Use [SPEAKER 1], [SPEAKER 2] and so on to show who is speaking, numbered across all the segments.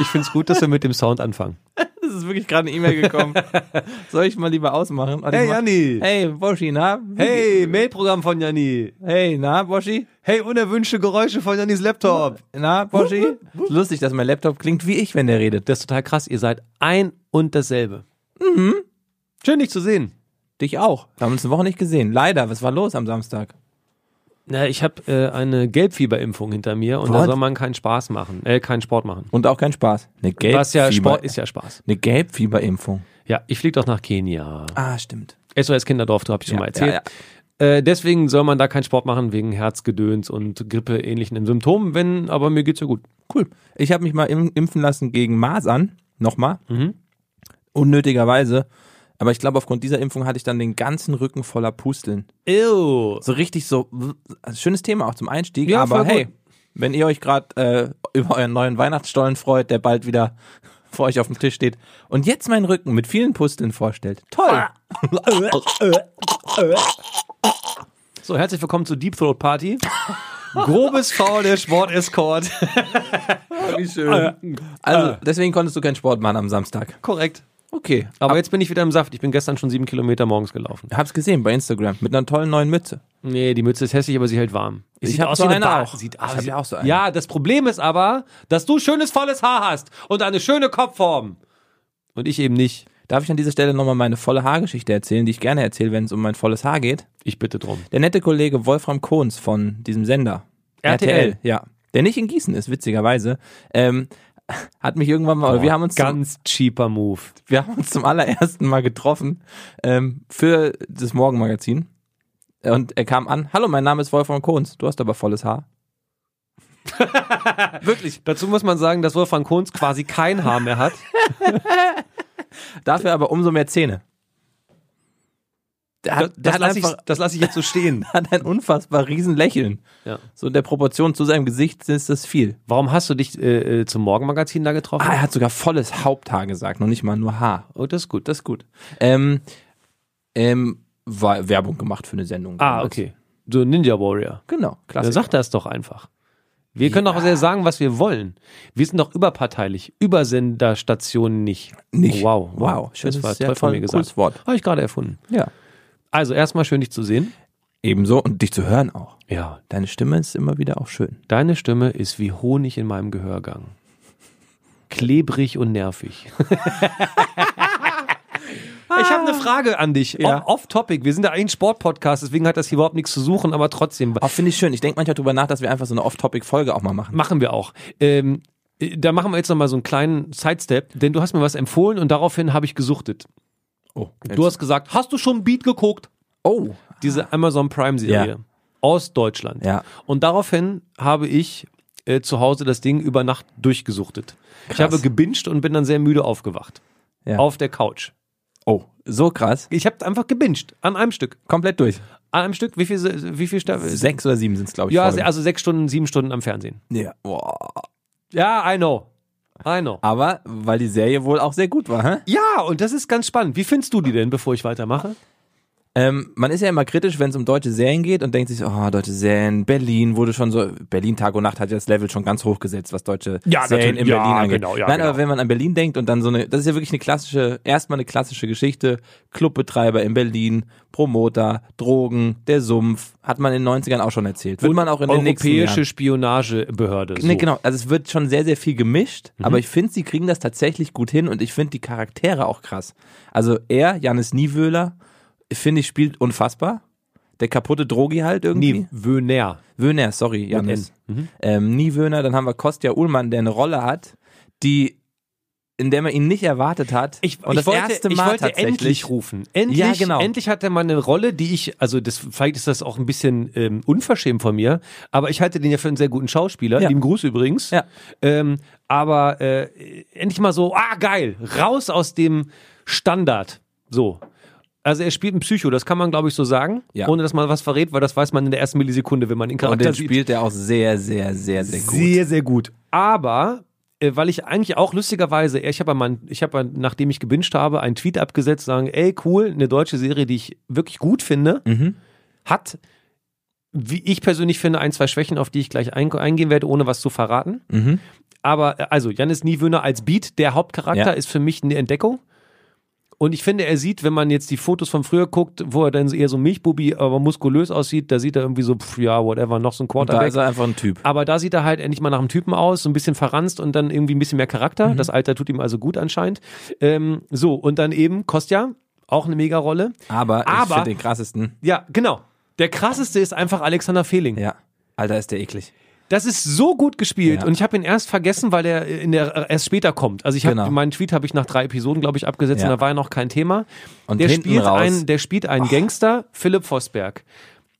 [SPEAKER 1] Ich finde es gut, dass wir mit dem Sound anfangen.
[SPEAKER 2] Das ist wirklich gerade eine E-Mail gekommen. Soll ich mal lieber ausmachen? Warte,
[SPEAKER 1] Hey
[SPEAKER 2] ich mach-
[SPEAKER 1] Janni!
[SPEAKER 2] Hey, Boschi, na?
[SPEAKER 1] Hey, Mailprogramm von Janni!
[SPEAKER 2] Hey, na, Boschi?
[SPEAKER 1] Hey, unerwünschte Geräusche von Jannis Laptop!
[SPEAKER 2] Na, Boschi? Lustig, dass mein Laptop klingt wie ich, wenn der redet.
[SPEAKER 1] Das ist total krass, ihr seid ein und dasselbe. Mhm. Schön, dich zu sehen.
[SPEAKER 2] Dich auch. Wir haben uns eine Woche nicht gesehen. Leider, was war los am Samstag?
[SPEAKER 1] Na, ich habe äh, eine Gelbfieberimpfung hinter mir und da
[SPEAKER 2] What?
[SPEAKER 1] soll man keinen Spaß machen, äh, keinen Sport machen.
[SPEAKER 2] Und auch kein Spaß. Eine Gelbfieber.
[SPEAKER 1] Was ja Sport ist ja Spaß.
[SPEAKER 2] Eine Gelbfieberimpfung.
[SPEAKER 1] Ja, ich fliege doch nach Kenia.
[SPEAKER 2] Ah, stimmt.
[SPEAKER 1] SOS Kinderdorf, habe ich schon
[SPEAKER 2] Ja,
[SPEAKER 1] mal erzählt.
[SPEAKER 2] ja,
[SPEAKER 1] Äh, deswegen soll man da keinen Sport machen wegen Herzgedöns und Grippe ähnlichen Symptomen, wenn, aber mir geht's ja gut.
[SPEAKER 2] Cool. Ich habe mich mal im, impfen lassen gegen Masern. Nochmal.
[SPEAKER 1] Mhm.
[SPEAKER 2] Unnötigerweise. Aber ich glaube, aufgrund dieser Impfung hatte ich dann den ganzen Rücken voller Pusteln.
[SPEAKER 1] Ew.
[SPEAKER 2] So richtig so, also schönes Thema auch zum Einstieg.
[SPEAKER 1] Ja,
[SPEAKER 2] aber
[SPEAKER 1] voll gut.
[SPEAKER 2] hey, wenn ihr euch gerade äh, über euren neuen Weihnachtsstollen freut, der bald wieder vor euch auf dem Tisch steht und jetzt meinen Rücken mit vielen Pusteln vorstellt. Toll.
[SPEAKER 1] Ah. So, herzlich willkommen zu Deep Throat Party. Grobes Foul der Sportescort.
[SPEAKER 2] Wie schön.
[SPEAKER 1] Ah.
[SPEAKER 2] Also, deswegen konntest du keinen Sport machen am Samstag.
[SPEAKER 1] Korrekt.
[SPEAKER 2] Okay.
[SPEAKER 1] Aber jetzt bin ich wieder im Saft. Ich bin gestern schon sieben Kilometer morgens gelaufen.
[SPEAKER 2] Hab's gesehen bei Instagram mit einer tollen neuen Mütze.
[SPEAKER 1] Nee, die Mütze ist hässlich, aber sie hält warm.
[SPEAKER 2] Ich hab so eine
[SPEAKER 1] Bar-
[SPEAKER 2] auch.
[SPEAKER 1] Sieht,
[SPEAKER 2] Ich hab
[SPEAKER 1] sieht,
[SPEAKER 2] ja auch so eine.
[SPEAKER 1] Ja, das Problem ist aber, dass du schönes, volles Haar hast und eine schöne Kopfform. Und ich eben nicht.
[SPEAKER 2] Darf ich an dieser Stelle nochmal meine volle Haargeschichte erzählen, die ich gerne erzähle, wenn es um mein volles Haar geht?
[SPEAKER 1] Ich bitte drum.
[SPEAKER 2] Der nette Kollege Wolfram Kohns von diesem Sender.
[SPEAKER 1] RTL.
[SPEAKER 2] ja. Der nicht in Gießen ist, witzigerweise. Ähm, hat mich irgendwann mal, oder wir haben uns zum,
[SPEAKER 1] Ganz cheaper Move.
[SPEAKER 2] wir haben uns zum allerersten Mal getroffen ähm, für das Morgenmagazin. Und er kam an, hallo, mein Name ist Wolfram Kohns, du hast aber volles Haar.
[SPEAKER 1] Wirklich. Dazu muss man sagen, dass Wolfgang Kohns quasi kein Haar mehr hat.
[SPEAKER 2] Dafür aber umso mehr Zähne. Der
[SPEAKER 1] Das,
[SPEAKER 2] hat, der
[SPEAKER 1] das
[SPEAKER 2] hat
[SPEAKER 1] lasse ich,
[SPEAKER 2] einfach
[SPEAKER 1] das lass ich jetzt so stehen.
[SPEAKER 2] hat ein unfassbar riesen Lächeln.
[SPEAKER 1] Ja.
[SPEAKER 2] So in der Proportion zu seinem Gesicht ist das viel.
[SPEAKER 1] Warum hast du dich äh, äh, zum Morgenmagazin da getroffen?
[SPEAKER 2] Ah, er hat sogar volles Haupthaar gesagt, noch nicht mal nur Haar.
[SPEAKER 1] Oh, das ist gut.
[SPEAKER 2] Das ist gut. Ähm, ähm, war Werbung gemacht für eine Sendung.
[SPEAKER 1] Ah,
[SPEAKER 2] damals.
[SPEAKER 1] okay. So Ninja Warrior.
[SPEAKER 2] Genau,
[SPEAKER 1] Dann
[SPEAKER 2] klasse.
[SPEAKER 1] sag das doch einfach. Wir können doch sehr sagen, was wir wollen. Wir sind doch überparteilich. Übersenderstationen nicht.
[SPEAKER 2] Nicht.
[SPEAKER 1] Wow.
[SPEAKER 2] Wow,
[SPEAKER 1] Schönes
[SPEAKER 2] schönes,
[SPEAKER 1] das war
[SPEAKER 2] sehr
[SPEAKER 1] toll von
[SPEAKER 2] toll,
[SPEAKER 1] mir gesagt.
[SPEAKER 2] cooles Wort.
[SPEAKER 1] Habe ich gerade erfunden.
[SPEAKER 2] Ja.
[SPEAKER 1] Also erstmal schön, dich zu sehen.
[SPEAKER 2] Ebenso und dich zu hören auch.
[SPEAKER 1] Ja.
[SPEAKER 2] Deine Stimme ist immer wieder auch schön.
[SPEAKER 1] Deine Stimme ist wie Honig in meinem Gehörgang. Klebrig und nervig. Ich habe eine Frage an dich.
[SPEAKER 2] Ja.
[SPEAKER 1] Off- Off-Topic. wir sind ja eigentlich ein Sportpodcast, deswegen hat das hier überhaupt nichts zu suchen, aber trotzdem.
[SPEAKER 2] Auch Ah, finde ich schön. Ich denke manchmal drüber nach, dass wir einfach so eine Off-Topic-Folge auch mal machen.
[SPEAKER 1] Machen wir auch. Ähm, äh, da machen wir jetzt nochmal so einen kleinen Sidestep, denn du hast mir was empfohlen und daraufhin habe ich gesuchtet.
[SPEAKER 2] Oh,
[SPEAKER 1] Du hast gesagt, hast du schon Beat geguckt?
[SPEAKER 2] oh.
[SPEAKER 1] Diese Amazon Prime-Serie
[SPEAKER 2] Ja.
[SPEAKER 1] aus Deutschland.
[SPEAKER 2] Ja.
[SPEAKER 1] Und daraufhin habe ich äh, zu Hause das Ding über Nacht durchgesuchtet. Ich habe gebinged und bin dann sehr müde aufgewacht.
[SPEAKER 2] Ja.
[SPEAKER 1] Auf der Couch.
[SPEAKER 2] Oh, so krass.
[SPEAKER 1] Ich habe einfach gebinged. An einem Stück.
[SPEAKER 2] Komplett durch.
[SPEAKER 1] An einem Stück. Wie viel, wie viel Staffel?
[SPEAKER 2] Sechs oder sieben sind es, glaube ich.
[SPEAKER 1] Ja,
[SPEAKER 2] Folgen.
[SPEAKER 1] also sechs Stunden, sieben Stunden am Fernsehen.
[SPEAKER 2] ja. Boah.
[SPEAKER 1] Ja, I know. I know.
[SPEAKER 2] Aber weil die Serie wohl auch sehr gut war, hä?
[SPEAKER 1] Ja, und das ist ganz spannend. Wie findest du die denn, bevor ich weitermache?
[SPEAKER 2] Ähm, man ist ja immer kritisch, wenn es um deutsche Serien geht und denkt sich, so, oh, deutsche Serien, Berlin wurde schon so, Berlin Tag und Nacht hat ja das Level schon ganz hoch gesetzt, was deutsche
[SPEAKER 1] Ja,
[SPEAKER 2] Serien
[SPEAKER 1] natürlich.
[SPEAKER 2] in
[SPEAKER 1] Ja,
[SPEAKER 2] Berlin angeht.
[SPEAKER 1] genau, ja,
[SPEAKER 2] Nein,
[SPEAKER 1] genau.
[SPEAKER 2] aber wenn man an Berlin denkt und dann so eine, das ist ja wirklich eine klassische, erstmal eine klassische Geschichte, Clubbetreiber in Berlin, Promoter, Drogen, der Sumpf, hat man in den 90ern auch schon erzählt. Wird man auch in den nächsten Jahren.
[SPEAKER 1] Europäische Spionagebehörde. So. Mhm.
[SPEAKER 2] Nee, genau. Also es wird schon sehr, sehr viel gemischt, aber ich finde, sie kriegen das tatsächlich gut hin und ich finde die Charaktere auch krass. Also er, Janis Niewöhler, finde ich, spielt unfassbar. Der kaputte Drogi halt irgendwie.
[SPEAKER 1] Nee, Wöner.
[SPEAKER 2] Wöhner, sorry, Janis.
[SPEAKER 1] Mhm.
[SPEAKER 2] Ähm, Niewöhner, dann haben wir Kostja Ullmann, der eine Rolle hat, die, in der man ihn nicht erwartet hat. und das erste Mal
[SPEAKER 1] ich wollte
[SPEAKER 2] tatsächlich.
[SPEAKER 1] endlich rufen. Endlich,
[SPEAKER 2] Ja, genau.
[SPEAKER 1] endlich hat er mal eine Rolle, die ich, also das, vielleicht ist das auch ein bisschen ähm, unverschämt von mir, aber ich halte den ja für einen sehr guten Schauspieler.
[SPEAKER 2] Ja.
[SPEAKER 1] Lieben Gruß übrigens.
[SPEAKER 2] Ja.
[SPEAKER 1] Ähm, aber äh, endlich mal so, ah geil, raus aus dem Standard. So. Also er spielt ein Psycho, das kann man glaube ich so sagen,
[SPEAKER 2] Ja.
[SPEAKER 1] ohne dass man was verrät, weil das weiß man in der ersten Millisekunde, wenn man ihn
[SPEAKER 2] und
[SPEAKER 1] Charakter
[SPEAKER 2] den
[SPEAKER 1] sieht.
[SPEAKER 2] spielt er auch sehr, sehr, sehr, sehr gut.
[SPEAKER 1] Sehr, sehr gut. Aber äh, weil ich eigentlich auch lustigerweise, ich habe ja mal, ich habe ja, nachdem ich gebinged habe, einen Tweet abgesetzt, sagen, ey cool, eine deutsche Serie, die ich wirklich gut finde,
[SPEAKER 2] Mhm.
[SPEAKER 1] hat, wie ich persönlich finde, ein, zwei Schwächen, auf die ich gleich ein, eingehen werde, ohne was zu verraten.
[SPEAKER 2] Mhm.
[SPEAKER 1] Aber äh, also, Janis Niewöhner als Beat, der Hauptcharakter,
[SPEAKER 2] Ja.
[SPEAKER 1] ist für mich eine Entdeckung. Und ich finde, er sieht, wenn man jetzt die Fotos von früher guckt, wo er dann eher so Milchbubi, aber muskulös aussieht, da sieht er irgendwie so, pff, ja, whatever, noch so ein
[SPEAKER 2] Da
[SPEAKER 1] Quarterback.
[SPEAKER 2] ist er einfach ein Typ.
[SPEAKER 1] Aber da sieht er halt endlich mal nach einem Typen aus, so ein bisschen verranzt und dann irgendwie ein bisschen mehr Charakter. Das Alter tut ihm also gut anscheinend. Ähm, so, und dann eben Kostja, auch eine Mega-Rolle.
[SPEAKER 2] Aber, ich
[SPEAKER 1] Aber-
[SPEAKER 2] finde den krassesten.
[SPEAKER 1] Ja, genau. Der krasseste ist einfach Alexander Fehling.
[SPEAKER 2] Ja. Alter, ist der eklig.
[SPEAKER 1] Das ist so gut gespielt
[SPEAKER 2] Ja.
[SPEAKER 1] und ich habe ihn erst vergessen, weil er in der äh, erst später kommt. Also ich habe
[SPEAKER 2] Genau.
[SPEAKER 1] meinen Tweet habe ich nach drei Episoden glaube ich abgesetzt
[SPEAKER 2] Ja.
[SPEAKER 1] und da war ja noch kein Thema.
[SPEAKER 2] Und
[SPEAKER 1] der
[SPEAKER 2] hinten
[SPEAKER 1] spielt
[SPEAKER 2] raus-
[SPEAKER 1] einen, der spielt einen Gangster, Philipp Vosberg.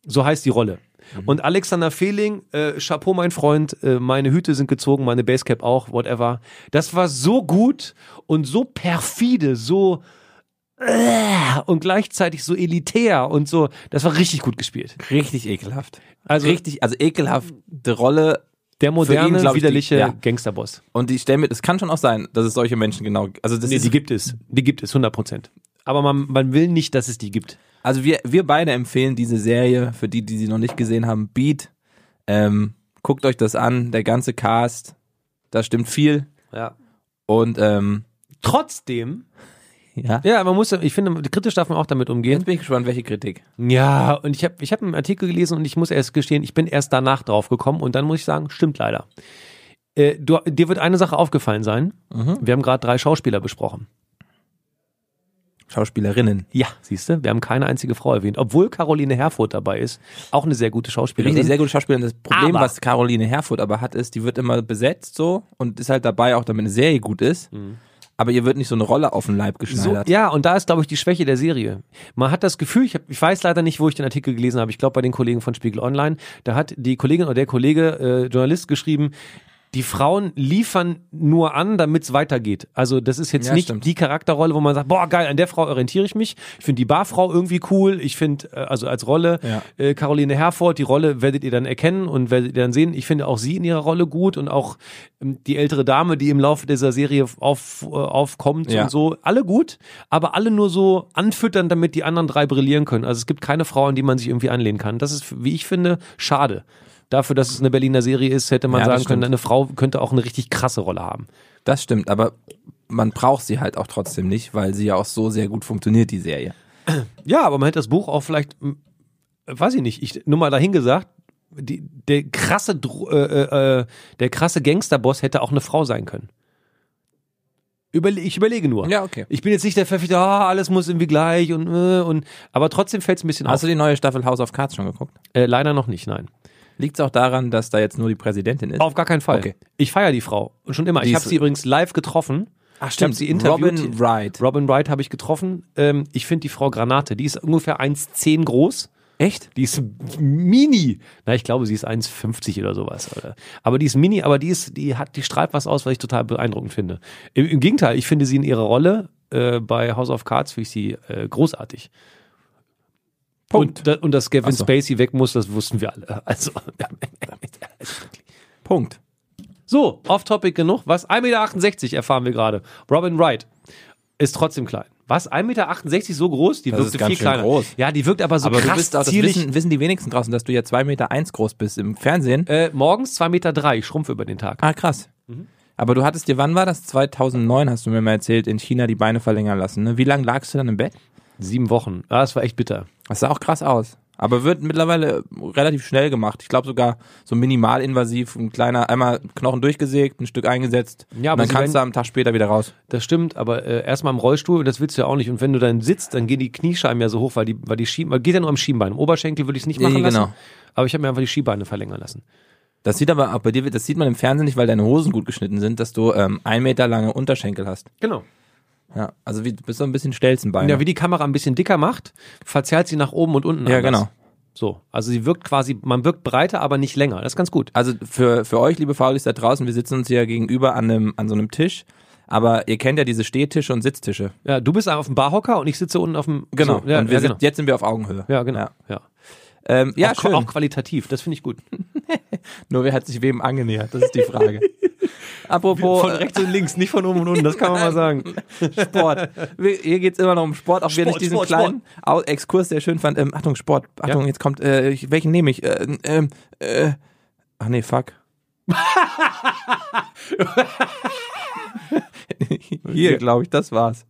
[SPEAKER 1] So heißt die Rolle.
[SPEAKER 2] Mhm.
[SPEAKER 1] Und Alexander Fehling, äh, Chapeau, mein Freund, äh, meine Hüte sind gezogen, meine Basecap auch, whatever. Das war so gut und so perfide, so äh, und gleichzeitig so elitär und so. Das war richtig gut gespielt.
[SPEAKER 2] Richtig ekelhaft.
[SPEAKER 1] Also-
[SPEAKER 2] Also richtig, also ekelhafte Rolle.
[SPEAKER 1] Der moderne,
[SPEAKER 2] glaub ich, die-
[SPEAKER 1] widerliche
[SPEAKER 2] ja.
[SPEAKER 1] Gangsterboss.
[SPEAKER 2] Und ich stelle mir, es kann schon auch sein, dass es solche Menschen genau, also das
[SPEAKER 1] Nee,
[SPEAKER 2] ist
[SPEAKER 1] die gibt es. Die gibt es, 100 Prozent. Aber man, man will nicht, dass es die gibt.
[SPEAKER 2] Also wir, wir beide empfehlen diese Serie, für die, die sie noch nicht gesehen haben, Beat. Ähm, guckt euch das an, der ganze Cast, da stimmt viel.
[SPEAKER 1] Ja.
[SPEAKER 2] Und ähm,
[SPEAKER 1] Trotzdem,
[SPEAKER 2] ja.
[SPEAKER 1] ja, man muss, ich finde, kritisch darf man auch damit
[SPEAKER 2] Jetzt
[SPEAKER 1] umgehen.
[SPEAKER 2] bin ich gespannt, welche Kritik.
[SPEAKER 1] Ja, und ich habe ich hab einen Artikel gelesen und ich muss erst gestehen, ich bin erst danach drauf gekommen und dann muss ich sagen, stimmt leider. Äh, du, dir wird eine Sache aufgefallen sein. Wir haben gerade drei Schauspieler besprochen.
[SPEAKER 2] Schauspielerinnen.
[SPEAKER 1] Ja, siehst du, wir haben keine einzige Frau erwähnt, obwohl Caroline Herfurth dabei ist. Auch eine sehr gute Schauspielerin.
[SPEAKER 2] Richtig sehr gute Schauspielerin. Das Problem,
[SPEAKER 1] Aber-
[SPEAKER 2] was Caroline Herfurth aber hat, ist, die wird immer besetzt so und ist halt dabei, auch damit eine Serie gut ist. Aber ihr wird nicht so eine Rolle auf den Leib
[SPEAKER 1] So,
[SPEAKER 2] geschneidert.
[SPEAKER 1] ja, und da ist, glaube ich, die Schwäche der Serie. Man hat das Gefühl, ich, hab, ich weiß leider nicht, wo ich den Artikel gelesen habe, ich glaube bei den Kollegen von Spiegel Online, da hat die Kollegin oder der Kollege äh, Journalist geschrieben, die Frauen liefern nur an, damit es weitergeht. Also das ist jetzt
[SPEAKER 2] Ja,
[SPEAKER 1] nicht
[SPEAKER 2] stimmt.
[SPEAKER 1] die Charakterrolle, wo man sagt, boah geil, an der Frau orientiere ich mich. Ich finde die Barfrau irgendwie cool. Ich finde, äh, also als Rolle,
[SPEAKER 2] Ja.
[SPEAKER 1] äh, Caroline Herford, die Rolle werdet ihr dann erkennen und werdet ihr dann sehen. Ich finde auch sie in ihrer Rolle gut und auch ähm, die ältere Dame, die im Laufe dieser Serie auf, äh, aufkommt
[SPEAKER 2] Ja.
[SPEAKER 1] und so. Alle gut, aber alle nur so anfüttern, damit die anderen drei brillieren können. Also es gibt keine Frau, an die man sich irgendwie anlehnen kann. Das ist, wie ich finde, schade. Dafür, dass es eine Berliner Serie ist, hätte man
[SPEAKER 2] Ja, das
[SPEAKER 1] sagen können,
[SPEAKER 2] stimmt.
[SPEAKER 1] eine Frau könnte auch eine richtig krasse Rolle haben.
[SPEAKER 2] Das stimmt, aber man braucht sie halt auch trotzdem nicht, weil sie ja auch so sehr gut funktioniert, die Serie.
[SPEAKER 1] Ja, aber man hätte das Buch auch vielleicht, m, weiß ich nicht, ich, nur mal dahin gesagt, die, der krasse, Dro äh, äh, der krasse Gangsterboss hätte auch eine Frau sein können. Überle ich überlege nur.
[SPEAKER 2] Ja, okay.
[SPEAKER 1] Ich bin jetzt nicht der Verfechter, ah, alles muss irgendwie gleich und, äh, und aber trotzdem fällt es ein bisschen
[SPEAKER 2] Hast
[SPEAKER 1] auf.
[SPEAKER 2] du die neue Staffel House of Cards schon geguckt?
[SPEAKER 1] Äh, leider noch nicht, nein.
[SPEAKER 2] Liegt es auch daran, dass da jetzt nur die Präsidentin ist?
[SPEAKER 1] Auf gar keinen Fall.
[SPEAKER 2] Okay.
[SPEAKER 1] Ich feiere die Frau. Und schon immer.
[SPEAKER 2] Die
[SPEAKER 1] ich habe
[SPEAKER 2] ist-
[SPEAKER 1] sie übrigens live getroffen.
[SPEAKER 2] Ach
[SPEAKER 1] stimmt, sie interviewt
[SPEAKER 2] Robin
[SPEAKER 1] ihn.
[SPEAKER 2] Wright.
[SPEAKER 1] Robin Wright habe ich getroffen. Ähm, ich finde die Frau Granate, die ist ungefähr 1,10 groß.
[SPEAKER 2] Echt?
[SPEAKER 1] Die ist mini. Na, ich glaube, sie ist 1,50 oder sowas. Oder? Aber die ist mini, aber die ist, die hat, die strahlt was aus, was ich total beeindruckend finde. Im, im Gegenteil, ich finde sie in ihrer Rolle äh, bei House of Cards, finde ich sie äh, großartig.
[SPEAKER 2] Punkt.
[SPEAKER 1] Und, da, und dass Gavin
[SPEAKER 2] Ach so.
[SPEAKER 1] Spacey weg muss, das wussten wir alle. Also, ja.
[SPEAKER 2] Punkt.
[SPEAKER 1] So, off-topic genug. Was? 1,68 Meter erfahren wir gerade. Robin Wright ist trotzdem klein. Was? 1,68 Meter so groß? Die
[SPEAKER 2] Das
[SPEAKER 1] wirkte
[SPEAKER 2] ist ganz
[SPEAKER 1] viel
[SPEAKER 2] schön
[SPEAKER 1] kleiner.
[SPEAKER 2] groß.
[SPEAKER 1] Ja, die wirkt aber so
[SPEAKER 2] Aber
[SPEAKER 1] krass
[SPEAKER 2] du bist auch, das
[SPEAKER 1] zierlich.
[SPEAKER 2] wissen, wissen die wenigsten draußen, dass du ja 2,1 Meter eins groß bist im Fernsehen.
[SPEAKER 1] Äh, Mhm. morgens 2,3 Meter. Drei. Ich schrumpfe über den Tag.
[SPEAKER 2] Ah, krass. Aber du hattest dir, wann war das? 2009 hast du mir mal erzählt, in China die Beine verlängern lassen. Ne? Wie lange lagst du dann im Bett?
[SPEAKER 1] Sieben Wochen. Ah, das war echt bitter.
[SPEAKER 2] Das sah auch krass aus. Aber wird mittlerweile relativ schnell gemacht. Ich glaube sogar so minimalinvasiv, ein kleiner, einmal Knochen durchgesägt, ein Stück eingesetzt.
[SPEAKER 1] Ja,
[SPEAKER 2] und
[SPEAKER 1] aber
[SPEAKER 2] dann
[SPEAKER 1] sie
[SPEAKER 2] kannst
[SPEAKER 1] werden-
[SPEAKER 2] du am Tag später wieder raus.
[SPEAKER 1] Das stimmt, aber äh, erstmal im Rollstuhl, und das willst du ja auch nicht. Und wenn du dann sitzt, dann gehen die Kniescheiben ja so hoch, weil die, weil die Schienbeine, geht ja nur am Schienbein. Im Oberschenkel würde ich es nicht machen
[SPEAKER 2] Ja, genau.
[SPEAKER 1] lassen. Aber ich habe mir einfach die Skibeine verlängern lassen.
[SPEAKER 2] Das sieht aber auch bei dir, das sieht man im Fernsehen nicht, weil deine Hosen gut geschnitten sind, dass du ähm, ein Meter lange Unterschenkel hast.
[SPEAKER 1] Genau.
[SPEAKER 2] Ja, also wie, du bist so ein bisschen Stelzenbein.
[SPEAKER 1] Ja, wie die Kamera ein bisschen dicker macht, verzerrt sie nach oben und unten.
[SPEAKER 2] ja
[SPEAKER 1] anders.
[SPEAKER 2] genau.
[SPEAKER 1] So. Also sie wirkt quasi, man wirkt breiter, aber nicht länger. Das ist ganz gut.
[SPEAKER 2] Also für, für euch, liebe Faulis da draußen, wir sitzen uns hier gegenüber an, einem, an so einem Tisch. Aber ihr kennt ja diese Stehtische und Sitztische.
[SPEAKER 1] Ja, du bist auf dem Barhocker und ich sitze unten auf dem. So, ja,
[SPEAKER 2] und wir
[SPEAKER 1] ja, genau.
[SPEAKER 2] Sind, jetzt sind wir auf Augenhöhe.
[SPEAKER 1] Ja, genau.
[SPEAKER 2] Ja,
[SPEAKER 1] Ja,
[SPEAKER 2] ähm, ja
[SPEAKER 1] auch,
[SPEAKER 2] schön.
[SPEAKER 1] auch qualitativ, das finde ich gut.
[SPEAKER 2] Nur wer hat sich wem angenähert? Das ist die Frage. Apropos äh,
[SPEAKER 1] und links, nicht von oben und unten, das kann man mal sagen.
[SPEAKER 2] Sport. Wir, hier geht's immer noch um Sport, auch wenn ich
[SPEAKER 1] Sport,
[SPEAKER 2] diesen
[SPEAKER 1] Sport,
[SPEAKER 2] kleinen Au- Exkurs sehr schön fand. Ähm, Achtung, Sport. Achtung, jetzt kommt, äh, ich, welchen nehme ich? Äh, ähm, äh, ach nee, fuck. Hier, glaube ich, das war's.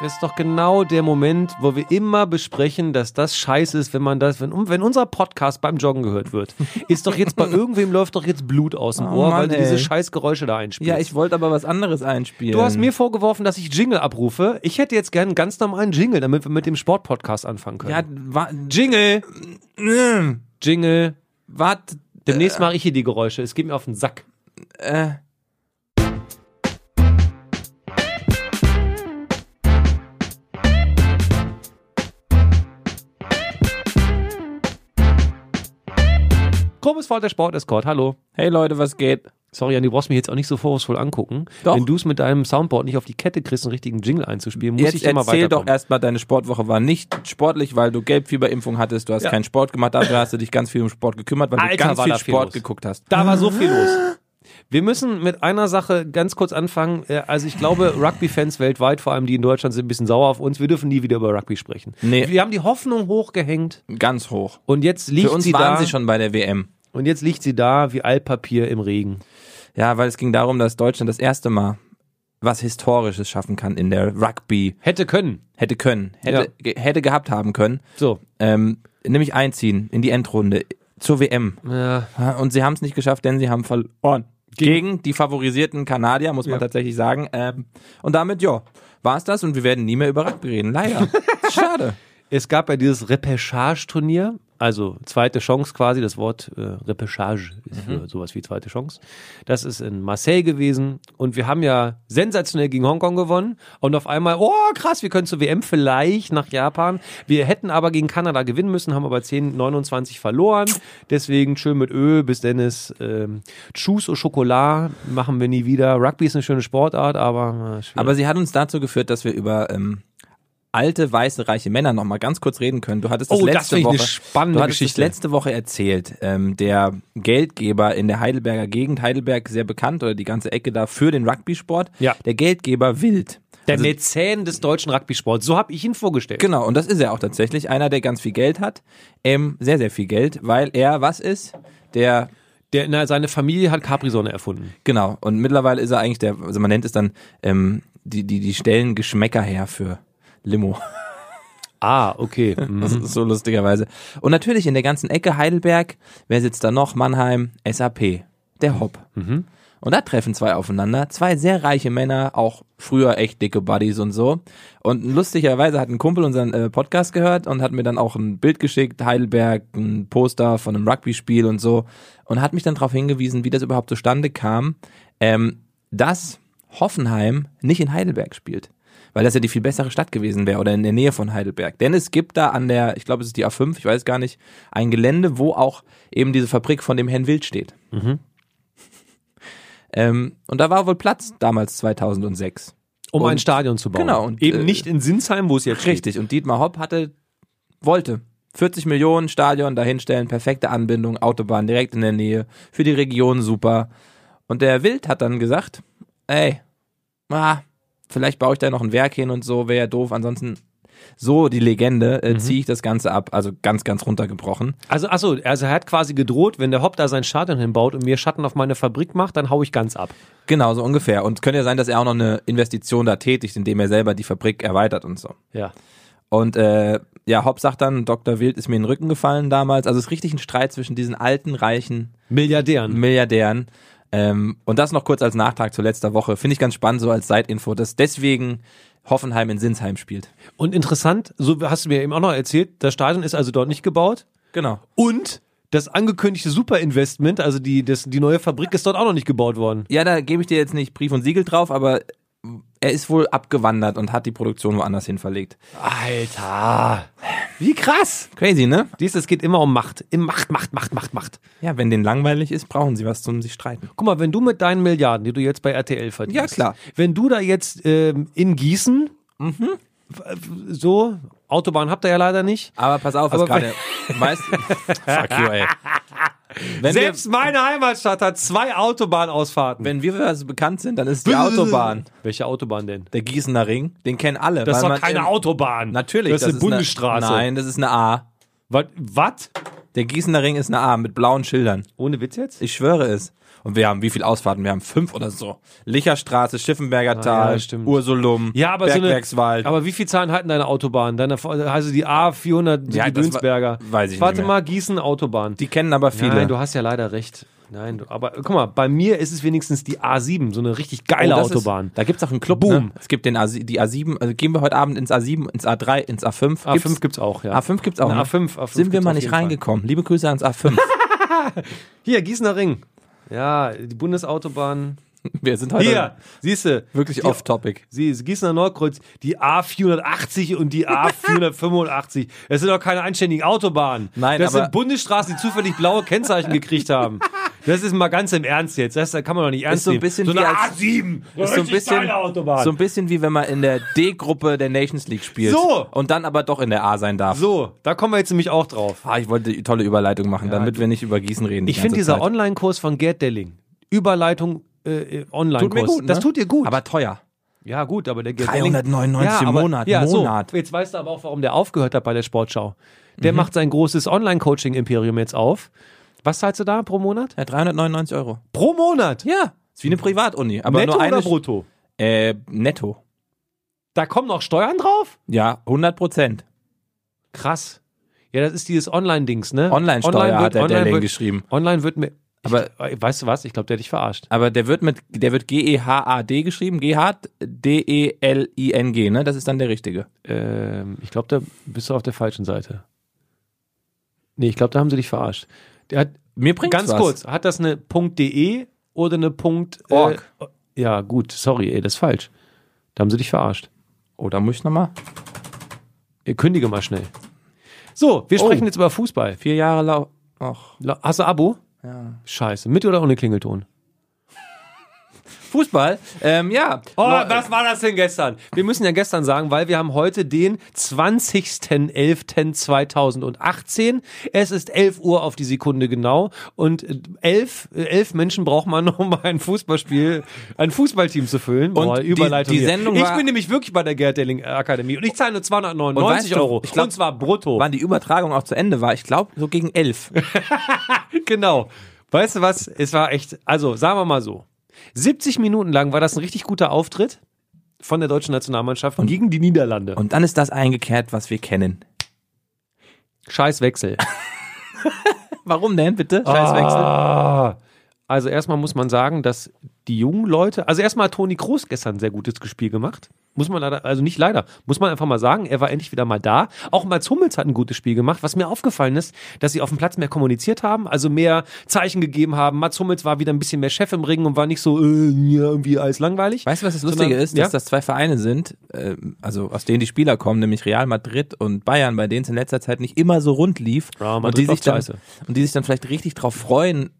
[SPEAKER 1] Das ist doch genau der Moment, wo wir immer besprechen, dass das scheiße ist, wenn man das, wenn, um, wenn unser Podcast beim Joggen gehört wird, ist doch jetzt bei irgendwem läuft doch jetzt Blut aus dem
[SPEAKER 2] Oh
[SPEAKER 1] Ohr, weil
[SPEAKER 2] Mann,
[SPEAKER 1] du diese
[SPEAKER 2] ey.
[SPEAKER 1] scheiß Geräusche da einspielst.
[SPEAKER 2] Ja, ich wollte aber was anderes einspielen.
[SPEAKER 1] du hast mir vorgeworfen, dass ich Jingle abrufe. Ich hätte jetzt gern einen ganz normalen Jingle, damit wir mit dem Sportpodcast anfangen können.
[SPEAKER 2] Ja, wa
[SPEAKER 1] Jingle,
[SPEAKER 2] Mm,
[SPEAKER 1] Jingle.
[SPEAKER 2] wat,
[SPEAKER 1] Demnächst mache ich hier die Geräusche. Es geht mir auf den Sack.
[SPEAKER 2] äh,
[SPEAKER 1] Krumm ist voll der Sport-Escort. Hallo.
[SPEAKER 2] hey Leute, was geht?
[SPEAKER 1] Sorry, Jan, du brauchst mich jetzt auch nicht so vorwurfsvoll angucken.
[SPEAKER 2] Doch.
[SPEAKER 1] Wenn du es mit deinem Soundboard nicht auf die Kette kriegst, einen richtigen Jingle einzuspielen, muss
[SPEAKER 2] Jetzt
[SPEAKER 1] ich immer
[SPEAKER 2] erzähl doch
[SPEAKER 1] weiterkommen.
[SPEAKER 2] erstmal, deine Sportwoche war nicht sportlich, weil du Gelbfieberimpfung hattest, du hast
[SPEAKER 1] Ja.
[SPEAKER 2] keinen Sport gemacht, dafür hast du dich ganz viel um Sport gekümmert, weil
[SPEAKER 1] Alter,
[SPEAKER 2] du ganz
[SPEAKER 1] war
[SPEAKER 2] viel
[SPEAKER 1] da viel
[SPEAKER 2] Sport
[SPEAKER 1] los.
[SPEAKER 2] geguckt hast.
[SPEAKER 1] da war so viel los. Wir müssen mit einer Sache ganz kurz anfangen. Äh, Also ich glaube, Rugby-Fans weltweit, vor allem die in Deutschland, sind ein bisschen sauer auf uns. Wir dürfen nie wieder über Rugby sprechen.
[SPEAKER 2] Nee.
[SPEAKER 1] Wir haben die Hoffnung hochgehängt
[SPEAKER 2] Ganz hoch.
[SPEAKER 1] und jetzt liegt
[SPEAKER 2] Für uns
[SPEAKER 1] sie
[SPEAKER 2] waren
[SPEAKER 1] da.
[SPEAKER 2] sie schon bei der WM.
[SPEAKER 1] Und jetzt liegt sie da wie Altpapier im Regen.
[SPEAKER 2] Ja, weil es ging darum, dass Deutschland das erste Mal was Historisches schaffen kann in der Rugby.
[SPEAKER 1] Hätte können.
[SPEAKER 2] Hätte können, hätte, ge- hätte gehabt haben können.
[SPEAKER 1] So.
[SPEAKER 2] Ähm, nämlich einziehen in die Endrunde zur WM.
[SPEAKER 1] Äh,
[SPEAKER 2] Ja, Und sie haben es nicht geschafft, denn sie haben verloren. Gegen, die favorisierten Kanadier, muss man
[SPEAKER 1] Ja.
[SPEAKER 2] tatsächlich sagen. Ähm, und damit, ja, war es das und wir werden nie mehr über Rugby reden. Leider. Schade.
[SPEAKER 1] Es gab ja dieses Repechage-Turnier, also zweite Chance quasi. Das Wort äh, Repechage ist für sowas wie zweite Chance. Das ist in Marseille gewesen und wir haben ja sensationell gegen Hongkong gewonnen und auf einmal, oh krass, wir können zur WM vielleicht nach Japan. Wir hätten aber gegen Kanada gewinnen müssen, haben aber 10:29 verloren. Deswegen schön mit Öl bis Dennis. Ähm, Tschüss au Schokolade machen wir nie wieder. Rugby ist eine schöne Sportart, aber äh, schwierig.
[SPEAKER 2] Aber sie hat uns dazu geführt, dass wir über ähm, alte, weiße, reiche Männer nochmal ganz kurz reden können. Du hattest das
[SPEAKER 1] Oh, das
[SPEAKER 2] letzte
[SPEAKER 1] finde ich
[SPEAKER 2] Woche.
[SPEAKER 1] eine spannende
[SPEAKER 2] du hattest
[SPEAKER 1] Geschichte.
[SPEAKER 2] Das letzte Woche erzählt. Ähm, der Geldgeber in der Heidelberger Gegend, Heidelberg sehr bekannt oder die ganze Ecke da für den Rugby-Sport.
[SPEAKER 1] Ja.
[SPEAKER 2] Der Geldgeber Wild.
[SPEAKER 1] der
[SPEAKER 2] Also-
[SPEAKER 1] Mäzen des deutschen Rugby-Sports, so habe ich ihn vorgestellt.
[SPEAKER 2] Genau, und das ist er auch tatsächlich. Einer, der ganz viel Geld hat. Ähm, sehr, sehr viel Geld, weil er was ist? Der,
[SPEAKER 1] Der, na, seine Familie hat Capri-Sonne erfunden.
[SPEAKER 2] genau, und mittlerweile ist er eigentlich der, also man nennt es dann, ähm, die, die, die stellen Geschmäcker her für Limo.
[SPEAKER 1] Ah, okay. Mhm.
[SPEAKER 2] Das ist so lustigerweise. Und natürlich in der ganzen Ecke Heidelberg, wer sitzt da noch? Mannheim, SAP, der Hopp. Und da treffen zwei aufeinander, zwei sehr reiche Männer, auch früher echt dicke Buddies und so. Und lustigerweise hat ein Kumpel unseren äh, Podcast gehört und hat mir dann auch ein Bild geschickt, Heidelberg, ein Poster von einem Rugby-Spiel und so. Und hat mich dann darauf hingewiesen, wie das überhaupt zustande kam, ähm, dass Hoffenheim nicht in Heidelberg spielt. Weil das ja die viel bessere Stadt gewesen wäre oder in der Nähe von Heidelberg. Denn es gibt da an der, ich glaube, es ist die A5, ich weiß gar nicht, ein Gelände, wo auch eben diese Fabrik von dem Herrn Wild steht. Ähm, und da war wohl Platz damals 2006.
[SPEAKER 1] um
[SPEAKER 2] Und-
[SPEAKER 1] ein Stadion zu bauen.
[SPEAKER 2] Genau, und,
[SPEAKER 1] Eben
[SPEAKER 2] äh,
[SPEAKER 1] nicht in Sinsheim, wo es jetzt steht.
[SPEAKER 2] Richtig. Und Dietmar Hopp hatte, wollte 40 Millionen Stadion dahinstellen, perfekte Anbindung, Autobahn direkt in der Nähe, für die Region super. Und der Wild hat dann gesagt, ey, ah, vielleicht baue ich da noch ein Werk hin und so, wäre ja doof, ansonsten so die Legende, äh, ziehe ich das Ganze ab, also ganz, ganz runtergebrochen.
[SPEAKER 1] Also, achso, also er hat quasi gedroht, wenn der Hopp da sein Stadion hinbaut und mir Schatten auf meine Fabrik macht, dann hau ich ganz ab.
[SPEAKER 2] Genau, so ungefähr. Und könnte ja sein, dass er auch noch eine Investition da tätigt, indem er selber die Fabrik erweitert und so.
[SPEAKER 1] Ja.
[SPEAKER 2] Und äh, ja, Hopp sagt dann, Dr. Wild ist mir in den Rücken gefallen damals. Also es ist richtig ein Streit zwischen diesen alten, reichen
[SPEAKER 1] Milliardären.
[SPEAKER 2] Milliardären. Ähm, und das noch kurz als Nachtrag zur letzter Woche. Finde ich ganz spannend, so als Side-Info, dass deswegen Hoffenheim in Sinsheim spielt.
[SPEAKER 1] Und interessant, so hast du mir eben auch noch erzählt, das Stadion ist also dort nicht gebaut.
[SPEAKER 2] Genau.
[SPEAKER 1] Und das angekündigte Superinvestment, also die, das, die neue Fabrik, ist dort auch noch nicht gebaut worden.
[SPEAKER 2] Ja, da gebe ich dir jetzt nicht Brief und Siegel drauf, aber er ist wohl abgewandert und hat die Produktion woanders hin verlegt.
[SPEAKER 1] Alter. Wie krass.
[SPEAKER 2] Crazy, ne?
[SPEAKER 1] Dies, es geht immer um Macht. Im Macht, Macht, Macht, Macht, Macht.
[SPEAKER 2] Ja, wenn denen langweilig ist, brauchen sie was zum sich streiten.
[SPEAKER 1] Guck mal, wenn du mit deinen Milliarden, die du jetzt bei RTL verdienst,
[SPEAKER 2] Ja, klar.
[SPEAKER 1] wenn du da jetzt ähm, in Gießen, w- so, Autobahn habt ihr ja leider nicht,
[SPEAKER 2] Aber pass auf, was
[SPEAKER 1] Aber
[SPEAKER 2] gerade. weißt Fuck you, ey. Wenn wir,
[SPEAKER 1] Selbst meine Heimatstadt hat zwei Autobahnausfahrten.
[SPEAKER 2] wenn wir für was bekannt sind, dann ist es die Autobahn.
[SPEAKER 1] Welche Autobahn denn?
[SPEAKER 2] Der Gießener Ring, den kennen alle.
[SPEAKER 1] Das ist
[SPEAKER 2] weil
[SPEAKER 1] doch
[SPEAKER 2] man
[SPEAKER 1] keine
[SPEAKER 2] im-
[SPEAKER 1] Autobahn.
[SPEAKER 2] Natürlich,
[SPEAKER 1] das, ist eine Bundesstraße.
[SPEAKER 2] nein, das ist eine A.
[SPEAKER 1] Was? was?
[SPEAKER 2] Der Gießener Ring ist eine A mit blauen Schildern.
[SPEAKER 1] Ohne Witz jetzt?
[SPEAKER 2] Ich schwöre es. Und wir haben wie viele Ausfahrten? Wir haben fünf oder so. Licherstraße, Schiffenberger
[SPEAKER 1] Ah,
[SPEAKER 2] Tal,
[SPEAKER 1] ja, stimmt.
[SPEAKER 2] Ursulum,
[SPEAKER 1] Ja, aber
[SPEAKER 2] Bergwerkswald.
[SPEAKER 1] so eine, Aber wie viel Zahlen hatten deine Autobahn? Deine, also die A400
[SPEAKER 2] Ja,
[SPEAKER 1] die
[SPEAKER 2] das
[SPEAKER 1] Dönsberger.
[SPEAKER 2] wa- weiß ich
[SPEAKER 1] Warte
[SPEAKER 2] nicht mehr.
[SPEAKER 1] mal, Gießen Autobahn.
[SPEAKER 2] die kennen aber viele.
[SPEAKER 1] Nein, du hast ja leider recht. Nein, du, aber guck mal, bei mir ist es wenigstens die A7, so eine richtig
[SPEAKER 2] Oh,
[SPEAKER 1] geile
[SPEAKER 2] das
[SPEAKER 1] Autobahn.
[SPEAKER 2] Ist, da gibt's auch einen Club.
[SPEAKER 1] Boom.
[SPEAKER 2] Ne? Es gibt den A, die A7, also gehen wir heute Abend ins A7, ins A3, ins A5.
[SPEAKER 1] A5 gibt's,
[SPEAKER 2] gibt's,
[SPEAKER 1] auch, ja.
[SPEAKER 2] A5 gibt's auch.
[SPEAKER 1] Na,
[SPEAKER 2] ne?
[SPEAKER 1] A5, A5
[SPEAKER 2] Sind wir
[SPEAKER 1] gibt's
[SPEAKER 2] mal
[SPEAKER 1] auf
[SPEAKER 2] nicht
[SPEAKER 1] jeden Fall.
[SPEAKER 2] reingekommen. Liebe Grüße ans A5.
[SPEAKER 1] Hier, Gießener Ring. Ja, die Bundesautobahn.
[SPEAKER 2] wir sind heute
[SPEAKER 1] Hier, siehst du.
[SPEAKER 2] wirklich
[SPEAKER 1] die,
[SPEAKER 2] off-topic.
[SPEAKER 1] Sie ist Gießener Nordkreuz, die A480 und die A485. Das sind doch keine anständigen Autobahnen.
[SPEAKER 2] Nein,
[SPEAKER 1] das
[SPEAKER 2] aber-
[SPEAKER 1] sind Bundesstraßen, die zufällig blaue Kennzeichen gekriegt haben. Das ist mal ganz im Ernst jetzt. Das kann man doch nicht ernst
[SPEAKER 2] so ein
[SPEAKER 1] nehmen.
[SPEAKER 2] bisschen
[SPEAKER 1] so
[SPEAKER 2] wie
[SPEAKER 1] eine A7.
[SPEAKER 2] als- Ist so ein,
[SPEAKER 1] richtig
[SPEAKER 2] bisschen,
[SPEAKER 1] geile Autobahn.
[SPEAKER 2] so ein bisschen wie wenn man in der D-Gruppe der Nations League spielt.
[SPEAKER 1] So.
[SPEAKER 2] Und dann aber doch in der A sein darf.
[SPEAKER 1] so, da kommen wir jetzt nämlich auch drauf.
[SPEAKER 2] Ah, ich wollte die tolle Überleitung machen, damit wir nicht über Gießen reden. die
[SPEAKER 1] Ich finde
[SPEAKER 2] ganze
[SPEAKER 1] dieser
[SPEAKER 2] Zeit.
[SPEAKER 1] Online-Kurs von Gerd Delling, Überleitung äh,
[SPEAKER 2] Tut mir
[SPEAKER 1] Online-Kurs,
[SPEAKER 2] gut, ne?
[SPEAKER 1] das tut dir gut.
[SPEAKER 2] Aber teuer.
[SPEAKER 1] ja, gut, aber der Gerd Delling.
[SPEAKER 2] 399 im
[SPEAKER 1] aber-
[SPEAKER 2] Monat.
[SPEAKER 1] Ja,
[SPEAKER 2] Monat. Mhm.
[SPEAKER 1] So, jetzt weißt du aber auch, warum der aufgehört hat bei der Sportschau. Der macht sein großes Online-Coaching-Imperium jetzt auf. Was zahlst du da pro Monat?
[SPEAKER 2] Ja, 399 Euro.
[SPEAKER 1] Pro Monat!
[SPEAKER 2] Ja. Ist wie eine Privatuni. Aber
[SPEAKER 1] netto
[SPEAKER 2] nur eine
[SPEAKER 1] oder brutto?
[SPEAKER 2] Äh, netto.
[SPEAKER 1] Da kommen noch Steuern drauf?
[SPEAKER 2] Ja, 100 Prozent.
[SPEAKER 1] Krass. Ja, das ist dieses Online-Dings, ne?
[SPEAKER 2] Online-Steuer
[SPEAKER 1] Online
[SPEAKER 2] hat der
[SPEAKER 1] online
[SPEAKER 2] Delling
[SPEAKER 1] wird,
[SPEAKER 2] geschrieben.
[SPEAKER 1] Online wird mir.
[SPEAKER 2] Aber-
[SPEAKER 1] ich, äh, weißt du was? Ich glaube, der hat dich verarscht.
[SPEAKER 2] Aber der wird mit, der wird E G-E-H-A-D geschrieben. E G-H-D-E-L-I-N-G, ne? Das ist dann der richtige.
[SPEAKER 1] Ähm, ich glaube, da bist du auf der falschen Seite. Nee, ich glaube, da haben sie dich verarscht. Der hat,
[SPEAKER 2] Mir bringt
[SPEAKER 1] ganz
[SPEAKER 2] was.
[SPEAKER 1] kurz, hat das eine .de oder eine Punkt, äh,
[SPEAKER 2] Org.
[SPEAKER 1] Ja, gut, sorry, ey, das ist falsch. Da haben sie dich verarscht.
[SPEAKER 2] Oh, da muss ich nochmal.
[SPEAKER 1] Ihr kündige mal schnell. So, wir
[SPEAKER 2] Oh.
[SPEAKER 1] sprechen jetzt über Fußball.
[SPEAKER 2] Vier Jahre lau. Ach,
[SPEAKER 1] La- Hast du Abo?
[SPEAKER 2] ja.
[SPEAKER 1] Scheiße, mit oder ohne Klingelton?
[SPEAKER 2] Fußball? Ähm, ja.
[SPEAKER 1] Oh,
[SPEAKER 2] Neu-
[SPEAKER 1] was war das denn gestern? Wir müssen ja gestern sagen, weil wir haben heute den 20.11.2018. Es ist 11 Uhr auf die Sekunde genau. Und äh, elf, äh, elf Menschen braucht man noch, um ein Fußballspiel, ein Fußballteam zu füllen.
[SPEAKER 2] Und die- die
[SPEAKER 1] hier.
[SPEAKER 2] Sendung
[SPEAKER 1] Ich
[SPEAKER 2] war-
[SPEAKER 1] bin nämlich wirklich bei der Gerd Delling äh, Akademie und ich zahle nur 299
[SPEAKER 2] Und weißt du,
[SPEAKER 1] Euro.
[SPEAKER 2] ich glaub-
[SPEAKER 1] und zwar brutto.
[SPEAKER 2] Wann die Übertragung auch zu Ende war, ich glaube, so gegen elf.
[SPEAKER 1] Genau. Weißt du was? Es war echt, also sagen wir mal so. 70 Minuten lang war das ein richtig guter Auftritt von der deutschen Nationalmannschaft gegen die Niederlande.
[SPEAKER 2] Und dann ist das eingekehrt, was wir kennen.
[SPEAKER 1] Scheiß Wechsel.
[SPEAKER 2] Warum denn, bitte? Scheißwechsel.
[SPEAKER 1] Ah. Also erstmal muss man sagen, dass die jungen Leute, also erstmal hat Toni Kroos gestern ein sehr gutes Spiel gemacht. Muss man leider, also nicht leider, muss man einfach mal sagen, er war endlich wieder mal da. Auch Mats Hummels hat ein gutes Spiel gemacht. Was mir aufgefallen ist, dass sie auf dem Platz mehr kommuniziert haben, also mehr Zeichen gegeben haben. Mats Hummels war wieder ein bisschen mehr Chef im Ring und war nicht so, äh, ja, irgendwie alles langweilig.
[SPEAKER 2] Weißt du, was das Lustige
[SPEAKER 1] Sondern-
[SPEAKER 2] ist? Dass
[SPEAKER 1] ja?
[SPEAKER 2] das zwei Vereine sind, äh, also aus denen die Spieler kommen, nämlich Real Madrid und Bayern, bei denen es in letzter Zeit nicht immer so rund lief.
[SPEAKER 1] Ja,
[SPEAKER 2] und,
[SPEAKER 1] Madrid
[SPEAKER 2] die sich
[SPEAKER 1] läuft
[SPEAKER 2] dann,
[SPEAKER 1] scheiße.
[SPEAKER 2] und die sich dann vielleicht richtig drauf freuen,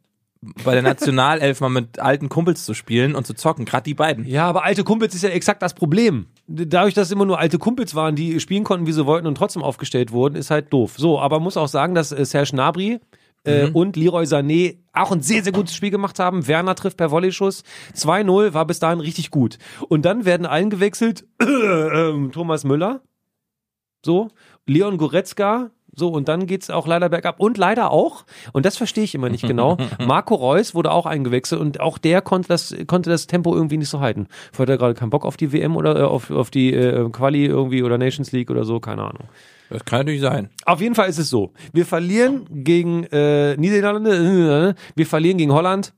[SPEAKER 2] bei der Nationalelf mal mit alten Kumpels zu spielen und zu zocken. Gerade die beiden.
[SPEAKER 1] Ja, aber alte Kumpels ist ja exakt das Problem. Dadurch, dass es immer nur alte Kumpels waren, die spielen konnten, wie sie wollten und trotzdem aufgestellt wurden, ist halt doof. So, aber muss auch sagen, dass äh, Serge Gnabry äh, und Leroy Sané auch ein sehr, sehr gutes Spiel gemacht haben. Werner trifft per Volley-Schuss. 2-0 war bis dahin richtig gut. Und dann werden eingewechselt ähm, Thomas Müller, so, Leon Goretzka, so, und dann geht's auch leider bergab. Und leider auch, und das verstehe ich immer nicht genau, Marco Reus wurde auch eingewechselt und auch der konnte das, konnte das Tempo irgendwie nicht so halten. Vielleicht hat er gerade keinen Bock auf die WM oder äh, auf, auf die äh, Quali irgendwie oder Nations League oder so, keine Ahnung.
[SPEAKER 2] Das kann natürlich sein.
[SPEAKER 1] Auf jeden Fall ist es so. Wir verlieren gegen äh, Niederlande, äh, wir verlieren gegen Holland.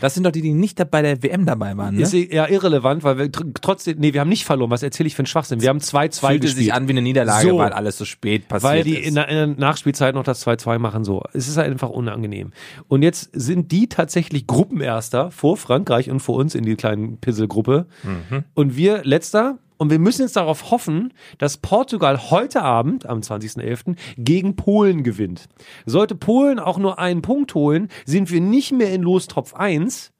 [SPEAKER 2] Das sind doch die, die nicht da bei der WM dabei waren. Ne?
[SPEAKER 1] Ist ja irrelevant, weil wir tr- trotzdem, nee, wir haben nicht verloren. Was erzähle ich für einen Schwachsinn? Wir haben 2-2
[SPEAKER 2] Fühlte
[SPEAKER 1] gespielt.
[SPEAKER 2] sich an wie eine Niederlage,
[SPEAKER 1] So.
[SPEAKER 2] weil alles so spät passiert
[SPEAKER 1] Weil die
[SPEAKER 2] ist.
[SPEAKER 1] in der, in der Nachspielzeit noch das 2-2 machen, so. Es ist halt einfach unangenehm. Und jetzt sind die tatsächlich Gruppenerster vor Frankreich und vor uns in die kleinen Pisselgruppe.
[SPEAKER 2] Mhm.
[SPEAKER 1] Und wir letzter. Und wir müssen jetzt darauf hoffen, dass Portugal heute Abend, am 20.11., gegen Polen gewinnt. Sollte Polen auch nur einen Punkt holen, sind wir nicht mehr in Lostopf 1,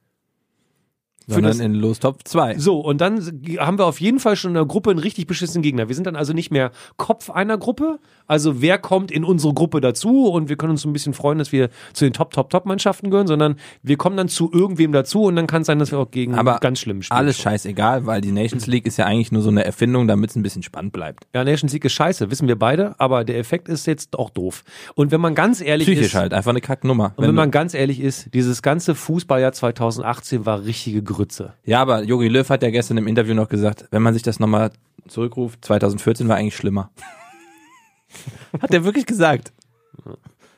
[SPEAKER 1] Für das,
[SPEAKER 2] sondern in Lostopf 2.
[SPEAKER 1] so, und dann haben wir auf jeden Fall schon in der Gruppe einen richtig beschissenen Gegner. Wir sind dann also nicht mehr Kopf einer Gruppe. Also wer kommt in unsere Gruppe dazu? Und wir können uns so ein bisschen freuen, dass wir zu den Top-Top-Top-Mannschaften gehören, sondern wir kommen dann zu irgendwem dazu und dann kann es sein, dass wir auch gegen
[SPEAKER 2] Aber
[SPEAKER 1] ganz schlimm spielen.
[SPEAKER 2] Alles scheißegal, weil die Nations League ist ja eigentlich nur so eine Erfindung, damit es ein bisschen spannend bleibt.
[SPEAKER 1] Ja, Nations League ist scheiße, wissen wir beide, aber der Effekt ist jetzt auch doof. Und wenn man ganz ehrlich
[SPEAKER 2] Psychisch
[SPEAKER 1] ist,
[SPEAKER 2] halt, einfach eine Kacknummer.
[SPEAKER 1] und wenn
[SPEAKER 2] Wenn
[SPEAKER 1] man ganz ehrlich ist, dieses ganze Fußballjahr 2018 war richtige Grütze.
[SPEAKER 2] du- ja, aber Jogi Löw hat ja gestern im Interview noch gesagt, wenn man sich das nochmal zurückruft, 2014 war eigentlich schlimmer. hat er wirklich gesagt.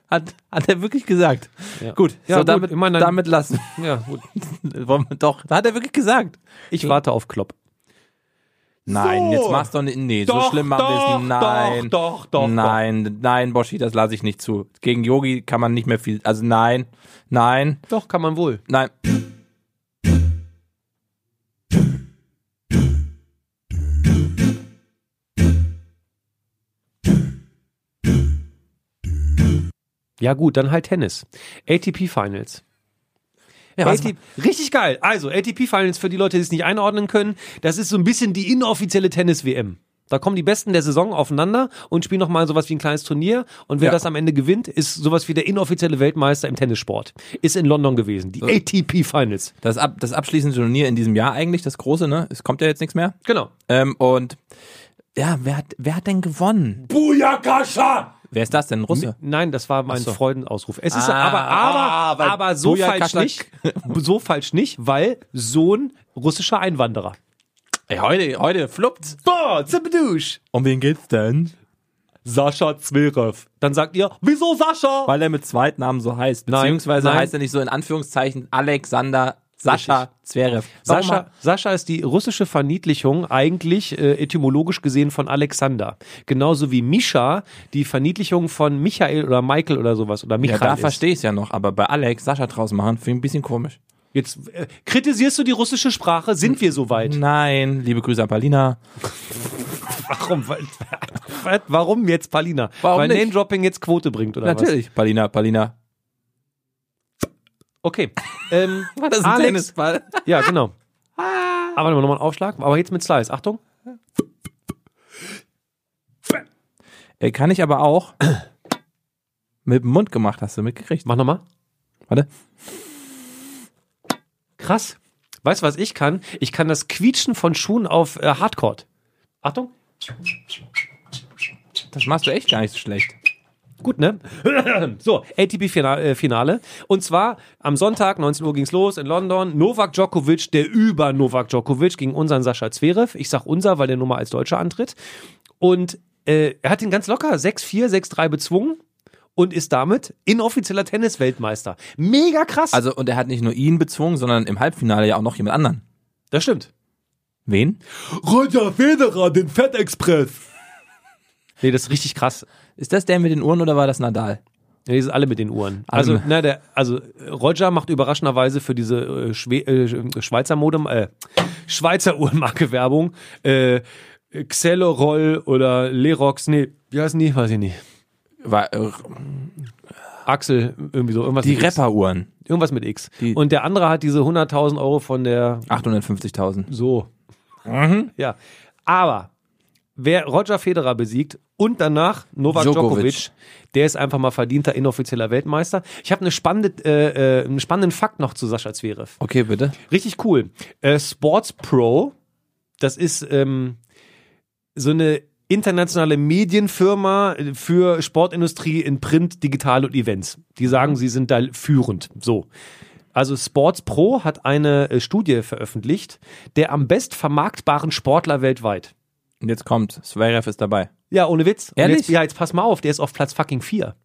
[SPEAKER 2] Hat, hat er wirklich gesagt.
[SPEAKER 1] Ja.
[SPEAKER 2] Gut,
[SPEAKER 1] Ja,
[SPEAKER 2] so
[SPEAKER 1] gut,
[SPEAKER 2] damit,
[SPEAKER 1] ich meine, dann-
[SPEAKER 2] damit lassen.
[SPEAKER 1] Ja, gut.
[SPEAKER 2] Wollen wir- Doch, hat er wirklich gesagt.
[SPEAKER 1] Ich warte auf Klopp.
[SPEAKER 2] Nein,
[SPEAKER 1] So.
[SPEAKER 2] jetzt mach's doch nicht. Nee, so schlimm machen wir es nicht. Nein.
[SPEAKER 1] Doch, doch, doch.
[SPEAKER 2] nein, nein, Boschi, das lasse ich nicht zu. Gegen Yogi kann man nicht mehr viel. Also nein, nein,
[SPEAKER 1] Doch, kann man wohl.
[SPEAKER 2] nein.
[SPEAKER 1] Ja, gut, dann halt Tennis. ATP Finals.
[SPEAKER 2] Ja, was-
[SPEAKER 1] ATP, richtig geil. Also, ATP Finals für die Leute, die es nicht einordnen können, das ist so ein bisschen die inoffizielle Tennis-WM. Da kommen die Besten der Saison aufeinander und spielen nochmal sowas wie ein kleines Turnier. Und wer
[SPEAKER 2] Ja.
[SPEAKER 1] das am Ende gewinnt, ist sowas wie der inoffizielle Weltmeister im Tennissport. Ist in London gewesen. Die ATP Finals.
[SPEAKER 2] das, ab, das abschließende Turnier in diesem Jahr eigentlich, das große, ne? Es kommt ja jetzt nichts mehr.
[SPEAKER 1] Genau.
[SPEAKER 2] Ähm, und ja, wer hat, wer hat denn gewonnen?
[SPEAKER 1] Buyakasha!
[SPEAKER 2] Wer ist das denn? Ein Russe?
[SPEAKER 1] Nein, das war mein
[SPEAKER 2] so.
[SPEAKER 1] Freudenausruf. Es ist
[SPEAKER 2] Ah,
[SPEAKER 1] aber,
[SPEAKER 2] ah,
[SPEAKER 1] aber,
[SPEAKER 2] weil
[SPEAKER 1] aber so
[SPEAKER 2] Buja
[SPEAKER 1] falsch
[SPEAKER 2] Kaschak-
[SPEAKER 1] nicht. So falsch nicht, weil Sohn russischer Einwanderer.
[SPEAKER 2] Ey, heute, heute fluppt's.
[SPEAKER 1] Boah, Zimbedusch!
[SPEAKER 2] Um wen geht's denn?
[SPEAKER 1] Sascha Zverev. Dann sagt ihr, wieso Sascha?
[SPEAKER 2] Weil er mit Zweitnamen so heißt.
[SPEAKER 1] Nein,
[SPEAKER 2] Beziehungsweise
[SPEAKER 1] nein.
[SPEAKER 2] heißt er nicht so in Anführungszeichen Alexander Sascha Zverev. Warum
[SPEAKER 1] Sascha, Sascha ist die russische Verniedlichung eigentlich äh, etymologisch gesehen von Alexander. Genauso wie Mischa die Verniedlichung von Michael oder Michael oder sowas oder
[SPEAKER 2] Ja,
[SPEAKER 1] Michael
[SPEAKER 2] da
[SPEAKER 1] ist.
[SPEAKER 2] verstehe ich es ja noch, aber bei Alex Sascha draus machen, finde ich ein bisschen komisch.
[SPEAKER 1] Jetzt äh, kritisierst du die russische Sprache, sind wir soweit?
[SPEAKER 2] Nein, liebe Grüße an Palina.
[SPEAKER 1] Warum? Weil- Warum jetzt Palina?
[SPEAKER 2] Warum
[SPEAKER 1] Weil
[SPEAKER 2] nicht?
[SPEAKER 1] Name-Dropping jetzt Quote bringt oder was?
[SPEAKER 2] Natürlich. Palina, Palina.
[SPEAKER 1] Okay. Ähm,
[SPEAKER 2] War das
[SPEAKER 1] Alex-
[SPEAKER 2] Tennisball?
[SPEAKER 1] ja, genau. Ah, Aber nochmal einen Aufschlag, aber jetzt mit Slice. Achtung.
[SPEAKER 2] Äh, Kann ich aber auch mit dem Mund gemacht, hast du mitgekriegt.
[SPEAKER 1] Mach nochmal.
[SPEAKER 2] Warte.
[SPEAKER 1] Krass. Weißt du, was ich kann? Ich kann das Quietschen von Schuhen auf äh, Hardcore. Achtung.
[SPEAKER 2] Das machst du echt gar nicht so schlecht.
[SPEAKER 1] Gut, ne? So, ATP-Finale. äh, Und zwar am Sonntag, 19 Uhr ging's los in London. Novak Djokovic, der über Novak Djokovic gegen unseren Sascha Zverev. Ich sag unser, weil der nur mal als Deutscher antritt. Und äh, er hat ihn ganz locker 6-4, 6-3 bezwungen und ist damit inoffizieller Tennis-Weltmeister. Mega krass.
[SPEAKER 2] Also, und er hat nicht nur ihn bezwungen, sondern im Halbfinale ja auch noch jemand anderen.
[SPEAKER 1] das stimmt.
[SPEAKER 2] Wen?
[SPEAKER 1] Roger Federer, den Fat Express. Nee, das ist richtig krass.
[SPEAKER 2] Ist das der mit den Uhren oder war das Nadal?
[SPEAKER 1] Ja, die sind alle mit den Uhren.
[SPEAKER 2] Alle
[SPEAKER 1] Also,
[SPEAKER 2] mit-
[SPEAKER 1] na, der, also äh, Roger macht überraschenderweise für diese äh, Schwe äh, Schweizer Modem, äh, Schweizer Uhrenmarke Werbung, äh, Xelorol oder Lerox, nee, wie heißen die? Weiß ich nicht.
[SPEAKER 2] War, äh,
[SPEAKER 1] Axel, irgendwie so, irgendwas
[SPEAKER 2] die
[SPEAKER 1] mit X.
[SPEAKER 2] Rapperuhren.
[SPEAKER 1] Irgendwas mit X.
[SPEAKER 2] Die-
[SPEAKER 1] Und der andere hat diese 100.000 Euro von der
[SPEAKER 2] 850.000.
[SPEAKER 1] So. Ja. Aber wer Roger Federer besiegt und danach Novak Djokovic,
[SPEAKER 2] Djokovic.
[SPEAKER 1] der ist einfach mal verdienter inoffizieller Weltmeister. Ich habe eine spannende, äh, äh, einen spannenden Fakt noch zu Sascha Zverev.
[SPEAKER 2] Okay, bitte.
[SPEAKER 1] Richtig cool. Äh, Sports Pro, das ist ähm, so eine internationale Medienfirma für Sportindustrie in Print, Digital und Events. Die sagen, sie sind da führend. So. Also Sports Pro hat eine äh, Studie veröffentlicht, der am best vermarktbaren Sportler weltweit.
[SPEAKER 2] Und jetzt kommt, Zverev ist dabei.
[SPEAKER 1] Ja, ohne Witz. Und
[SPEAKER 2] Ehrlich?
[SPEAKER 1] Jetzt, ja, jetzt pass mal auf, der ist auf Platz fucking vier.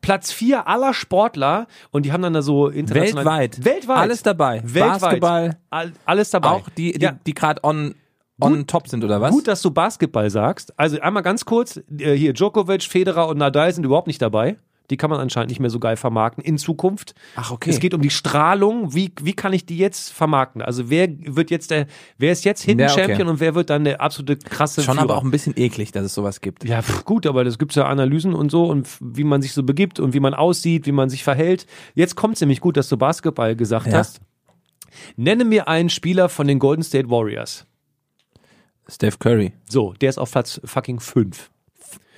[SPEAKER 1] Platz vier aller Sportler und die haben dann da so international
[SPEAKER 2] Weltweit.
[SPEAKER 1] weltweit
[SPEAKER 2] Alles dabei.
[SPEAKER 1] Weltweit.
[SPEAKER 2] Basketball.
[SPEAKER 1] All, alles dabei.
[SPEAKER 2] Auch die, die,
[SPEAKER 1] ja,
[SPEAKER 2] die gerade on, on top sind, oder was?
[SPEAKER 1] gut, dass du Basketball sagst. Also einmal ganz kurz, äh, hier Djokovic, Federer und Nadal sind überhaupt nicht dabei. Die kann man anscheinend nicht mehr so geil vermarkten in Zukunft.
[SPEAKER 2] Ach, okay.
[SPEAKER 1] Es geht um die Strahlung. Wie, wie kann ich die jetzt vermarkten? Also wer wird jetzt der, wer ist jetzt Hidden
[SPEAKER 2] Ja, okay.
[SPEAKER 1] Champion und wer wird dann der absolute krasse
[SPEAKER 2] Schon
[SPEAKER 1] Führer?
[SPEAKER 2] aber auch ein bisschen eklig, dass es sowas gibt.
[SPEAKER 1] Ja, pf, gut, aber das gibt's ja Analysen und so und f- wie man sich so begibt und wie man aussieht, wie man sich verhält. Jetzt kommt's nämlich gut, dass du Basketball gesagt
[SPEAKER 2] Ja.
[SPEAKER 1] hast. Nenne mir einen Spieler von den Golden State Warriors.
[SPEAKER 2] Steph Curry.
[SPEAKER 1] So, der ist auf Platz fucking 5.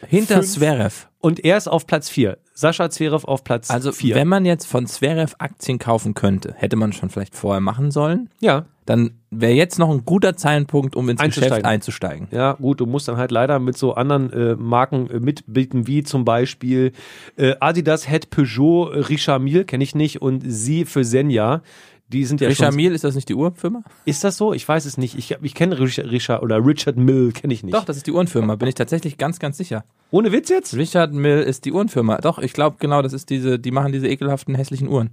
[SPEAKER 2] Hinter
[SPEAKER 1] Fünf.
[SPEAKER 2] Zverev.
[SPEAKER 1] Und er ist auf Platz 4. Sascha Zverev auf Platz
[SPEAKER 2] Also
[SPEAKER 1] 4.
[SPEAKER 2] wenn man jetzt von Zverev Aktien kaufen könnte, hätte man schon vielleicht vorher machen sollen,
[SPEAKER 1] ja.
[SPEAKER 2] dann wäre jetzt noch ein guter Zeitpunkt, um ins
[SPEAKER 1] Einzusteigen.
[SPEAKER 2] Geschäft einzusteigen.
[SPEAKER 1] Ja, gut, du musst dann halt leider mit so anderen äh, Marken äh, mitbieten, wie zum Beispiel äh, Adidas Head Peugeot äh, Richamil, kenne ich nicht, und sie für Senja. Die sind ja
[SPEAKER 2] Richard
[SPEAKER 1] schon.
[SPEAKER 2] Mille, ist das nicht die Uhrenfirma?
[SPEAKER 1] Ist das so? Ich weiß es nicht. Ich, ich kenne Richard, Richard oder Richard Mill, kenne ich nicht.
[SPEAKER 2] Doch, das ist die Uhrenfirma, bin ich tatsächlich ganz, ganz sicher.
[SPEAKER 1] Ohne Witz jetzt?
[SPEAKER 2] Richard Mill ist die Uhrenfirma. Doch, ich glaube genau, das ist diese, die machen diese ekelhaften, hässlichen Uhren.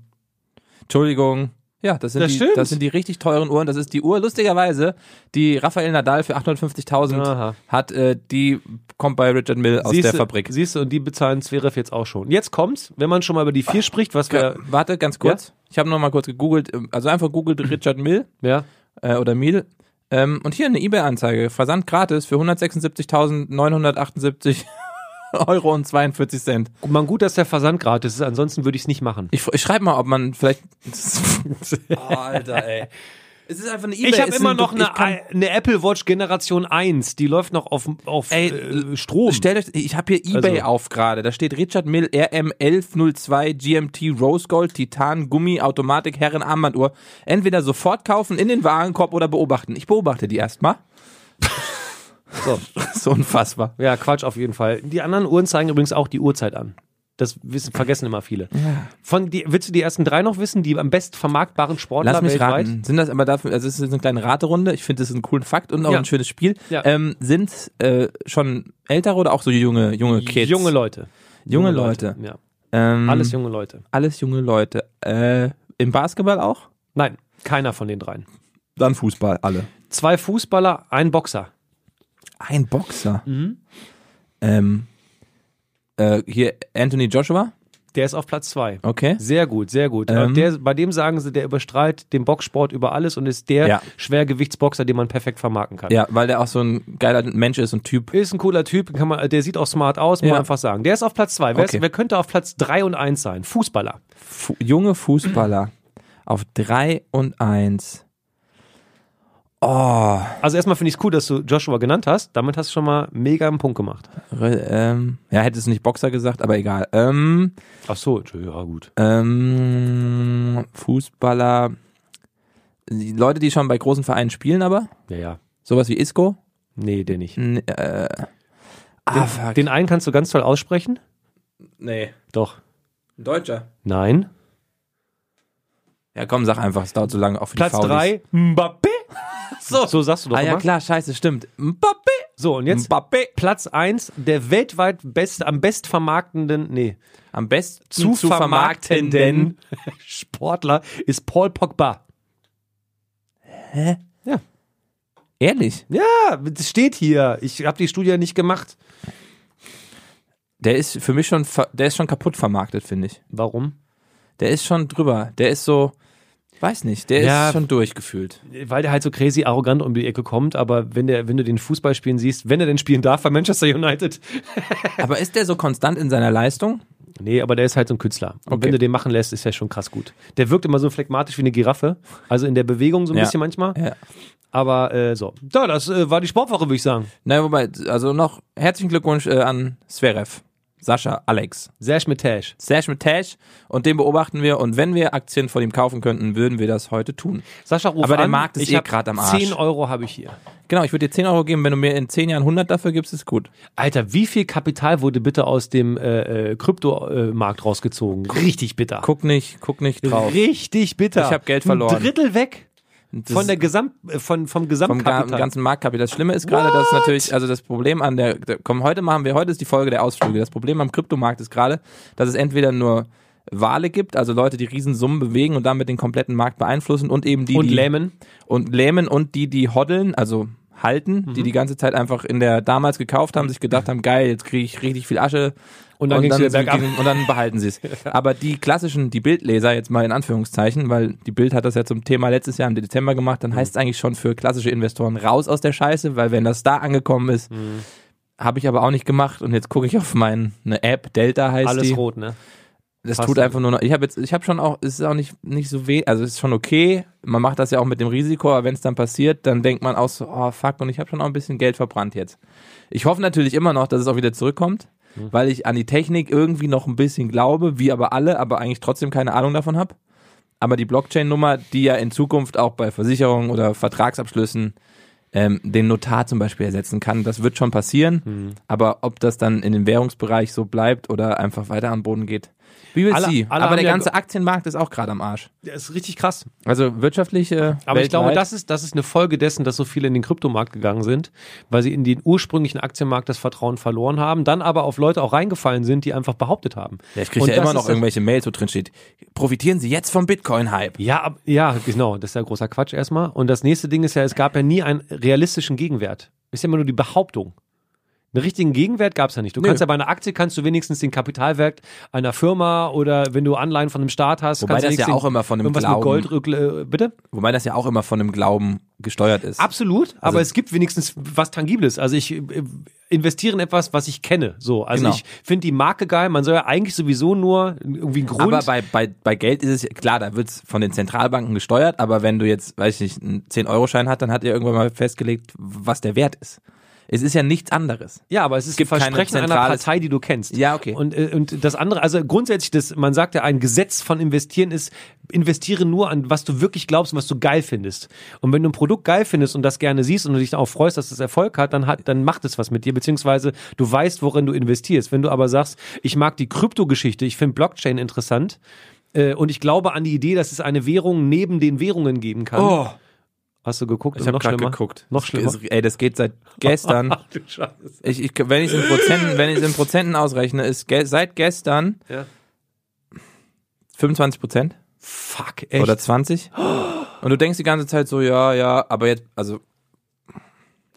[SPEAKER 2] Entschuldigung. Ja, das sind,
[SPEAKER 1] Das
[SPEAKER 2] die,
[SPEAKER 1] stimmt.
[SPEAKER 2] das sind die richtig teuren Uhren. Das ist die Uhr, lustigerweise, die Rafael Nadal für 850.000
[SPEAKER 1] Aha.
[SPEAKER 2] hat, äh, die kommt bei Richard Mill aus der
[SPEAKER 1] Siehste-
[SPEAKER 2] Fabrik.
[SPEAKER 1] Siehst du, und die bezahlen Zverev jetzt auch schon. Jetzt kommt's, wenn man schon mal über die vier spricht, was
[SPEAKER 2] Ja,
[SPEAKER 1] wir.
[SPEAKER 2] Äh, warte, ganz kurz. Ich habe nochmal kurz gegoogelt. ähm, Also einfach googelt Richard Mill
[SPEAKER 1] Ja.
[SPEAKER 2] äh, oder Mill. Ähm, und hier eine Ebay-Anzeige. Versand gratis für 176.978 Euro und 42 Cent.
[SPEAKER 1] Man gut, dass der Versand gratis ist, ansonsten würde ich es nicht machen.
[SPEAKER 2] Ich, ich schreibe mal, ob man vielleicht. Alter, ey. Es ist einfach eine eBay.
[SPEAKER 1] Ich habe
[SPEAKER 2] es
[SPEAKER 1] immer
[SPEAKER 2] ist ein-
[SPEAKER 1] noch
[SPEAKER 2] ich
[SPEAKER 1] eine,
[SPEAKER 2] kann-
[SPEAKER 1] eine Apple Watch Generation 1, die läuft noch auf, auf
[SPEAKER 2] Ey,
[SPEAKER 1] äh, Strom.
[SPEAKER 2] Stellt euch, ich habe hier eBay
[SPEAKER 1] Also-
[SPEAKER 2] auf gerade. Da steht Richard Mill RM1102 GMT Rose Gold Titan Gummi Automatik Herrenarmbanduhr. Entweder sofort kaufen in den Warenkorb oder beobachten. Ich beobachte die erstmal.
[SPEAKER 1] So.
[SPEAKER 2] Das ist unfassbar.
[SPEAKER 1] Ja, Quatsch auf jeden Fall. Die anderen Uhren zeigen übrigens auch die Uhrzeit an. Das wissen, vergessen immer viele. Von die, willst du die ersten drei noch wissen, die am best vermarktbaren Sportler
[SPEAKER 2] Lass mich
[SPEAKER 1] weltweit?
[SPEAKER 2] raten. Sind das aber dafür, also es ist eine kleine Raterunde. Ich finde, das ist ein coolen Fakt und auch
[SPEAKER 1] Ja.
[SPEAKER 2] ein schönes Spiel.
[SPEAKER 1] Ja.
[SPEAKER 2] Ähm, sind äh, schon ältere oder auch so junge, junge Kids?
[SPEAKER 1] Junge Leute.
[SPEAKER 2] Junge Leute.
[SPEAKER 1] Ja.
[SPEAKER 2] Ähm,
[SPEAKER 1] Alles junge Leute.
[SPEAKER 2] alles junge Leute. Äh, Im Basketball auch?
[SPEAKER 1] Nein, keiner von den dreien.
[SPEAKER 2] Dann Fußball, alle.
[SPEAKER 1] Zwei Fußballer, ein Boxer.
[SPEAKER 2] Ein Boxer. Ähm, äh, hier Anthony Joshua.
[SPEAKER 1] Der ist auf Platz zwei.
[SPEAKER 2] Okay.
[SPEAKER 1] Sehr gut, sehr gut.
[SPEAKER 2] Ähm.
[SPEAKER 1] der, bei dem sagen sie, der überstrahlt den Boxsport über alles und ist der
[SPEAKER 2] Ja.
[SPEAKER 1] Schwergewichtsboxer, den man perfekt vermarkten kann.
[SPEAKER 2] Ja, weil der auch so ein geiler Mensch ist und Typ.
[SPEAKER 1] Ist ein cooler Typ, kann man, der sieht auch smart aus, muss
[SPEAKER 2] Ja.
[SPEAKER 1] man einfach sagen. Der ist auf Platz zwei. Wer,
[SPEAKER 2] Okay.
[SPEAKER 1] ist, wer könnte auf Platz drei und eins sein? Fußballer.
[SPEAKER 2] Fu junge Fußballer. Auf 3 und 1. Oh.
[SPEAKER 1] Also erstmal finde ich es cool, dass du Joshua genannt hast. Damit hast du schon mal mega einen Punkt gemacht.
[SPEAKER 2] Re- Ähm, ja, hättest du nicht Boxer gesagt, aber egal. Ähm,
[SPEAKER 1] Ach so, ja gut.
[SPEAKER 2] ähm, Fußballer. Die Leute, die schon bei großen Vereinen spielen, aber.
[SPEAKER 1] Ja, ja.
[SPEAKER 2] Sowas wie Isco.
[SPEAKER 1] Nee, den nicht.
[SPEAKER 2] N äh, ah, fuck.
[SPEAKER 1] Den einen kannst du ganz toll aussprechen.
[SPEAKER 2] nee,
[SPEAKER 1] Doch.
[SPEAKER 2] ein Deutscher.
[SPEAKER 1] Nein.
[SPEAKER 2] Ja, komm, sag einfach, es dauert so lange, auch für
[SPEAKER 1] Platz
[SPEAKER 2] die Faulis.
[SPEAKER 1] drei, Mbappé. So. so sagst du doch
[SPEAKER 2] Ah ja,
[SPEAKER 1] immer.
[SPEAKER 2] klar, scheiße, stimmt. Mbappé.
[SPEAKER 1] So, und jetzt
[SPEAKER 2] Mbappé.
[SPEAKER 1] Platz 1 der weltweit best, am best vermarktenden, nee,
[SPEAKER 2] Am besten
[SPEAKER 1] zu, vermarktenden Sportler ist Paul Pogba.
[SPEAKER 2] Ehrlich,
[SPEAKER 1] Ja, das steht hier. Ich habe die Studie nicht gemacht.
[SPEAKER 2] der ist für mich schon, ver- der ist schon kaputt vermarktet, finde ich.
[SPEAKER 1] Warum?
[SPEAKER 2] Der ist schon drüber. Der ist so, weiß nicht, der
[SPEAKER 1] Ja.
[SPEAKER 2] ist schon durchgefühlt.
[SPEAKER 1] Weil der halt so crazy arrogant um die Ecke kommt, aber wenn, der, wenn du den Fußball spielen siehst, wenn er denn spielen darf bei Manchester United.
[SPEAKER 2] Aber ist der so konstant in seiner Leistung?
[SPEAKER 1] Nee, aber der ist halt so ein Künstler. Und
[SPEAKER 2] Okay.
[SPEAKER 1] wenn du den machen lässt, ist er schon krass gut. Der wirkt immer so phlegmatisch wie eine Giraffe. Also in der Bewegung so ein
[SPEAKER 2] Ja.
[SPEAKER 1] bisschen manchmal.
[SPEAKER 2] Ja.
[SPEAKER 1] Aber äh, so. Ja, das äh, war die Sportwoche, würde ich sagen.
[SPEAKER 2] Na, wobei, also noch herzlichen Glückwunsch äh, an Sverev, Sascha, Alex,
[SPEAKER 1] Sehr mit Tash.
[SPEAKER 2] Sash mit Tash und den beobachten wir. Und wenn wir Aktien von ihm kaufen könnten, würden wir das heute tun.
[SPEAKER 1] Sascha ruft
[SPEAKER 2] Aber der
[SPEAKER 1] an.
[SPEAKER 2] Markt ist
[SPEAKER 1] ich
[SPEAKER 2] eh
[SPEAKER 1] hab
[SPEAKER 2] grad am Arsch.
[SPEAKER 1] 10 Euro habe ich hier.
[SPEAKER 2] Genau, ich würde dir 10 Euro geben, wenn du mir in 10 Jahren 100 dafür gibst, ist gut.
[SPEAKER 1] Alter, wie viel Kapital wurde bitte aus dem äh, äh, Kryptomarkt rausgezogen? Richtig bitter.
[SPEAKER 2] Guck nicht, guck nicht drauf.
[SPEAKER 1] Richtig bitter.
[SPEAKER 2] Ich hab Geld verloren.
[SPEAKER 1] Ein Drittel weg
[SPEAKER 2] Das
[SPEAKER 1] von der Gesamt, äh, von, vom
[SPEAKER 2] vom ga-
[SPEAKER 1] Gesamtkapital.
[SPEAKER 2] ganzen Marktkapital. Das Schlimme ist gerade, dass natürlich, also das Problem an der, der, komm, heute machen wir, heute ist die Folge der Ausflüge. Das Problem am Kryptomarkt ist gerade, dass es entweder nur Wale gibt, also Leute, die Riesensummen bewegen und damit den kompletten Markt beeinflussen und eben die,
[SPEAKER 1] und
[SPEAKER 2] die
[SPEAKER 1] lähmen.
[SPEAKER 2] und lähmen und die, die hoddeln, also halten,
[SPEAKER 1] Mhm.
[SPEAKER 2] die die ganze Zeit einfach in der damals gekauft haben, sich gedacht haben, geil, jetzt kriege ich richtig viel Asche
[SPEAKER 1] Und dann ging's wieder bergab.
[SPEAKER 2] und dann behalten sie es. Aber die klassischen, die Bildleser jetzt mal in Anführungszeichen, weil die Bild hat das ja zum Thema letztes Jahr im Dezember gemacht,
[SPEAKER 1] Mhm.
[SPEAKER 2] dann heißt es eigentlich schon für klassische Investoren raus aus der Scheiße, weil wenn das da angekommen ist,
[SPEAKER 1] Mhm.
[SPEAKER 2] habe ich aber auch nicht gemacht und jetzt gucke ich auf meinen eine App, Delta heißt
[SPEAKER 1] Alles
[SPEAKER 2] die.
[SPEAKER 1] rot, ne?
[SPEAKER 2] Das
[SPEAKER 1] Passt
[SPEAKER 2] tut einfach nur noch. Ich habe jetzt, ich habe schon auch, es ist auch nicht, nicht so weh, also es ist schon okay. Man macht das ja auch mit dem Risiko, aber wenn es dann passiert, dann denkt man auch so, oh fuck, und ich habe schon auch ein bisschen Geld verbrannt jetzt. Ich hoffe natürlich immer noch, dass es auch wieder zurückkommt, weil ich an die Technik irgendwie noch ein bisschen glaube, wie aber alle, aber eigentlich trotzdem keine Ahnung davon habe. Aber die Blockchain-Nummer, die ja in Zukunft auch bei Versicherungen oder Vertragsabschlüssen ähm, den Notar zum Beispiel ersetzen kann, das wird schon passieren.
[SPEAKER 1] Mhm.
[SPEAKER 2] Aber ob das dann in den Währungsbereich so bleibt oder einfach weiter am Boden geht, wie will
[SPEAKER 1] Alle-
[SPEAKER 2] sie.
[SPEAKER 1] alle
[SPEAKER 2] Aber
[SPEAKER 1] haben
[SPEAKER 2] der
[SPEAKER 1] ja
[SPEAKER 2] ganze Aktienmarkt ist auch gerade am Arsch.
[SPEAKER 1] Das ist richtig krass.
[SPEAKER 2] Also wirtschaftlich. Äh,
[SPEAKER 1] Aber ich glaube,
[SPEAKER 2] weltweit.
[SPEAKER 1] das ist, das ist eine Folge dessen, dass so viele in den Kryptomarkt gegangen sind, weil sie in den ursprünglichen Aktienmarkt das Vertrauen verloren haben, dann aber auf Leute auch reingefallen sind, die einfach behauptet haben.
[SPEAKER 2] Ja, ich kriege
[SPEAKER 1] Und
[SPEAKER 2] ja
[SPEAKER 1] das
[SPEAKER 2] immer
[SPEAKER 1] ist
[SPEAKER 2] noch
[SPEAKER 1] das-
[SPEAKER 2] irgendwelche Mails, wo drin steht, profitieren Sie jetzt vom Bitcoin-Hype.
[SPEAKER 1] Ja, ab- ja, genau. Das ist ja großer Quatsch erstmal. Und das nächste Ding ist ja, es gab ja nie einen realistischen Gegenwert. Ist ja immer nur die Behauptung. Einen richtigen Gegenwert gab es ja nicht. Du
[SPEAKER 2] Nö.
[SPEAKER 1] kannst ja bei einer Aktie kannst du wenigstens den Kapitalwert einer Firma oder wenn du Anleihen von einem Staat hast,
[SPEAKER 2] Wobei
[SPEAKER 1] kannst du
[SPEAKER 2] das ja
[SPEAKER 1] wenigstens
[SPEAKER 2] auch immer von einem
[SPEAKER 1] irgendwas
[SPEAKER 2] Glauben,
[SPEAKER 1] mit Gold äh, bitte.
[SPEAKER 2] wobei das ja auch immer von einem Glauben gesteuert ist.
[SPEAKER 1] Absolut,
[SPEAKER 2] Also
[SPEAKER 1] aber es gibt wenigstens was Tangibles. Also ich äh, investiere in etwas, was ich kenne. So, also
[SPEAKER 2] Genau.
[SPEAKER 1] ich finde die Marke geil. Man soll ja eigentlich sowieso nur irgendwie einen Grund.
[SPEAKER 2] Aber bei, bei, bei Geld ist es, ja- klar, da wird's von den Zentralbanken gesteuert, aber wenn du jetzt, weiß ich nicht, einen 10-Euro-Schein hat, dann hat er irgendwann mal festgelegt, was der Wert ist. Es ist ja nichts anderes.
[SPEAKER 1] Ja, aber es ist
[SPEAKER 2] gibt
[SPEAKER 1] ein
[SPEAKER 2] kein
[SPEAKER 1] Versprechen einer
[SPEAKER 2] zentrales-
[SPEAKER 1] Partei, die du kennst.
[SPEAKER 2] Ja, okay.
[SPEAKER 1] Und, äh, und das andere, also grundsätzlich, das, man sagt ja, ein Gesetz von Investieren ist, investiere nur an, was du wirklich glaubst und was du geil findest. Und wenn du ein Produkt geil findest und das gerne siehst und du dich auch freust, dass es Erfolg hat, dann, hat, dann macht es was mit dir, beziehungsweise du weißt, worin du investierst. Wenn du aber sagst, ich mag die Kryptogeschichte, ich finde Blockchain interessant äh, und ich glaube an die Idee, dass es eine Währung neben den Währungen geben kann. Hast du geguckt?
[SPEAKER 2] Oh. ich
[SPEAKER 1] Und
[SPEAKER 2] habe
[SPEAKER 1] Oh, noch
[SPEAKER 2] gerade
[SPEAKER 1] schlimmer?
[SPEAKER 2] geguckt.
[SPEAKER 1] Noch
[SPEAKER 2] Das
[SPEAKER 1] schlimmer.
[SPEAKER 2] Ist, ey, das geht seit gestern.
[SPEAKER 1] Ach du Scheiße.
[SPEAKER 2] ich, ich, wenn ich es in Prozenten, wenn ich in Prozenten ausrechne, ist ge seit gestern
[SPEAKER 1] Ja.
[SPEAKER 2] 25 Prozent
[SPEAKER 1] Fuck, echt.
[SPEAKER 2] oder 20. Und du denkst die ganze Zeit so, ja, ja, aber jetzt, also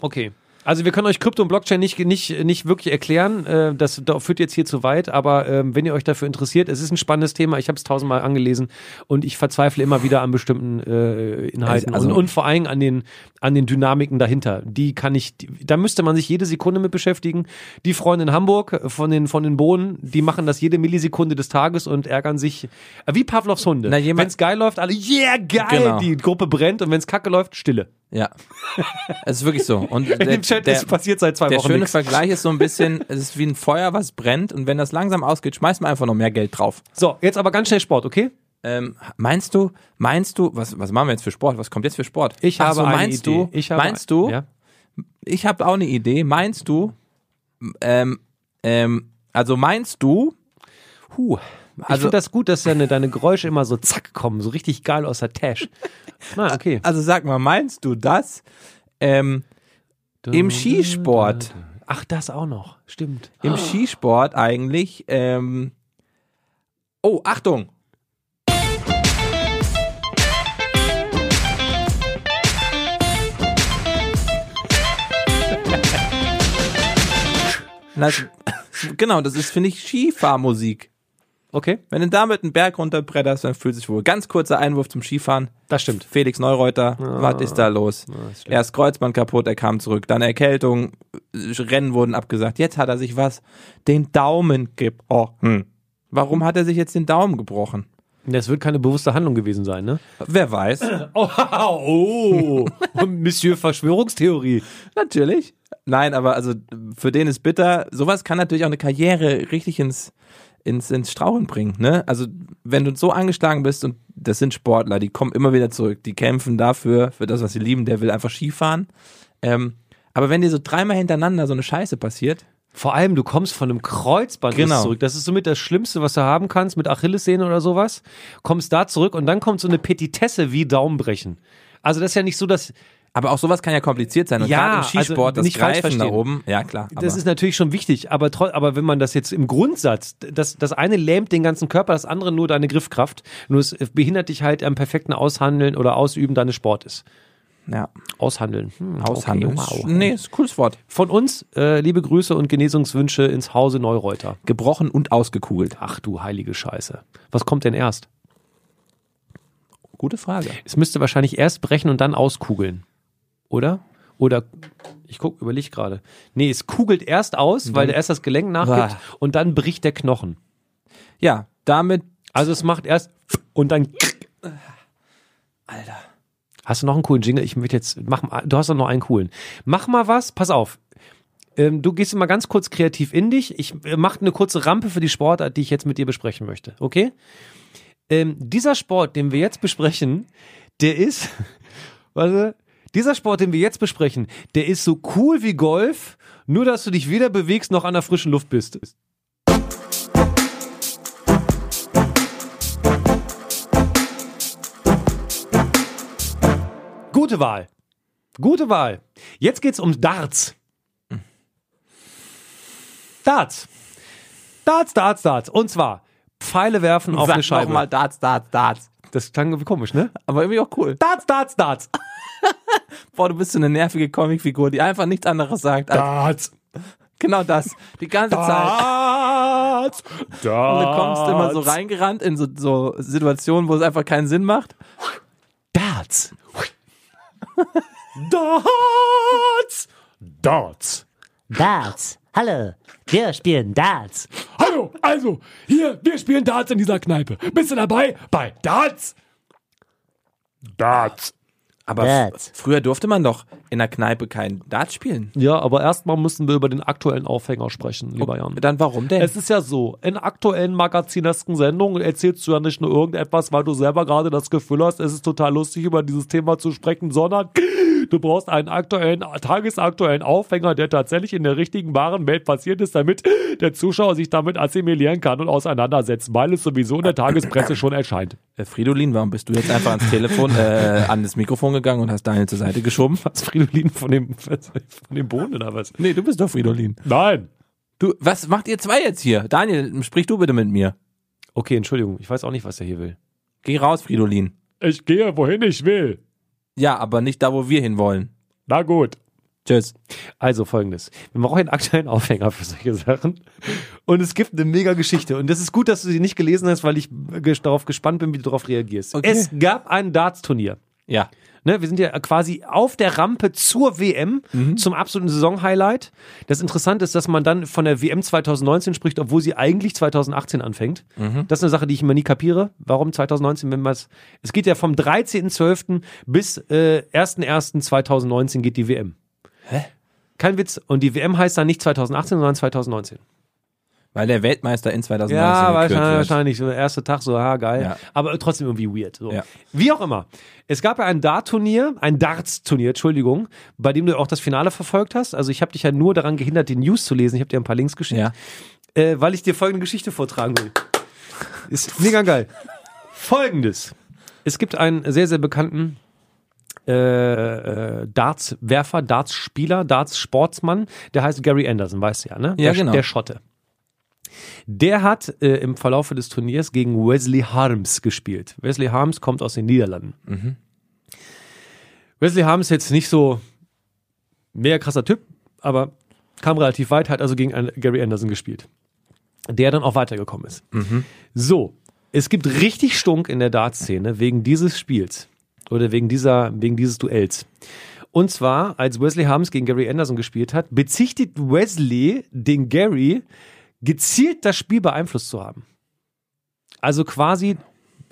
[SPEAKER 1] Okay. Also wir können euch Krypto und Blockchain nicht, nicht, nicht wirklich erklären. Äh, Das da- führt jetzt hier zu weit, aber ähm, wenn ihr euch dafür interessiert, es ist ein spannendes Thema. Ich habe es tausendmal angelesen und ich verzweifle immer wieder an bestimmten äh, Inhalten
[SPEAKER 2] Also-
[SPEAKER 1] und, und vor allem an den, an den Dynamiken dahinter. Die kann ich, die, da müsste man sich jede Sekunde mit beschäftigen. Die Freunde in Hamburg äh, von den, von den Bohnen, die machen das jede Millisekunde des Tages und ärgern sich äh, wie Pavlovs Hunde.
[SPEAKER 2] Na, jemand-
[SPEAKER 1] Wenn es geil läuft, alle, yeah, geil,
[SPEAKER 2] Genau.
[SPEAKER 1] die Gruppe brennt und wenn es kacke läuft, Stille.
[SPEAKER 2] ja. es ist wirklich so. Und
[SPEAKER 1] In dem Chat ist passiert seit zwei
[SPEAKER 2] Der
[SPEAKER 1] Wochen
[SPEAKER 2] schöne
[SPEAKER 1] nichts.
[SPEAKER 2] Vergleich ist so ein bisschen, es ist wie ein Feuer, was brennt und wenn das langsam ausgeht, schmeißt man einfach noch mehr Geld drauf.
[SPEAKER 1] So, jetzt aber ganz schnell Sport, okay?
[SPEAKER 2] Ähm, meinst du, meinst du, was, was machen wir jetzt für Sport? Was kommt jetzt für Sport? Ach so, meinst
[SPEAKER 1] Idee.
[SPEAKER 2] du,
[SPEAKER 1] Ich habe
[SPEAKER 2] meinst du,
[SPEAKER 1] Ja.
[SPEAKER 2] ich habe auch eine Idee, meinst du, ähm, ähm, also meinst du,
[SPEAKER 1] Huh. ich
[SPEAKER 2] Also-
[SPEAKER 1] finde das gut, dass deine, deine Geräusche immer so zack kommen, so richtig geil aus der Tasche. Na, okay.
[SPEAKER 2] also sag mal, meinst du das, ähm, im Skisport,
[SPEAKER 1] Ach, das auch noch. Stimmt.
[SPEAKER 2] im Skisport eigentlich, ähm, oh, Achtung, Das, genau, das ist, finde ich, Skifahrmusik.
[SPEAKER 1] Okay,
[SPEAKER 2] Wenn du damit einen Berg runterbretterst, dann fühlt sich wohl. Ganz kurzer Einwurf zum Skifahren.
[SPEAKER 1] das stimmt.
[SPEAKER 2] Felix Neureuter, was ist da los?
[SPEAKER 1] Ah, ist schlimm.
[SPEAKER 2] Erst Kreuzband kaputt, er kam zurück, dann Erkältung, äh, Rennen wurden abgesagt. Jetzt hat er sich was? Den Daumen gebrochen. Warum hat er sich jetzt den Daumen gebrochen?
[SPEAKER 1] Das wird keine bewusste Handlung gewesen sein, ne?
[SPEAKER 2] Wer weiß.
[SPEAKER 1] Oh, oh. Monsieur Verschwörungstheorie.
[SPEAKER 2] Natürlich. Nein, aber also für den ist bitter. Sowas kann natürlich auch eine Karriere richtig ins, ins, ins Strauchen bringen. Ne? Also wenn du so angeschlagen bist und das sind Sportler, die kommen immer wieder zurück, die kämpfen dafür, für das, was sie lieben. Der will einfach Skifahren. Ähm, aber wenn dir so dreimal hintereinander so eine Scheiße passiert,
[SPEAKER 1] Vor allem, du kommst von einem Kreuzband
[SPEAKER 2] Genau.
[SPEAKER 1] zurück. Das ist somit das Schlimmste, was du haben kannst, mit Achillessehne oder sowas. Kommst da zurück und dann kommt so eine Petitesse wie Daumenbrechen. Also das ist ja nicht so, dass
[SPEAKER 2] aber auch sowas kann ja kompliziert sein. Und
[SPEAKER 1] Ja,
[SPEAKER 2] gerade im
[SPEAKER 1] also
[SPEAKER 2] Skisport, das
[SPEAKER 1] nicht falsch
[SPEAKER 2] Greifen da
[SPEAKER 1] verstehen.
[SPEAKER 2] oben, ja klar. Aber
[SPEAKER 1] das ist natürlich schon wichtig, aber, tro- aber wenn man das jetzt im Grundsatz, das, das eine lähmt den ganzen Körper, das andere nur deine Griffkraft, nur es behindert dich halt am perfekten Aushandeln oder Ausüben deines Sportes.
[SPEAKER 2] ja,
[SPEAKER 1] Aushandeln. Hm,
[SPEAKER 2] Aushandeln.
[SPEAKER 1] okay, wow.
[SPEAKER 2] Nee, ist ein cooles Wort.
[SPEAKER 1] Von uns äh, liebe Grüße und Genesungswünsche ins Hause Neureuter.
[SPEAKER 2] Gebrochen und ausgekugelt.
[SPEAKER 1] Ach du heilige Scheiße. Was kommt denn erst?
[SPEAKER 2] Gute Frage.
[SPEAKER 1] Es müsste wahrscheinlich erst brechen und dann auskugeln. Oder? Oder ich guck, überleg gerade. Nee, es kugelt erst aus, weil erst das Gelenk nachgibt
[SPEAKER 2] Ah.
[SPEAKER 1] und dann bricht der Knochen.
[SPEAKER 2] Ja, damit,
[SPEAKER 1] Also es macht erst und dann.
[SPEAKER 2] Alter.
[SPEAKER 1] Hast du noch einen coolen Jingle? Ich möchte jetzt, mach, mal- du hast doch noch einen coolen. Mach mal was, pass auf. Ähm, du gehst mal ganz kurz kreativ in dich. Ich äh, mach eine kurze Rampe für die Sportart, die ich jetzt mit dir besprechen möchte. Okay? Ähm, dieser Sport, den wir jetzt besprechen, der ist, warte, dieser Sport, den wir jetzt besprechen, der ist so cool wie Golf, nur dass du dich weder bewegst noch an der frischen Luft bist. Gute Wahl. Gute Wahl. Jetzt geht's um Darts. Darts. Darts, Darts, Darts. Und zwar Pfeile werfen auf eine Scheibe.
[SPEAKER 2] nochmal Darts, Darts, Darts.
[SPEAKER 1] Das klang irgendwie komisch, ne?
[SPEAKER 2] Aber irgendwie auch cool.
[SPEAKER 1] Darts, Darts, Darts.
[SPEAKER 2] Boah, du bist so eine nervige Comicfigur, die einfach nichts anderes sagt.
[SPEAKER 1] Darts.
[SPEAKER 2] als genau das. Die ganze Zeit.
[SPEAKER 1] Darts. Darts.
[SPEAKER 2] Und du kommst immer so reingerannt in so, so Situationen, wo es einfach keinen Sinn macht.
[SPEAKER 1] Darts. Darts. Darts.
[SPEAKER 3] Darts. Hallo, wir spielen Darts.
[SPEAKER 1] Hallo, also, hier, wir spielen Darts in dieser Kneipe. Bist du dabei? Bei Darts. Darts.
[SPEAKER 2] Aber
[SPEAKER 3] Darts.
[SPEAKER 2] f- früher durfte man doch in der Kneipe keinen Dart spielen.
[SPEAKER 1] Ja, aber erstmal müssen wir über den aktuellen Aufhänger sprechen, lieber Jan.
[SPEAKER 2] Dann warum denn?
[SPEAKER 1] Es ist ja so, in aktuellen magazinesken Sendungen erzählst du ja nicht nur irgendetwas, weil du selber gerade das Gefühl hast, es ist total lustig, über dieses Thema zu sprechen, sondern du brauchst einen aktuellen, tagesaktuellen Aufhänger, der tatsächlich in der richtigen wahren Welt passiert ist, damit der Zuschauer sich damit assimilieren kann und auseinandersetzen, weil es sowieso in der Tagespresse schon erscheint.
[SPEAKER 2] Äh, Fridolin, warum bist du jetzt einfach ans Telefon, äh, an das Mikrofon gegangen und hast Daniel zur Seite geschoben?
[SPEAKER 1] Was, Fridolin von dem, von dem Boden oder was?
[SPEAKER 2] Nee, du bist doch Fridolin.
[SPEAKER 1] Nein.
[SPEAKER 2] Du, was macht ihr zwei jetzt hier? Daniel, sprich du bitte mit mir.
[SPEAKER 1] Okay, Entschuldigung, ich weiß auch nicht, was er hier will.
[SPEAKER 2] Geh raus, Fridolin.
[SPEAKER 1] Ich gehe, wohin ich will.
[SPEAKER 2] Ja, aber nicht da, wo wir hinwollen.
[SPEAKER 1] Na gut.
[SPEAKER 2] Tschüss.
[SPEAKER 1] Also folgendes. Wir brauchen einen aktuellen Aufhänger für solche Sachen. Und es gibt eine mega Geschichte. Und das ist gut, dass du sie nicht gelesen hast, weil ich ges- darauf gespannt bin, wie du darauf reagierst.
[SPEAKER 2] Okay.
[SPEAKER 1] Es gab ein Darts-Turnier.
[SPEAKER 2] Ja.
[SPEAKER 1] Ne, wir sind ja quasi auf der Rampe zur WM, zum absoluten Saisonhighlight. Das Interessante ist, dass man dann von der WM 2019 spricht, obwohl sie eigentlich 2018 anfängt. Das ist eine Sache, die ich immer nie kapiere. Warum 2019, wenn man es. Es geht ja vom 13.12. bis äh, 1.1.2019 geht die WM. Kein Witz. Und die WM heißt dann nicht 2018, sondern 2019.
[SPEAKER 2] Weil der Weltmeister in 2019
[SPEAKER 1] Ja,
[SPEAKER 2] gekürt
[SPEAKER 1] wahrscheinlich,
[SPEAKER 2] wird.
[SPEAKER 1] wahrscheinlich. So der erste Tag so, ha, geil.
[SPEAKER 2] Ja.
[SPEAKER 1] Aber trotzdem irgendwie weird. So.
[SPEAKER 2] Ja.
[SPEAKER 1] Wie auch immer. Es gab ja ein Dart-Turnier, ein Darts-Turnier, Entschuldigung, bei dem du auch das Finale verfolgt hast. Also ich habe dich ja nur daran gehindert, die News zu lesen. Ich habe dir ein paar Links geschickt,
[SPEAKER 2] Ja.
[SPEAKER 1] äh, weil ich dir folgende Geschichte vortragen will. Ist mega geil. Folgendes. Es gibt einen sehr, sehr bekannten äh, äh, Darts-Werfer, Darts-Spieler, Darts-Sportsmann, der heißt Gary Anderson, weißt du ja, ne?
[SPEAKER 2] Ja,
[SPEAKER 1] der,
[SPEAKER 2] genau.
[SPEAKER 1] der Schotte. Der hat äh, im Verlaufe des Turniers gegen Wesley Harms gespielt. Wesley Harms kommt aus den Niederlanden. Wesley Harms ist jetzt nicht so mega krasser Typ, aber kam relativ weit, hat also gegen einen Gary Anderson gespielt, der dann auch weitergekommen ist. So, es gibt richtig Stunk in der Dartszene wegen dieses Spiels oder wegen, dieser, wegen dieses Duells. Und zwar, als Wesley Harms gegen Gary Anderson gespielt hat, bezichtigt Wesley den Gary gezielt das Spiel beeinflusst zu haben. Also quasi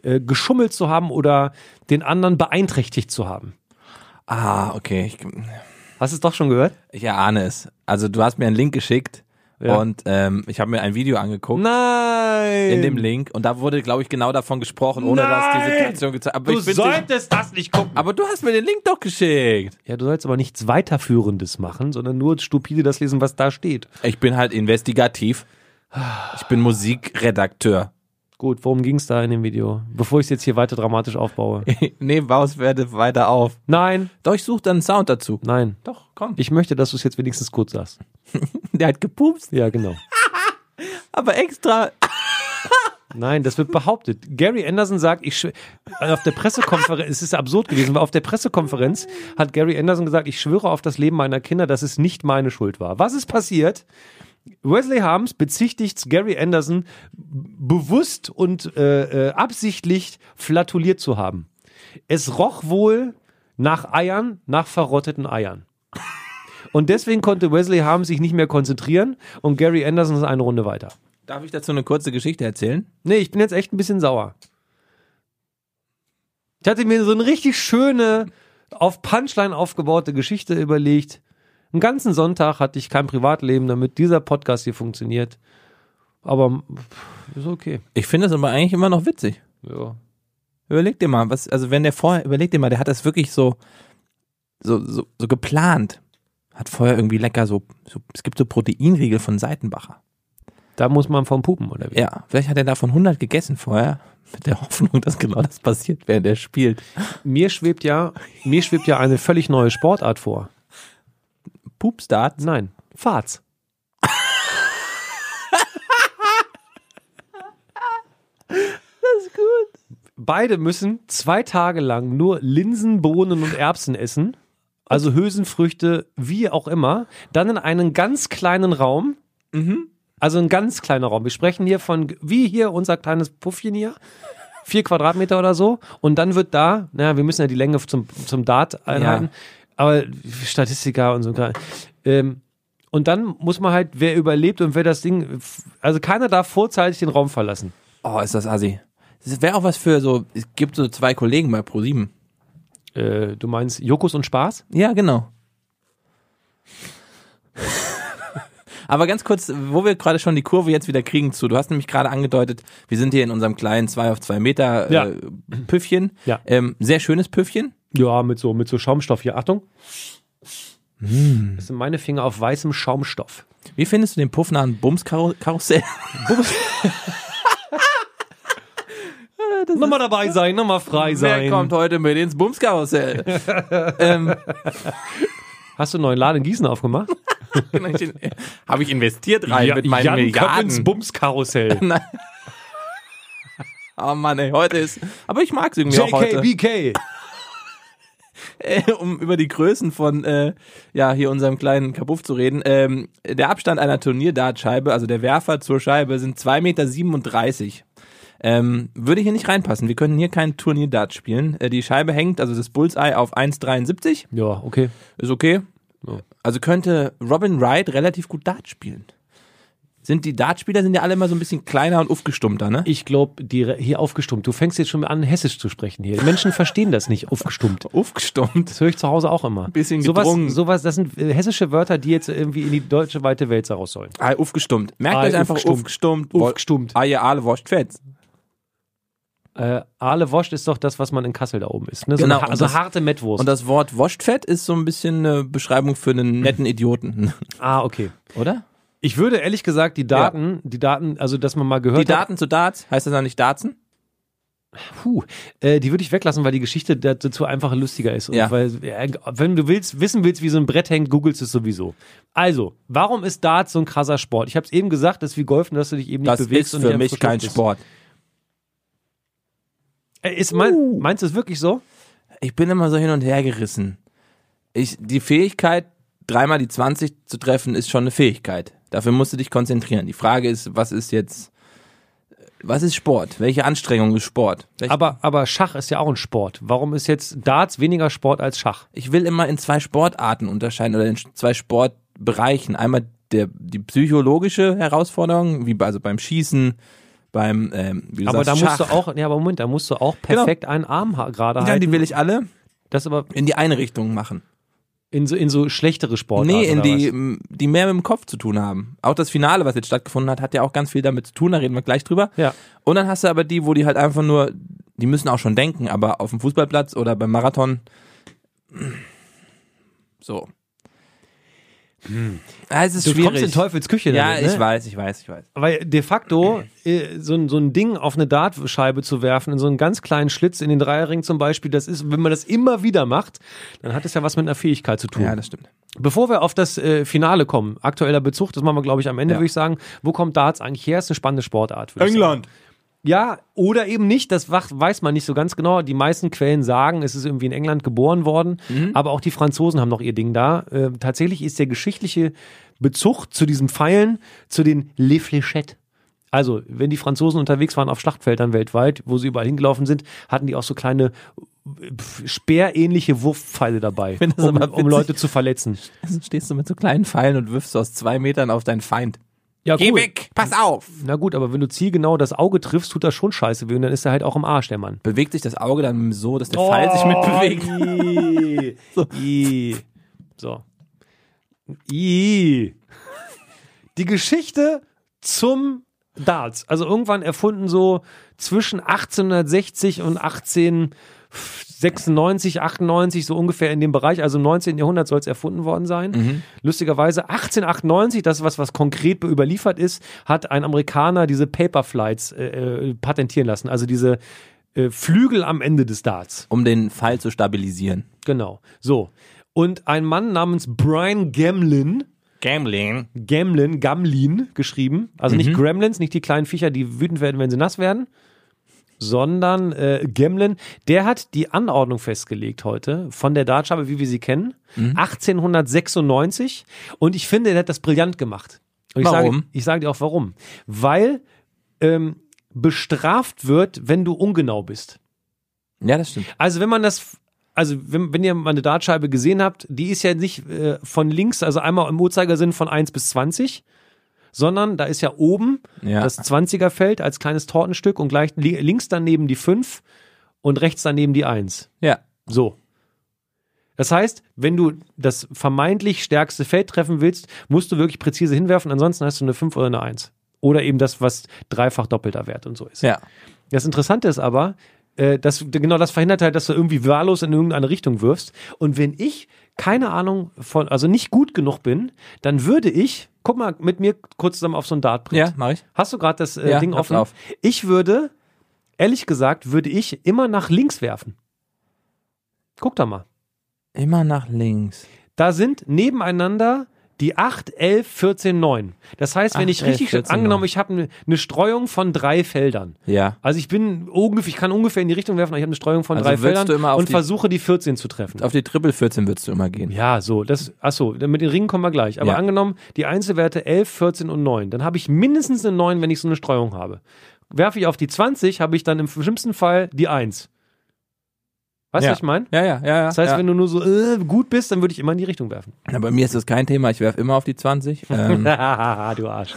[SPEAKER 1] äh, geschummelt zu haben oder den anderen beeinträchtigt zu haben.
[SPEAKER 2] Ah, okay. Ich,
[SPEAKER 1] Hast du es doch schon gehört?
[SPEAKER 2] ich erahne es. Also du hast mir einen Link geschickt
[SPEAKER 1] Ja.
[SPEAKER 2] und ähm, ich habe mir ein Video angeguckt.
[SPEAKER 1] Nein!
[SPEAKER 2] In dem Link. Und da wurde, glaube ich, genau davon gesprochen, ohne dass die
[SPEAKER 1] Nein!
[SPEAKER 2] Situation gezeigt aber
[SPEAKER 1] du
[SPEAKER 2] ich find's-
[SPEAKER 1] solltest das nicht gucken.
[SPEAKER 2] Aber du hast mir den Link doch geschickt.
[SPEAKER 1] ja, du sollst aber nichts Weiterführendes machen, sondern nur stupide das lesen, was da steht.
[SPEAKER 2] Ich bin halt investigativ. Ich bin Musikredakteur.
[SPEAKER 1] Gut, worum ging es da in dem Video? Bevor ich es jetzt hier weiter dramatisch aufbaue.
[SPEAKER 2] nee, baus werde weiter auf.
[SPEAKER 1] Nein,
[SPEAKER 2] Doch, ich suche dann einen Sound dazu.
[SPEAKER 1] nein.
[SPEAKER 2] Doch, komm.
[SPEAKER 1] Ich möchte, dass du es jetzt wenigstens kurz sagst.
[SPEAKER 2] der hat gepupst,
[SPEAKER 1] Ja, genau.
[SPEAKER 2] aber extra.
[SPEAKER 1] Nein, das wird behauptet. Gary Anderson sagt, ich schwöre, auf der Pressekonferenz, es ist absurd gewesen, weil auf der Pressekonferenz hat Gary Anderson gesagt, ich schwöre auf das Leben meiner Kinder, dass es nicht meine Schuld war. Was ist passiert? Wesley Harms bezichtigt Gary Anderson bewusst und äh, äh, absichtlich flatuliert zu haben. Es roch wohl nach Eiern, nach verrotteten Eiern. Und deswegen konnte Wesley Harms sich nicht mehr konzentrieren und Gary Anderson ist eine Runde weiter.
[SPEAKER 2] Darf ich dazu eine kurze Geschichte erzählen?
[SPEAKER 1] Nee, ich bin jetzt echt ein bisschen sauer. Ich hatte mir so eine richtig schöne, auf Punchline aufgebaute Geschichte überlegt. Einen ganzen Sonntag hatte ich kein Privatleben, damit dieser Podcast hier funktioniert. Aber pff, ist okay.
[SPEAKER 2] Ich finde das aber eigentlich immer noch witzig.
[SPEAKER 1] Ja.
[SPEAKER 2] Überleg dir mal, was, also wenn der vorher, überleg dir mal, der hat das wirklich so, so, so, so geplant. Hat vorher irgendwie lecker so, so, es gibt so Proteinriegel von Seitenbacher.
[SPEAKER 1] Da muss man vom Pupen, oder wie?
[SPEAKER 2] Ja, vielleicht hat er davon 100 gegessen vorher, mit der Hoffnung, dass genau das passiert, während er spielt.
[SPEAKER 1] Mir schwebt ja, mir schwebt ja eine völlig neue Sportart vor.
[SPEAKER 2] Poopstarts?
[SPEAKER 1] Nein, Farts. Beide müssen zwei Tage lang nur Linsen, Bohnen und Erbsen essen. Also Hülsenfrüchte, wie auch immer. Dann in einen ganz kleinen Raum. Also ein ganz kleiner Raum. Wir sprechen hier von, wie hier unser kleines Puffchen hier. Vier Quadratmeter oder so. Und dann wird da, naja, wir müssen ja die Länge zum, zum Dart einhalten. Aber Statistiker und so. Ähm, und dann muss man halt, wer überlebt und wer das Ding, also keiner darf vorzeitig den Raum verlassen.
[SPEAKER 2] Oh, ist das assi. Das wäre auch was für so, es gibt so zwei Kollegen bei ProSieben.
[SPEAKER 1] Äh, du meinst Jokus und Spaß?
[SPEAKER 2] Ja, genau. Aber ganz kurz, wo wir gerade schon die Kurve jetzt wieder kriegen zu. Du hast nämlich gerade angedeutet, wir sind hier in unserem kleinen 2 auf 2 Meter äh,
[SPEAKER 1] Ja.
[SPEAKER 2] Püffchen.
[SPEAKER 1] Ja.
[SPEAKER 2] Ähm, sehr schönes Püffchen.
[SPEAKER 1] Ja, mit so, mit so Schaumstoff hier. Achtung.
[SPEAKER 2] Hm.
[SPEAKER 1] Das sind meine Finger auf weißem Schaumstoff.
[SPEAKER 2] Wie findest du den puffnahen Bums-Karussell?
[SPEAKER 1] Nochmal dabei sein, nochmal frei
[SPEAKER 2] Wer
[SPEAKER 1] sein.
[SPEAKER 2] kommt heute mit ins Bums-Karussell? ähm,
[SPEAKER 1] Hast du einen neuen Laden in Gießen aufgemacht?
[SPEAKER 2] Habe ich investiert rein mit meinen Milliarden?
[SPEAKER 1] Bumskarussell.
[SPEAKER 2] Oh Mann, ey, heute ist. Aber ich mag es irgendwie auch heute.
[SPEAKER 1] JKBK.
[SPEAKER 2] äh, um über die Größen von äh, ja hier unserem kleinen Kabuff zu reden. Ähm, der Abstand einer Turnierdartscheibe, also der Werfer zur Scheibe, sind 2,37 Meter. Ähm, würde hier nicht reinpassen. Wir können hier keinen Turnierdart spielen. Äh, die Scheibe hängt, also das Bullseye, auf 1,73.
[SPEAKER 1] Ja, okay.
[SPEAKER 2] Ist okay. Also könnte Robin Wright relativ gut Dart spielen. Sind die Dartspieler sind ja alle immer so ein bisschen kleiner und aufgestummter, ne?
[SPEAKER 1] Ich glaube, hier aufgestummt. Du fängst jetzt schon an, hessisch zu sprechen hier. Die Menschen verstehen das nicht, aufgestummt.
[SPEAKER 2] Aufgestummt.
[SPEAKER 1] Das höre ich zu Hause auch immer.
[SPEAKER 2] Bisschen gedrungen.
[SPEAKER 1] sowas, sowas, das sind äh, hessische Wörter, die jetzt irgendwie in die deutsche weite Welt raus sollen.
[SPEAKER 2] Ah, aufgestummt. Merkt
[SPEAKER 1] Ah,
[SPEAKER 2] euch einfach
[SPEAKER 1] aufgestummt.
[SPEAKER 2] aufgestummt.
[SPEAKER 1] Aufgestummt.
[SPEAKER 2] Ah, ihr alle wascht fetz.
[SPEAKER 1] Äh, Aale Woscht ist doch das, was man in Kassel da oben ist. Ne? So
[SPEAKER 2] Genau,
[SPEAKER 1] eine, ha-
[SPEAKER 2] und
[SPEAKER 1] so
[SPEAKER 2] das-
[SPEAKER 1] harte Mettwurst.
[SPEAKER 2] Und das Wort Waschtfett ist so ein bisschen eine Beschreibung für einen netten Idioten,
[SPEAKER 1] ah, okay.
[SPEAKER 2] oder?
[SPEAKER 1] Ich würde ehrlich gesagt die Daten, die Daten, also dass man mal gehört
[SPEAKER 2] Die Daten zu Darts, heißt das dann nicht Dartsen?
[SPEAKER 1] hat, puh, äh, die würde ich weglassen, weil die Geschichte dazu einfach lustiger ist. Und
[SPEAKER 2] Ja.
[SPEAKER 1] weil, äh, wenn du willst, wissen willst, wie so ein Brett hängt, googelst es sowieso. Also, warum ist Dart so ein krasser Sport? Ich habe es eben gesagt, das ist wie Golfen, dass du dich eben nicht
[SPEAKER 2] Das
[SPEAKER 1] bewegst.
[SPEAKER 2] ist
[SPEAKER 1] und
[SPEAKER 2] für
[SPEAKER 1] nicht am
[SPEAKER 2] mich
[SPEAKER 1] frischen
[SPEAKER 2] kein
[SPEAKER 1] Luft bist.
[SPEAKER 2] Sport.
[SPEAKER 1] Äh, Ist
[SPEAKER 2] Uh.
[SPEAKER 1] mein, meinst du es wirklich so?
[SPEAKER 2] Ich bin immer so hin und her gerissen. Ich, die Fähigkeit, dreimal die 20 zu treffen, ist schon eine Fähigkeit. Dafür musst du dich konzentrieren. Die Frage ist, was ist jetzt, äh, was ist Sport? Welche Anstrengung ist Sport? Welche,
[SPEAKER 1] Aber, aber Schach ist ja auch ein Sport. Warum ist jetzt Darts weniger Sport als Schach?
[SPEAKER 2] ich will immer in zwei Sportarten unterscheiden oder in zwei Sportbereichen. Einmal der, die psychologische Herausforderung, wie bei, also beim Schießen, beim ähm, wie du
[SPEAKER 1] Aber da
[SPEAKER 2] sagst,
[SPEAKER 1] musst du
[SPEAKER 2] Schach. Genau.
[SPEAKER 1] auch, ja, aber Moment, da musst du auch perfekt einen Arm ha- gerade
[SPEAKER 2] ja,
[SPEAKER 1] halten.
[SPEAKER 2] die will ich alle
[SPEAKER 1] das aber
[SPEAKER 2] in die eine Richtung machen.
[SPEAKER 1] in so, in so schlechtere Sportarten.
[SPEAKER 2] nee, in
[SPEAKER 1] oder
[SPEAKER 2] die,
[SPEAKER 1] was?
[SPEAKER 2] m, die mehr mit dem Kopf zu tun haben. Auch das Finale, was jetzt stattgefunden hat, hat ja auch ganz viel damit zu tun, da reden wir gleich drüber.
[SPEAKER 1] Ja.
[SPEAKER 2] Und dann hast du aber die, wo die halt einfach nur, die müssen auch schon denken, aber auf dem Fußballplatz oder beim Marathon. So. Ah, es ist
[SPEAKER 1] Hm. Du
[SPEAKER 2] schwierig.
[SPEAKER 1] kommst in Teufelsküche
[SPEAKER 2] Ja,
[SPEAKER 1] damit, ne?
[SPEAKER 2] ich weiß, ich weiß, ich weiß.
[SPEAKER 1] Weil de facto äh, so, ein- so ein Ding auf eine Dartscheibe zu werfen, in so einen ganz kleinen Schlitz in den Dreierring zum Beispiel, das ist, wenn man das immer wieder macht, dann hat es ja was mit einer Fähigkeit zu tun.
[SPEAKER 2] Ja, das stimmt.
[SPEAKER 1] Bevor wir auf das äh, Finale kommen, aktueller Bezug, das machen wir, glaube ich, am Ende,
[SPEAKER 2] Ja.
[SPEAKER 1] würde ich sagen, wo kommt Darts eigentlich her? Ist eine spannende Sportart. würde ich sagen. Ja, oder eben nicht, das wach- weiß man nicht so ganz genau. Die meisten Quellen sagen, es ist irgendwie in England geboren worden,
[SPEAKER 2] Mhm.
[SPEAKER 1] aber auch die Franzosen haben noch ihr Ding da. Äh, tatsächlich ist der geschichtliche Bezug zu diesem Pfeilen zu den Les Fléchettes. Also, wenn die Franzosen unterwegs waren auf Schlachtfeldern weltweit, wo sie überall hingelaufen sind, hatten die auch so kleine äh, pf- speerähnliche Wurfpfeile dabei,
[SPEAKER 2] find das
[SPEAKER 1] um,
[SPEAKER 2] aber
[SPEAKER 1] um
[SPEAKER 2] witzig.
[SPEAKER 1] Leute zu verletzen.
[SPEAKER 2] Also stehst du mit so kleinen Pfeilen und wirfst aus zwei Metern auf deinen Feind.
[SPEAKER 1] Ja,
[SPEAKER 2] Geh
[SPEAKER 1] cool.
[SPEAKER 2] weg, pass auf.
[SPEAKER 1] Na gut, aber wenn du zielgenau das Auge triffst, tut das schon scheiße weh und dann ist er halt auch im Arsch, der Mann.
[SPEAKER 2] Bewegt sich das Auge dann so, dass der Pfeil
[SPEAKER 1] Oh.
[SPEAKER 2] sich mitbewegt?
[SPEAKER 1] mitbewegt. so. I. So. I. Die Geschichte zum Darts. Also irgendwann erfunden so zwischen 1860 und 1896, 98, so ungefähr in dem Bereich. Also im 19. Jahrhundert soll es erfunden worden sein. Lustigerweise 1898, das ist was, was konkret überliefert ist, hat ein Amerikaner diese Paperflights äh, äh, patentieren lassen. Also diese äh, Flügel am Ende des Darts.
[SPEAKER 2] Um den Pfeil zu stabilisieren.
[SPEAKER 1] Genau. So. Und ein Mann namens Brian Gamlin,
[SPEAKER 2] Gambling.
[SPEAKER 1] Gamlin, Gamlin geschrieben, also nicht Gremlins, nicht die kleinen Viecher, die wütend werden, wenn sie nass werden, sondern äh, Gamlin, der hat die Anordnung festgelegt heute von der Dartscheibe, wie wir sie kennen, 1896. Und ich finde, der hat das brillant gemacht. Und ich Sage,
[SPEAKER 2] Warum?
[SPEAKER 1] ich sage dir auch warum. Weil ähm, bestraft wird, wenn du ungenau bist.
[SPEAKER 2] Ja, das stimmt.
[SPEAKER 1] Also wenn man das, also wenn, wenn ihr mal eine Dartscheibe gesehen habt, die ist ja nicht äh, von links, also einmal im Uhrzeigersinn von 1 bis 20, sondern da ist ja oben
[SPEAKER 2] Ja.
[SPEAKER 1] das 20er Feld als kleines Tortenstück und gleich li links daneben die 5 und rechts daneben die 1.
[SPEAKER 2] ja.
[SPEAKER 1] So. Das heißt, wenn du das vermeintlich stärkste Feld treffen willst, musst du wirklich präzise hinwerfen, ansonsten hast du eine 5 oder eine 1. Oder eben das, was dreifach doppelter Wert und so ist.
[SPEAKER 2] Ja.
[SPEAKER 1] Das Interessante ist aber, äh, dass genau das verhindert halt, dass du irgendwie wahllos in irgendeine Richtung wirfst. Und wenn ich keine Ahnung von, also nicht gut genug bin, dann würde ich, guck mal mit mir kurz zusammen auf so ein Dartbrett.
[SPEAKER 2] Ja, mach ich.
[SPEAKER 1] Hast du gerade das äh,
[SPEAKER 2] Ja,
[SPEAKER 1] Ding
[SPEAKER 2] hab's
[SPEAKER 1] offen?
[SPEAKER 2] auf.
[SPEAKER 1] Ich würde, ehrlich gesagt, würde ich immer nach links werfen. Guck da mal.
[SPEAKER 2] Immer nach links.
[SPEAKER 1] Da sind nebeneinander die 8, 11, 14, 9. Das heißt, wenn
[SPEAKER 2] 8,
[SPEAKER 1] ich richtig,
[SPEAKER 2] 11, 14,
[SPEAKER 1] angenommen,
[SPEAKER 2] 9.
[SPEAKER 1] ich habe eine ne Streuung von drei Feldern.
[SPEAKER 2] Ja.
[SPEAKER 1] Also ich bin ungefähr, ich kann ungefähr in die Richtung werfen, aber ich habe eine Streuung von
[SPEAKER 2] Also
[SPEAKER 1] drei
[SPEAKER 2] würdest
[SPEAKER 1] Feldern
[SPEAKER 2] du immer auf
[SPEAKER 1] und
[SPEAKER 2] die-
[SPEAKER 1] versuche die 14 zu treffen.
[SPEAKER 2] Auf die Triple 14 würdest du immer gehen.
[SPEAKER 1] Ja, so, das, achso, mit den Ringen kommen wir gleich. Aber
[SPEAKER 2] Ja.
[SPEAKER 1] angenommen, die Einzelwerte 11, 14 und 9, dann habe ich mindestens eine 9, wenn ich so eine Streuung habe. Werfe ich auf die 20, habe ich dann im schlimmsten Fall die 1. Weißt du,
[SPEAKER 2] Ja.
[SPEAKER 1] was ich meine?
[SPEAKER 2] Ja, ja, ja. ja
[SPEAKER 1] Das heißt,
[SPEAKER 2] ja.
[SPEAKER 1] wenn du nur so äh, gut bist, dann würde ich immer in die Richtung werfen.
[SPEAKER 2] Na, bei mir ist das kein Thema. Ich werfe immer auf die 20. Ähm,
[SPEAKER 1] du Arsch.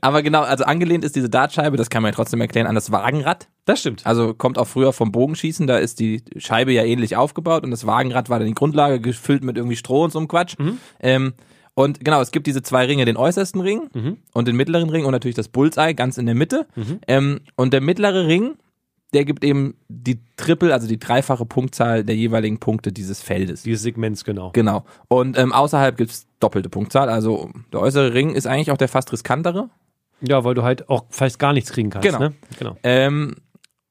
[SPEAKER 2] aber genau, also angelehnt ist diese Dartscheibe, das kann man ja trotzdem erklären, an das Wagenrad.
[SPEAKER 1] Das stimmt.
[SPEAKER 2] Also kommt auch früher vom Bogenschießen, da ist die Scheibe ja ähnlich aufgebaut und das Wagenrad war dann die Grundlage, gefüllt mit irgendwie Stroh und so einem Quatsch.
[SPEAKER 1] Mhm.
[SPEAKER 2] Ähm, und genau, es gibt diese zwei Ringe, den äußersten Ring
[SPEAKER 1] Mhm.
[SPEAKER 2] und den mittleren Ring und natürlich das Bullseye ganz in der Mitte. Ähm, und der mittlere Ring, der gibt eben die Triple, also die dreifache Punktzahl der jeweiligen Punkte dieses Feldes.
[SPEAKER 1] Dieses Segments, genau.
[SPEAKER 2] Genau. Und ähm, außerhalb gibt's doppelte Punktzahl. Also der äußere Ring ist eigentlich auch der fast riskantere.
[SPEAKER 1] Ja, weil du halt auch fast gar nichts kriegen kannst.
[SPEAKER 2] Genau.
[SPEAKER 1] Ne? genau.
[SPEAKER 2] Ähm,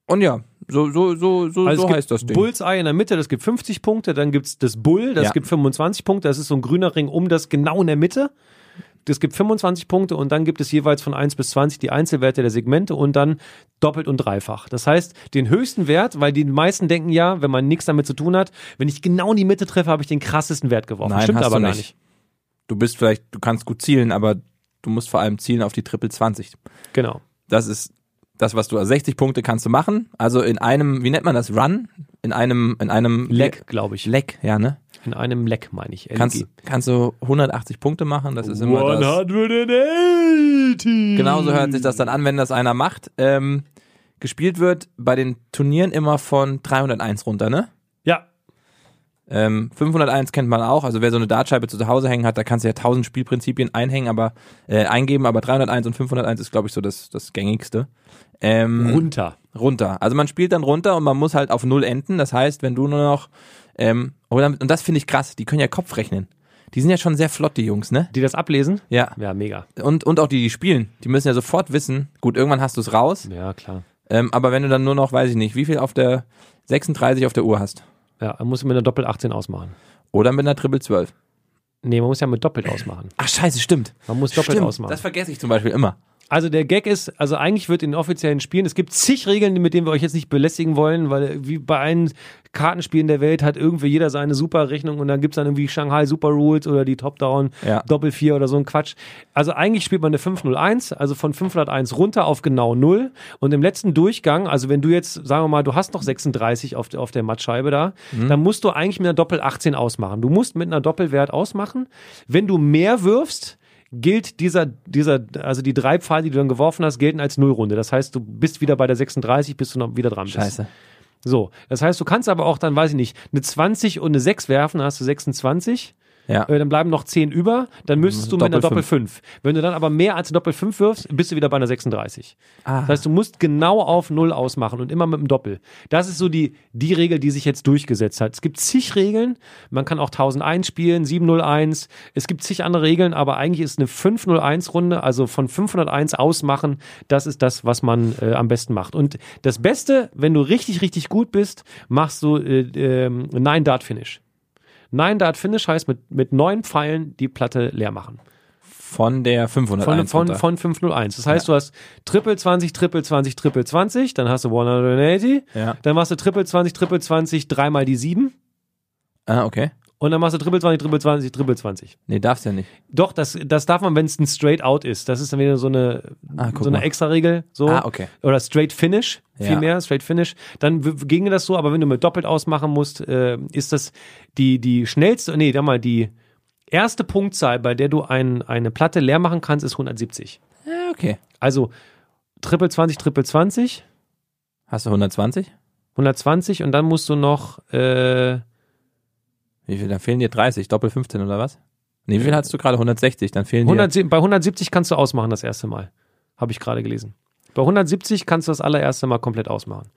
[SPEAKER 2] und ja, so, so, so, so,
[SPEAKER 1] Also
[SPEAKER 2] so
[SPEAKER 1] es
[SPEAKER 2] heißt
[SPEAKER 1] gibt
[SPEAKER 2] das Ding.
[SPEAKER 1] Bullseye in der Mitte, das gibt 50 Punkte, dann gibt es das Bull, das
[SPEAKER 2] Ja.
[SPEAKER 1] gibt 25 Punkte, das ist so ein grüner Ring um das genau in der Mitte. Das gibt 25 Punkte und dann gibt es jeweils von 1 bis 20 die Einzelwerte der Segmente und dann doppelt und dreifach. Das heißt, den höchsten Wert, weil die meisten denken ja, wenn man nichts damit zu tun hat, wenn ich genau in die Mitte treffe, habe ich den krassesten Wert geworfen.
[SPEAKER 2] Nein,
[SPEAKER 1] Stimmt
[SPEAKER 2] hast
[SPEAKER 1] aber
[SPEAKER 2] du
[SPEAKER 1] gar
[SPEAKER 2] nicht. Du bist vielleicht, du kannst gut zielen, aber du musst vor allem zielen auf die Triple 20.
[SPEAKER 1] nicht. Genau.
[SPEAKER 2] Das ist das, was du, also 60 Punkte kannst du machen. Also in einem, wie nennt man das? Run? In einem, in einem
[SPEAKER 1] Leck, glaube ich.
[SPEAKER 2] Leck, ja, ne?
[SPEAKER 1] In einem Leck, meine ich.
[SPEAKER 2] Kannst, kannst du 180 Punkte machen, das ist immer das.
[SPEAKER 1] 180.
[SPEAKER 2] Genauso hört sich das dann an, wenn das einer macht. Ähm, gespielt wird bei den Turnieren immer von 301 runter, ne?
[SPEAKER 1] Ja,
[SPEAKER 2] Ähm, 501 kennt man auch, also wer so eine Dartscheibe zu Hause hängen hat, da kannst du ja 1000 Spielprinzipien einhängen, aber äh, eingeben, aber 301 und 501 ist, glaube ich, so das, das gängigste. Ähm,
[SPEAKER 1] runter.
[SPEAKER 2] runter. Also man spielt dann runter und man muss halt auf Null enden. Das heißt, wenn du nur noch, ähm, oder, und das finde ich krass, die können ja Kopf rechnen. Die sind ja schon sehr flott, die Jungs, ne?
[SPEAKER 1] Die das ablesen?
[SPEAKER 2] Ja.
[SPEAKER 1] Ja, mega.
[SPEAKER 2] Und, und auch die, die spielen. Die müssen ja sofort wissen, gut, irgendwann hast du es raus.
[SPEAKER 1] Ja, klar.
[SPEAKER 2] Ähm, aber wenn du dann nur noch, weiß ich nicht, wie viel auf der 36 auf der Uhr hast.
[SPEAKER 1] Ja, man muss mit einer Doppel 18 ausmachen.
[SPEAKER 2] Oder mit einer Triple 12.
[SPEAKER 1] Nee, man muss ja mit doppelt ausmachen.
[SPEAKER 2] Ach, scheiße, stimmt.
[SPEAKER 1] Man muss doppelt
[SPEAKER 2] stimmt. Das
[SPEAKER 1] ausmachen.
[SPEAKER 2] vergesse ich zum Beispiel immer.
[SPEAKER 1] Also der Gag ist, also eigentlich wird in offiziellen Spielen, es gibt zig Regeln, mit denen wir euch jetzt nicht belästigen wollen, weil wie bei allen Kartenspielen der Welt hat irgendwie jeder seine Superrechnung und dann gibt es dann irgendwie Shanghai Super Rules oder die Top-Down
[SPEAKER 2] Ja.
[SPEAKER 1] Doppel 4 oder so ein Quatsch. Also eigentlich spielt man eine 501, also von 501 runter auf genau 0 und im letzten Durchgang, also wenn du jetzt, sagen wir mal, du hast noch 36 auf, der- auf der Mattscheibe da, dann musst du eigentlich mit einer Doppel 18 ausmachen. Du musst mit einer Doppelwert ausmachen. Wenn du mehr wirfst, gilt dieser, dieser, also die drei Pfeile, die du dann geworfen hast, gelten als Nullrunde. Das heißt, du bist wieder bei der 36, bis du noch wieder dran bist.
[SPEAKER 2] Scheiße.
[SPEAKER 1] So, das heißt, du kannst aber auch dann, weiß ich nicht, eine 20 und eine 6 werfen, dann hast du 26.
[SPEAKER 2] Ja.
[SPEAKER 1] Äh, dann bleiben noch 10 über, dann müsstest du mit einer
[SPEAKER 2] Doppel
[SPEAKER 1] Doppel 5. Wenn du dann aber mehr als Doppel 5 wirfst, bist du wieder bei einer 36.
[SPEAKER 2] Ah.
[SPEAKER 1] Das heißt, du musst genau auf Null ausmachen und immer mit einem Doppel. Das ist so die, die Regel, die sich jetzt durchgesetzt hat. Es gibt zig Regeln, man kann auch 1001 spielen, 701, es gibt zig andere Regeln, aber eigentlich ist eine 501-Runde, also von 501 ausmachen, das ist das, was man äh, am besten macht. Und das Beste, wenn du richtig, richtig gut bist, machst du äh, ähm, Nine Dart Finish. Nine Dart Finish heißt mit, mit neun Pfeilen die Platte leer machen.
[SPEAKER 2] Von der 500
[SPEAKER 1] Von, von, von 501. Das heißt, du hast Triple 20, Triple 20, Triple 20, dann hast du 180,
[SPEAKER 2] Ja.
[SPEAKER 1] dann machst du Triple 20, Triple 20, dreimal die 7
[SPEAKER 2] Ah, okay.
[SPEAKER 1] und dann machst du Triple 20, Triple 20, Triple 20.
[SPEAKER 2] Nee, darf's ja nicht.
[SPEAKER 1] Doch, das, das darf man, wenn es ein Straight Out ist. Das ist dann wieder so eine,
[SPEAKER 2] Ah, guck
[SPEAKER 1] so eine
[SPEAKER 2] mal.
[SPEAKER 1] Extra-Regel. So.
[SPEAKER 2] Ah, okay.
[SPEAKER 1] Oder Straight Finish,
[SPEAKER 2] Ja.
[SPEAKER 1] vielmehr, Straight Finish. Dann w- ginge das so, aber wenn du mit doppelt ausmachen musst, äh, ist das die, die schnellste, nee, sag mal, die erste Punktzahl, bei der du ein, eine Platte leer machen kannst, ist 170.
[SPEAKER 2] Ja, okay.
[SPEAKER 1] Also Triple 20, Triple 20,
[SPEAKER 2] Hast du 120?
[SPEAKER 1] 120 und dann musst du noch, äh,
[SPEAKER 2] Wie viel? Dann fehlen dir 30, Doppel 15 oder was? Nee, wie viel hattest du gerade? 160, dann fehlen
[SPEAKER 1] 100, bei 170 kannst du ausmachen das erste Mal. Habe ich gerade gelesen. Bei 170 kannst du das allererste Mal komplett ausmachen.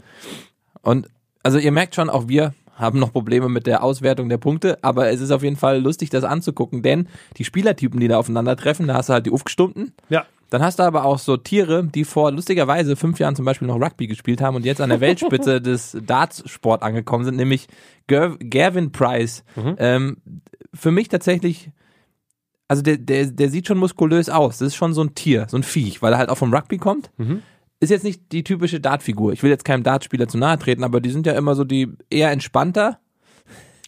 [SPEAKER 2] dir. Und also ihr merkt schon, auch wir haben noch Probleme mit der Auswertung der Punkte, aber es ist auf jeden Fall lustig, das anzugucken, denn die Spielertypen, die da aufeinandertreffen, da hast du halt die Aufgestummten,
[SPEAKER 1] Ja.
[SPEAKER 2] Dann hast du aber auch so Tiere, die vor lustigerweise fünf Jahren zum Beispiel noch Rugby gespielt haben und jetzt an der Weltspitze des Dartsport angekommen sind, nämlich Ger Gavin Price.
[SPEAKER 1] Mhm.
[SPEAKER 2] Ähm, für mich tatsächlich, also der, der, der sieht schon muskulös aus. Das ist schon so ein Tier, so ein Viech, weil er halt auch vom Rugby kommt.
[SPEAKER 1] Mhm.
[SPEAKER 2] Ist jetzt nicht die typische Dartfigur. Ich will jetzt keinem Dartspieler zu nahe treten, aber die sind ja immer so die eher entspannter.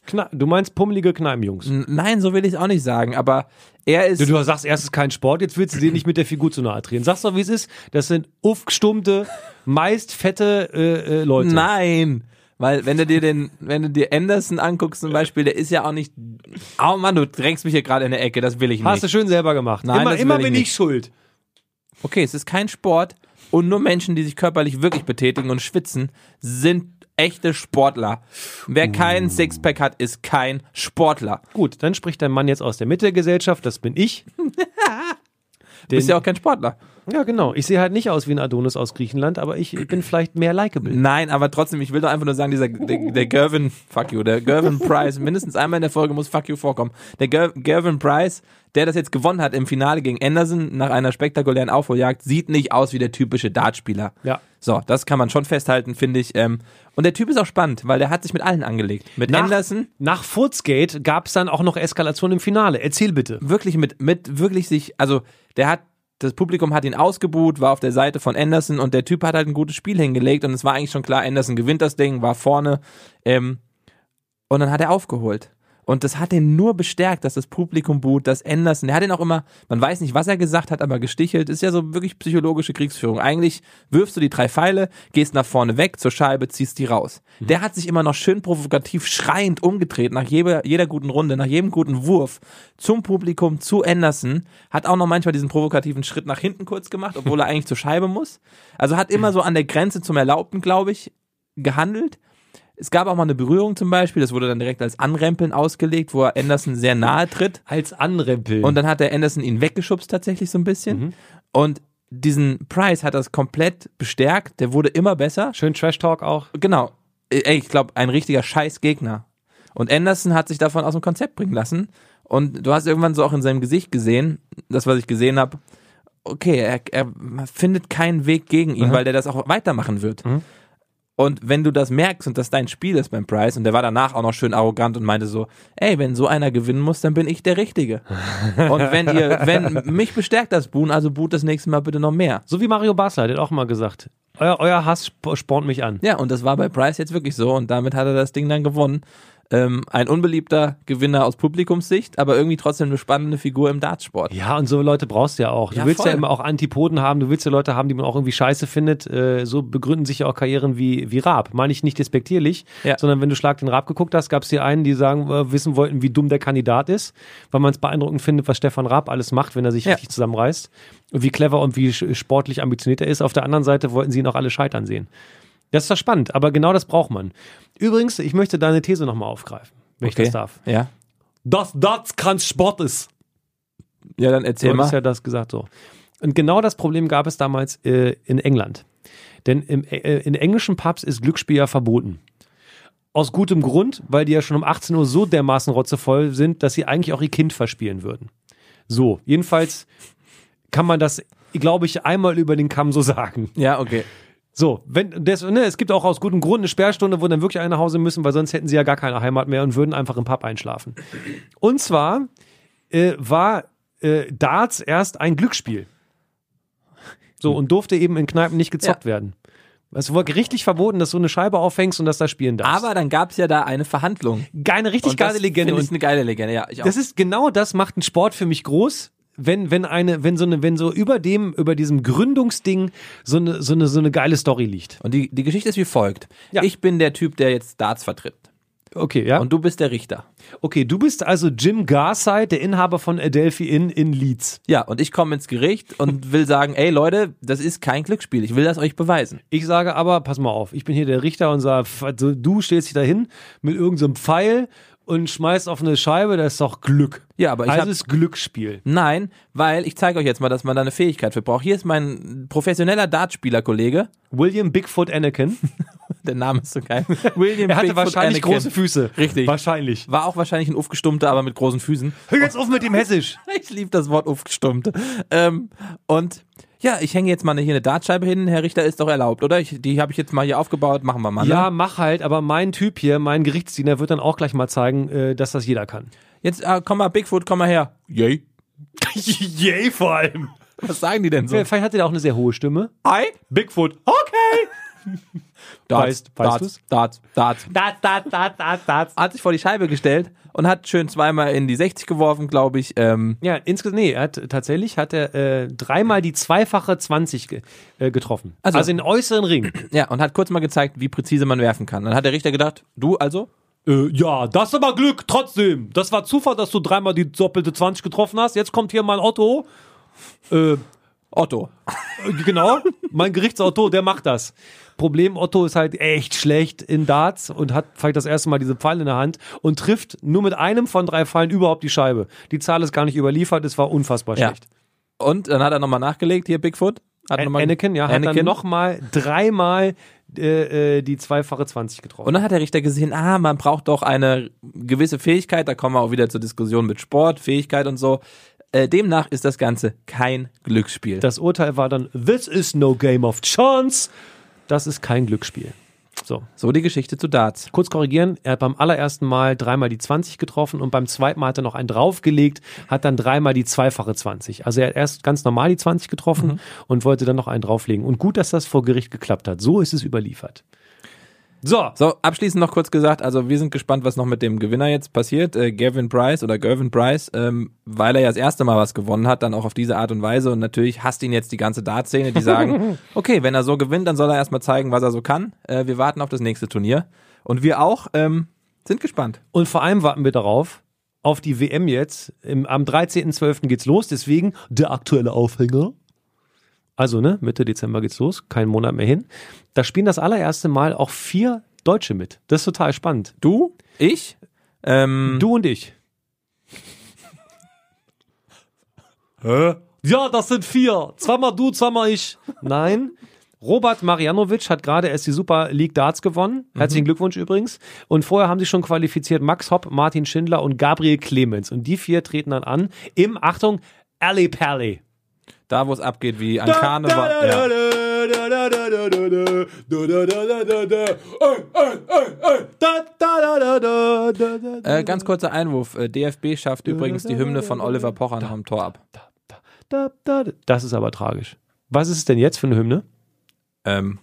[SPEAKER 1] Kna du meinst pummelige Kneipenjungs.
[SPEAKER 2] N- Nein, so will ich es auch nicht sagen, aber er ist.
[SPEAKER 1] Du, du sagst erst, es ist kein Sport, jetzt willst du dir nicht mit der Figur zu nahe treten. Sagst doch, wie es ist. Das sind aufgestummte, meist fette äh, äh, Leute.
[SPEAKER 2] Nein, weil wenn du dir den, wenn du dir Anderson anguckst zum Beispiel, der ist ja auch nicht. Oh Mann, du drängst mich hier gerade in der Ecke, das will ich
[SPEAKER 1] Hast
[SPEAKER 2] nicht.
[SPEAKER 1] du schön selber gemacht.
[SPEAKER 2] Nein,
[SPEAKER 1] immer
[SPEAKER 2] das will
[SPEAKER 1] immer
[SPEAKER 2] ich
[SPEAKER 1] bin
[SPEAKER 2] nicht.
[SPEAKER 1] ich schuld.
[SPEAKER 2] Okay, es ist kein Sport und nur Menschen, die sich körperlich wirklich betätigen und schwitzen, sind echte Sportler. Wer keinen Sixpack hat, ist kein Sportler.
[SPEAKER 1] Gut, dann spricht dein Mann jetzt aus der Mitte der Gesellschaft, das bin ich.
[SPEAKER 2] Du bist ja auch kein Sportler.
[SPEAKER 1] Ja, genau. Ich sehe halt nicht aus wie ein Adonis aus Griechenland, aber ich bin vielleicht mehr likeable.
[SPEAKER 2] Nein, aber trotzdem, ich will doch einfach nur sagen, dieser der, der Gervin, fuck you, der Gervin Price, mindestens einmal in der Folge muss fuck you vorkommen. Der Ger Gervin Price, der das jetzt gewonnen hat im Finale gegen Anderson nach einer spektakulären Aufholjagd, sieht nicht aus wie der typische Dartspieler.
[SPEAKER 1] Ja.
[SPEAKER 2] So, das kann man schon festhalten, finde ich. Ähm, und der Typ ist auch spannend, weil der hat sich mit allen angelegt. Mit
[SPEAKER 1] Nach,
[SPEAKER 2] Anderson,
[SPEAKER 1] nach Furzgate gab es dann auch noch Eskalation im Finale. Erzähl bitte.
[SPEAKER 2] wirklich mit, mit wirklich sich, also der hat, das Publikum hat ihn ausgebuht, war auf der Seite von Anderson und der Typ hat halt ein gutes Spiel hingelegt und es war eigentlich schon klar, Anderson gewinnt das Ding, war vorne ähm, und dann hat er aufgeholt. Und das hat ihn nur bestärkt, dass das Publikum buht, dass Anderson, der hat ihn auch immer, man weiß nicht, was er gesagt hat, aber gestichelt, ist ja so wirklich psychologische Kriegsführung. Eigentlich wirfst du die drei Pfeile, gehst nach vorne weg zur Scheibe, ziehst die raus. Der hat sich immer noch schön provokativ schreiend umgedreht nach jeder, jeder guten Runde, nach jedem guten Wurf zum Publikum, zu Anderson, hat auch noch manchmal diesen provokativen Schritt nach hinten kurz gemacht, obwohl er eigentlich zur Scheibe muss. Also hat immer so an der Grenze zum Erlaubten, glaube ich, gehandelt. Es gab auch mal eine Berührung zum Beispiel, das wurde dann direkt als Anrempeln ausgelegt, wo er Anderson sehr nahe tritt.
[SPEAKER 1] Als Anrempeln.
[SPEAKER 2] Und dann hat der Anderson ihn weggeschubst tatsächlich so ein bisschen. Und diesen Price hat das komplett bestärkt. Der wurde immer besser.
[SPEAKER 1] schön Trash Talk auch.
[SPEAKER 2] Genau. Ey, ich glaube, ein richtiger Scheißgegner. Und Anderson hat sich davon aus dem Konzept bringen lassen. Und du hast irgendwann so auch in seinem Gesicht gesehen, das, was ich gesehen habe, okay, er, er findet keinen Weg gegen ihn, weil der das auch weitermachen wird. Und wenn du das merkst und das dein Spiel ist beim Price, und der war danach auch noch schön arrogant und meinte so, ey, wenn so einer gewinnen muss, dann bin ich der Richtige. und wenn ihr, wenn mich bestärkt das Buhn, also buht das nächste Mal bitte noch mehr.
[SPEAKER 1] So wie Mario Basler, der hat auch mal gesagt. Euer, euer Hass sp- spornt mich an.
[SPEAKER 2] Ja, und das war bei Price jetzt wirklich so und damit hat er das Ding dann gewonnen. ähm, ein unbeliebter Gewinner aus Publikumssicht, aber irgendwie trotzdem eine spannende Figur im Dartsport.
[SPEAKER 1] Ja, und so Leute brauchst du ja auch. Du
[SPEAKER 2] Ja,
[SPEAKER 1] willst ja
[SPEAKER 2] voll.
[SPEAKER 1] immer auch Antipoden haben, du willst ja Leute haben, die man auch irgendwie scheiße findet. Äh, so begründen sich ja auch Karrieren wie, wie Raab. Meine ich nicht despektierlich,
[SPEAKER 2] Ja.
[SPEAKER 1] sondern wenn du Schlag den Raab geguckt hast, gab es hier einen, die sagen, äh, wissen wollten, wie dumm der Kandidat ist, weil man es beeindruckend findet, was Stefan Raab alles macht, wenn er sich
[SPEAKER 2] Ja.
[SPEAKER 1] richtig zusammenreißt. Und wie clever und wie sch- sportlich ambitioniert er ist. Auf der anderen Seite wollten sie ihn auch alle scheitern sehen. Das ist doch spannend, aber genau das braucht man. Übrigens, ich möchte deine These nochmal aufgreifen, wenn ich das darf.
[SPEAKER 2] Ja.
[SPEAKER 1] Dass das kein Sport ist.
[SPEAKER 2] Ja, dann erzähl
[SPEAKER 1] Du
[SPEAKER 2] mal.
[SPEAKER 1] hast ja das gesagt so. Und genau das Problem gab es damals äh, in England. Denn im, äh, in englischen Pubs ist Glücksspiel ja verboten. Aus gutem Grund, weil die ja schon um 18 Uhr so dermaßen rotzevoll sind, dass sie eigentlich auch ihr Kind verspielen würden. So, jedenfalls kann man das, glaube ich, einmal über den Kamm so sagen.
[SPEAKER 2] Ja, okay.
[SPEAKER 1] So, wenn das, ne, es gibt auch aus gutem Grund eine Sperrstunde, wo dann wirklich alle nach Hause müssen, weil sonst hätten sie ja gar keine Heimat mehr und würden einfach im Pub einschlafen. Und zwar äh, war äh, Darts erst ein Glücksspiel. So, und durfte eben in Kneipen nicht gezockt werden. Es wurde richtig verboten, dass du eine Scheibe aufhängst und dass da spielen darfst.
[SPEAKER 2] Aber dann gab's ja da eine Verhandlung.
[SPEAKER 1] eine richtig
[SPEAKER 2] Und
[SPEAKER 1] geile
[SPEAKER 2] das
[SPEAKER 1] Legende.
[SPEAKER 2] find
[SPEAKER 1] Und
[SPEAKER 2] Ich eine geile Legende, ja. Ich auch.
[SPEAKER 1] das ist genau das macht einen Sport für mich groß. Wenn, wenn eine, wenn so eine, wenn so über dem, über diesem Gründungsding so eine, so eine, so eine geile Story liegt.
[SPEAKER 2] Und die, die Geschichte ist wie folgt.
[SPEAKER 1] Ja.
[SPEAKER 2] Ich bin der Typ, der jetzt Darts vertritt.
[SPEAKER 1] Okay, ja.
[SPEAKER 2] Und du bist der Richter.
[SPEAKER 1] Okay, du bist also Jim Garside, der Inhaber von Adelphi Inn in Leeds.
[SPEAKER 2] Ja, und ich komme ins Gericht und will sagen, ey Leute, das ist kein Glücksspiel. Ich will das euch beweisen.
[SPEAKER 1] Ich sage aber, pass mal auf, ich bin hier der Richter und sage, pf- also du stellst dich dahin mit irgendeinem Pfeil und schmeißt auf eine Scheibe, das ist doch Glück.
[SPEAKER 2] Ja, aber ich
[SPEAKER 1] also
[SPEAKER 2] hab-
[SPEAKER 1] ist Glücksspiel.
[SPEAKER 2] Nein, weil ich zeige euch jetzt mal, dass man da eine Fähigkeit für braucht. Hier ist mein professioneller Dartspieler-Kollege.
[SPEAKER 1] William Bigfoot Anakin.
[SPEAKER 2] Der Name ist so geil. William
[SPEAKER 1] Er hatte
[SPEAKER 2] Bigfoot
[SPEAKER 1] wahrscheinlich
[SPEAKER 2] Anakin.
[SPEAKER 1] große Füße.
[SPEAKER 2] Richtig.
[SPEAKER 1] Wahrscheinlich.
[SPEAKER 2] War auch wahrscheinlich ein aufgestummter, aber mit großen Füßen.
[SPEAKER 1] Hör jetzt auf mit dem Hessisch.
[SPEAKER 2] Ich liebe das Wort aufgestummte. Ähm, und ja, ich hänge jetzt mal hier eine Dartscheibe hin. Herr Richter, ist doch erlaubt, oder? Ich, die habe ich jetzt mal hier aufgebaut. Machen wir mal.
[SPEAKER 1] Ja,
[SPEAKER 2] Ne?
[SPEAKER 1] mach halt, aber mein Typ hier, mein Gerichtsdiener, wird dann auch gleich mal zeigen, äh, dass das jeder kann.
[SPEAKER 2] Jetzt äh, komm mal, Bigfoot, komm mal her. Yay.
[SPEAKER 1] Yay, vor allem.
[SPEAKER 2] Was sagen die denn so?
[SPEAKER 1] Vielleicht hat er da auch eine sehr hohe Stimme.
[SPEAKER 2] Hi.
[SPEAKER 1] Bigfoot. Okay.
[SPEAKER 2] Darts,
[SPEAKER 1] Weißt- weißt
[SPEAKER 2] Darts,
[SPEAKER 1] du's?
[SPEAKER 2] Darts, Darts.
[SPEAKER 3] Das, das, das, das, das.
[SPEAKER 2] Hat sich vor die Scheibe gestellt und hat schön zweimal in die 60 geworfen, glaube ich. Ähm,
[SPEAKER 1] Ja, insgesamt, nee, er hat tatsächlich hat er äh, dreimal die zweifache 20 ge äh, getroffen.
[SPEAKER 2] Also-
[SPEAKER 1] Also, in den äußeren Ring.
[SPEAKER 2] ja, und hat kurz mal gezeigt, wie präzise man werfen kann. Dann hat der Richter gedacht, du also?
[SPEAKER 1] äh, ja, das ist aber Glück, trotzdem. Das war Zufall, dass du dreimal die doppelte 20 getroffen hast. Jetzt kommt hier mein Otto. Äh,
[SPEAKER 2] Otto.
[SPEAKER 1] genau, mein Gerichtsauto, der macht das. Problem, Otto ist halt echt schlecht in Darts und hat vielleicht das erste Mal diese Pfeile in der Hand und trifft nur mit einem von drei Pfeilen überhaupt die Scheibe. Die Zahl ist gar nicht überliefert, es war unfassbar
[SPEAKER 2] Ja.
[SPEAKER 1] schlecht.
[SPEAKER 2] Und dann hat er nochmal nachgelegt, hier Bigfoot. Hat noch
[SPEAKER 1] An-
[SPEAKER 2] mal-
[SPEAKER 1] Anakin, ja, hat
[SPEAKER 2] Anakin.
[SPEAKER 1] dann nochmal dreimal äh, äh, die zweifache 20 getroffen.
[SPEAKER 2] Und dann hat der Richter gesehen, ah, man braucht doch eine gewisse Fähigkeit, da kommen wir auch wieder zur Diskussion mit Sport, Fähigkeit und so. Äh, demnach ist das Ganze kein Glücksspiel.
[SPEAKER 1] das Urteil war dann, this is no game of chance. Das ist kein Glücksspiel. So,
[SPEAKER 2] so die Geschichte zu Darts.
[SPEAKER 1] kurz korrigieren, er hat beim allerersten Mal dreimal die 20 getroffen und beim zweiten Mal hat er noch einen draufgelegt, hat dann dreimal die zweifache 20. Also er hat erst ganz normal die 20 getroffen und wollte dann noch einen drauflegen. Und gut, dass das vor Gericht geklappt hat. So ist es überliefert. So,
[SPEAKER 2] So, abschließend noch kurz gesagt, also wir sind gespannt, was noch mit dem Gewinner jetzt passiert. Äh, Gavin Price oder Gervin Price, ähm, weil er ja das erste Mal was gewonnen hat, dann auch auf diese Art und Weise. Und natürlich hasst ihn jetzt die ganze Dart-Szene, die sagen, okay, wenn er so gewinnt, dann soll er erstmal zeigen, was er so kann. Äh, wir warten auf das nächste Turnier. Und wir auch ähm, sind gespannt.
[SPEAKER 1] Und vor allem warten wir darauf, auf die WM jetzt. Im, am 13.12. geht's los, deswegen der aktuelle Aufhänger. Also, ne, Mitte Dezember geht's los, kein Monat mehr hin. Da spielen das allererste Mal auch vier Deutsche mit. Das ist total spannend.
[SPEAKER 2] Du, ich, ähm,
[SPEAKER 1] Du und ich. Hä? Ja, das sind vier. Zweimal du, zweimal ich. Nein. Robert Marjanovic hat gerade erst die Super League Darts gewonnen. Herzlichen Glückwunsch übrigens. Und vorher haben sich schon qualifiziert Max Hopp, Martin Schindler und Gabriel Clemens. Und die vier treten dann an im, Achtung, Alley Pally.
[SPEAKER 2] da wo es abgeht wie an Karneval. Ja. Äh, ganz kurzer Einwurf. Äh, DFB schafft übrigens die Hymne von Oliver Pocher nach dem Tor ab.
[SPEAKER 1] Da, da, da. Das ist aber tragisch. Was ist es denn jetzt für eine Hymne?
[SPEAKER 2] Ähm,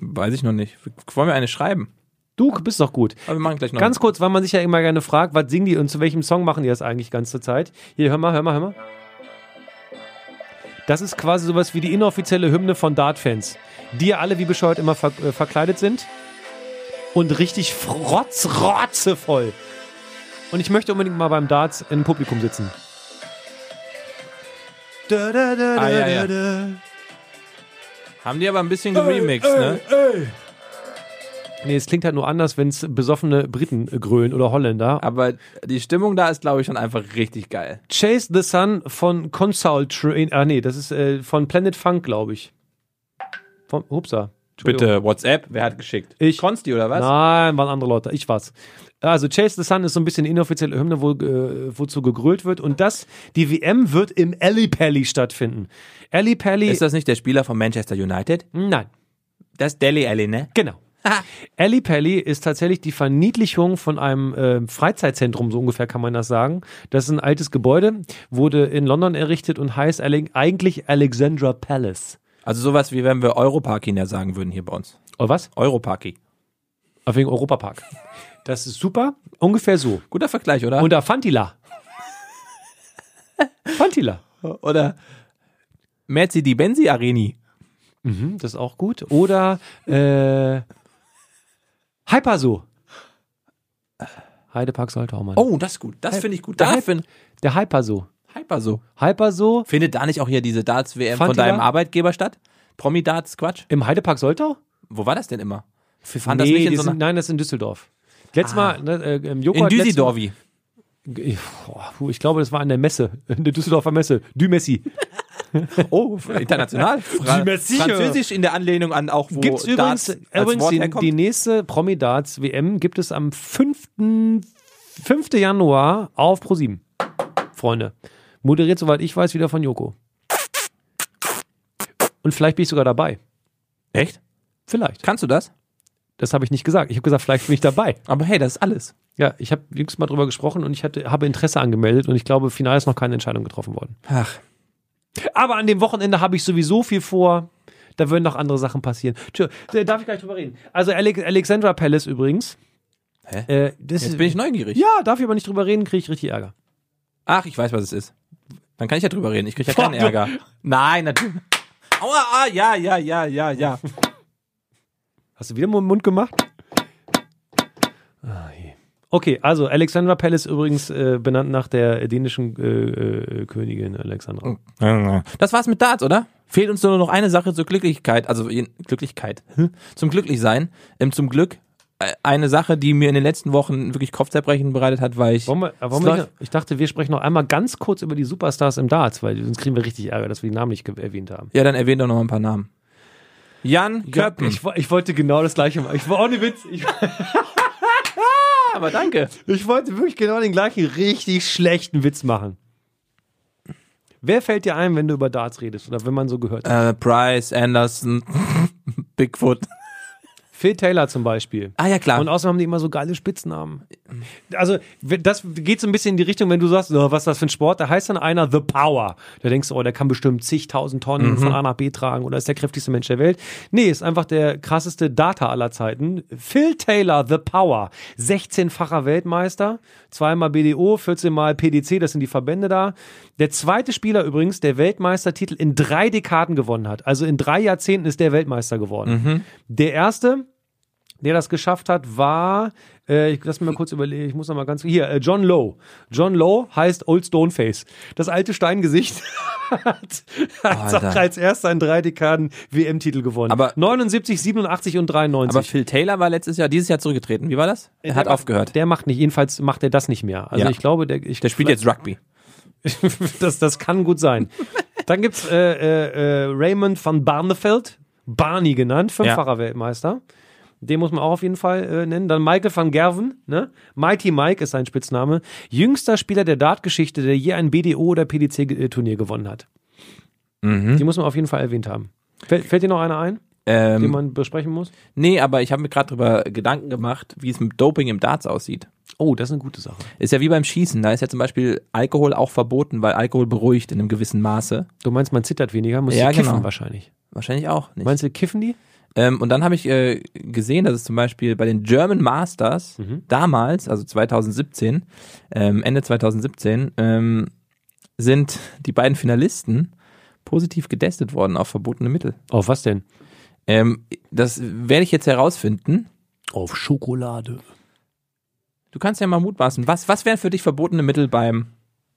[SPEAKER 2] weiß ich noch nicht. Wollen wir eine schreiben?
[SPEAKER 1] Du bist doch gut.
[SPEAKER 2] Aber wir machen gleich noch.
[SPEAKER 1] Ganz kurz, weil man sich ja immer gerne fragt, was singen die und zu welchem Song machen die das eigentlich ganze Zeit? Hier, hör mal, hör mal, hör mal. Das ist quasi sowas wie die inoffizielle Hymne von Dart-Fans, die ja alle wie bescheuert immer ver äh, verkleidet sind und richtig frotzrotzevoll. Und ich möchte unbedingt mal beim Darts im Publikum sitzen. Da, da, da,
[SPEAKER 2] Ah, ja,
[SPEAKER 1] da,
[SPEAKER 2] ja.
[SPEAKER 1] da.
[SPEAKER 2] haben die aber ein bisschen geremixed, ne?
[SPEAKER 1] Nee, es klingt halt nur anders, wenn es besoffene Briten äh, grölen oder Holländer.
[SPEAKER 2] Aber die Stimmung da ist, glaube ich, schon einfach richtig geil.
[SPEAKER 1] Chase the Sun von Console Train. Ah, nee, das ist äh, von Planet Funk, glaube ich. Von, upsa. Entschuldigung.
[SPEAKER 2] Bitte, WhatsApp, wer hat geschickt?
[SPEAKER 1] Ich.
[SPEAKER 2] Konsti oder was?
[SPEAKER 1] Nein, waren andere Leute. Ich war's. Also, Chase the Sun ist so ein bisschen inoffizielle Hymne, wo, äh, wozu gegrölt wird. Und das, die WM wird im Alley Pally stattfinden. Alley Pally.
[SPEAKER 2] Ist das nicht der Spieler von Manchester United?
[SPEAKER 1] nein,
[SPEAKER 2] Das ist Deli Alli, ne?
[SPEAKER 1] genau. Alley Pally ist tatsächlich die Verniedlichung von einem äh, Freizeitzentrum, so ungefähr kann man das sagen. Das ist ein altes Gebäude, wurde in London errichtet und heißt alle- eigentlich Alexandra Palace.
[SPEAKER 2] Also sowas wie wenn wir Europarki ja sagen würden hier bei uns.
[SPEAKER 1] Oder Oh, was?
[SPEAKER 2] Europarki.
[SPEAKER 1] Auf wegen Europapark. Das ist super. Ungefähr so.
[SPEAKER 2] Guter Vergleich, oder?
[SPEAKER 1] Unter Fantila. Fantila.
[SPEAKER 2] oder Merzi Di Benzi Areni.
[SPEAKER 1] Hm, Das ist auch gut. Oder äh, Hyperso. Heidepark Soltaumann.
[SPEAKER 2] Oh, das ist gut. Das finde ich gut.
[SPEAKER 1] Der
[SPEAKER 2] Da
[SPEAKER 1] Hype-
[SPEAKER 2] finde
[SPEAKER 1] Der Hyperso.
[SPEAKER 2] Hyper so.
[SPEAKER 1] Hyperso
[SPEAKER 2] Findet da nicht auch hier diese Darts-WM von
[SPEAKER 1] Fand ihr
[SPEAKER 2] deinem
[SPEAKER 1] da?
[SPEAKER 2] Arbeitgeber statt? Promi-Darts, Quatsch.
[SPEAKER 1] im Heidepark Soltau?
[SPEAKER 2] Wo war das denn immer? Wir fanden
[SPEAKER 1] Nee,
[SPEAKER 2] das nicht
[SPEAKER 1] die
[SPEAKER 2] in so
[SPEAKER 1] sind,
[SPEAKER 2] einer... Ah.
[SPEAKER 1] nein, das ist in Düsseldorf. Letztes Mal, ne, äh, im Joghurt.
[SPEAKER 2] In
[SPEAKER 1] letztes
[SPEAKER 2] Düsseldorf.
[SPEAKER 1] Mal- Ich- boah, puh, Ich glaube, das war an der Messe. In der Düsseldorfer Messe. Du Messi.
[SPEAKER 2] Oh, international. Fra
[SPEAKER 1] Die Merci,
[SPEAKER 2] Französisch in der Anlehnung an auch, wo
[SPEAKER 1] Gibt's übrigens, äh,
[SPEAKER 2] Darts als
[SPEAKER 1] übrigens
[SPEAKER 2] Wort
[SPEAKER 1] die,
[SPEAKER 2] herkommt.
[SPEAKER 1] die nächste Promi-Darts-WM gibt es am 5. 5. Januar auf ProSieben. Freunde. Moderiert, soweit ich weiß, wieder von Joko. Und vielleicht bin ich sogar dabei.
[SPEAKER 2] Echt?
[SPEAKER 1] Vielleicht.
[SPEAKER 2] Kannst du das?
[SPEAKER 1] Das habe ich nicht gesagt. Ich habe gesagt, vielleicht bin ich dabei.
[SPEAKER 2] Aber hey, das ist alles.
[SPEAKER 1] Ja, ich habe jüngst mal drüber gesprochen und ich hatte, habe Interesse angemeldet und ich glaube, final ist noch keine Entscheidung getroffen worden.
[SPEAKER 2] Ach,
[SPEAKER 1] Aber an dem Wochenende habe ich sowieso viel vor. Da würden noch andere Sachen passieren. Tja, da darf ich gleich drüber reden. Also Alex Alexandra Palace übrigens.
[SPEAKER 2] Hä?
[SPEAKER 1] Äh, das
[SPEAKER 2] jetzt
[SPEAKER 1] ist-
[SPEAKER 2] bin ich neugierig.
[SPEAKER 1] ja, darf ich aber nicht drüber reden, kriege ich richtig Ärger.
[SPEAKER 2] Ach, ich weiß, was es ist. Dann kann ich ja drüber reden. Ich kriege ja keinen Ärger. Nein, natürlich. Aua, ah, ja, ja, ja, ja, ja.
[SPEAKER 1] Hast du wieder mal den Mund gemacht? Ah, je. Okay, also Alexandra Palace übrigens äh, benannt nach der dänischen äh, äh, Königin Alexandra.
[SPEAKER 2] Das war's mit Darts, oder? Fehlt uns nur noch eine Sache zur Glücklichkeit, also je- Glücklichkeit, Hm? zum Glücklichsein, ähm, zum Glück äh, eine Sache, die mir in den letzten Wochen wirklich Kopfzerbrechen bereitet hat, weil ich
[SPEAKER 1] Wollen wir, äh, wollen
[SPEAKER 2] Es
[SPEAKER 1] wir
[SPEAKER 2] läuft-
[SPEAKER 1] nicht- ich dachte, wir sprechen noch einmal ganz kurz über die Superstars im Darts, weil sonst kriegen wir richtig Ärger, dass wir die Namen nicht ge- erwähnt haben.
[SPEAKER 2] ja dann erwähnt doch noch mal ein paar Namen. Jan Köppen.
[SPEAKER 1] Ich, wo- ich wollte genau das gleiche machen. Ich war ohne Witz. Ich,
[SPEAKER 2] aber danke.
[SPEAKER 1] ich wollte wirklich genau den gleichen richtig schlechten Witz machen. Wer fällt dir ein, wenn du über Darts redest oder wenn man so gehört hat?
[SPEAKER 2] Äh, Price, Anderson, Bigfoot.
[SPEAKER 1] Phil Taylor zum Beispiel.
[SPEAKER 2] Ah ja klar.
[SPEAKER 1] Und außerdem haben die immer so geile Spitznamen. Also, w- das geht so ein bisschen in die Richtung, wenn du sagst, oh, was ist das für ein Sport? Da heißt dann einer The Power. Da denkst du, oh, der kann bestimmt zigtausend Tonnen von A nach B tragen oder ist der kräftigste Mensch der Welt. Nee, ist einfach der krasseste Data aller Zeiten. Phil Taylor, The Power. 16-facher Weltmeister, zweimal BDO, 14-mal PDC, das sind die Verbände da. Der zweite Spieler übrigens, der Weltmeistertitel in drei Dekaden gewonnen hat. Also in drei Jahrzehnten ist der Weltmeister geworden. Der erste, der das geschafft hat, war, äh, ich lass mich mal kurz überlegen, ich muss noch mal ganz, hier, äh, John Lowe. John Lowe heißt Old Stoneface. Das alte Steingesicht hat, hat auch
[SPEAKER 2] Alter.
[SPEAKER 1] als erster in drei Dekaden WM-Titel gewonnen.
[SPEAKER 2] Aber-
[SPEAKER 1] 79, 87 und 93.
[SPEAKER 2] aber Phil Taylor war letztes Jahr, dieses Jahr zurückgetreten. Wie war das? Er hat
[SPEAKER 1] Der macht-
[SPEAKER 2] aufgehört.
[SPEAKER 1] Der macht nicht, jedenfalls macht er das nicht mehr. Also
[SPEAKER 2] Ja.
[SPEAKER 1] ich glaube, der, ich,
[SPEAKER 2] Der spielt jetzt Rugby.
[SPEAKER 1] das, das kann gut sein. Dann gibt's äh, äh, äh, Raymond van Barneveld, Barney genannt, fünffacher Weltmeister. Den muss man auch auf jeden Fall äh, nennen. Dann Michael van Gerven, ne? Mighty Mike ist sein Spitzname. Jüngster Spieler der Dartgeschichte, der je ein BDO oder PDC-Turnier äh, gewonnen hat. Die muss man auf jeden Fall erwähnt haben. Fällt, fällt dir noch einer ein,
[SPEAKER 2] Ähm,
[SPEAKER 1] den man besprechen muss?
[SPEAKER 2] Nee, aber ich habe mir gerade darüber Gedanken gemacht, wie es mit Doping im Darts aussieht.
[SPEAKER 1] Oh, das ist eine gute Sache.
[SPEAKER 2] Ist ja wie beim Schießen, da ist ja zum Beispiel Alkohol auch verboten, weil Alkohol beruhigt in einem gewissen Maße.
[SPEAKER 1] Du meinst, man zittert weniger, muss
[SPEAKER 2] Ja,
[SPEAKER 1] kiffen
[SPEAKER 2] genau.
[SPEAKER 1] wahrscheinlich.
[SPEAKER 2] Wahrscheinlich auch nicht.
[SPEAKER 1] Meinst du, kiffen die?
[SPEAKER 2] Ähm, und dann habe ich äh, gesehen, dass es zum Beispiel bei den German Masters
[SPEAKER 1] Mhm.
[SPEAKER 2] damals, also 2017, ähm, Ende 2017, ähm, sind die beiden Finalisten positiv getestet worden auf verbotene Mittel.
[SPEAKER 1] Auf Oh, was denn?
[SPEAKER 2] Ähm, das werde ich jetzt herausfinden.
[SPEAKER 1] Auf Schokolade.
[SPEAKER 2] Du kannst ja mal mutmaßen. Was, was wären für dich verbotene Mittel beim.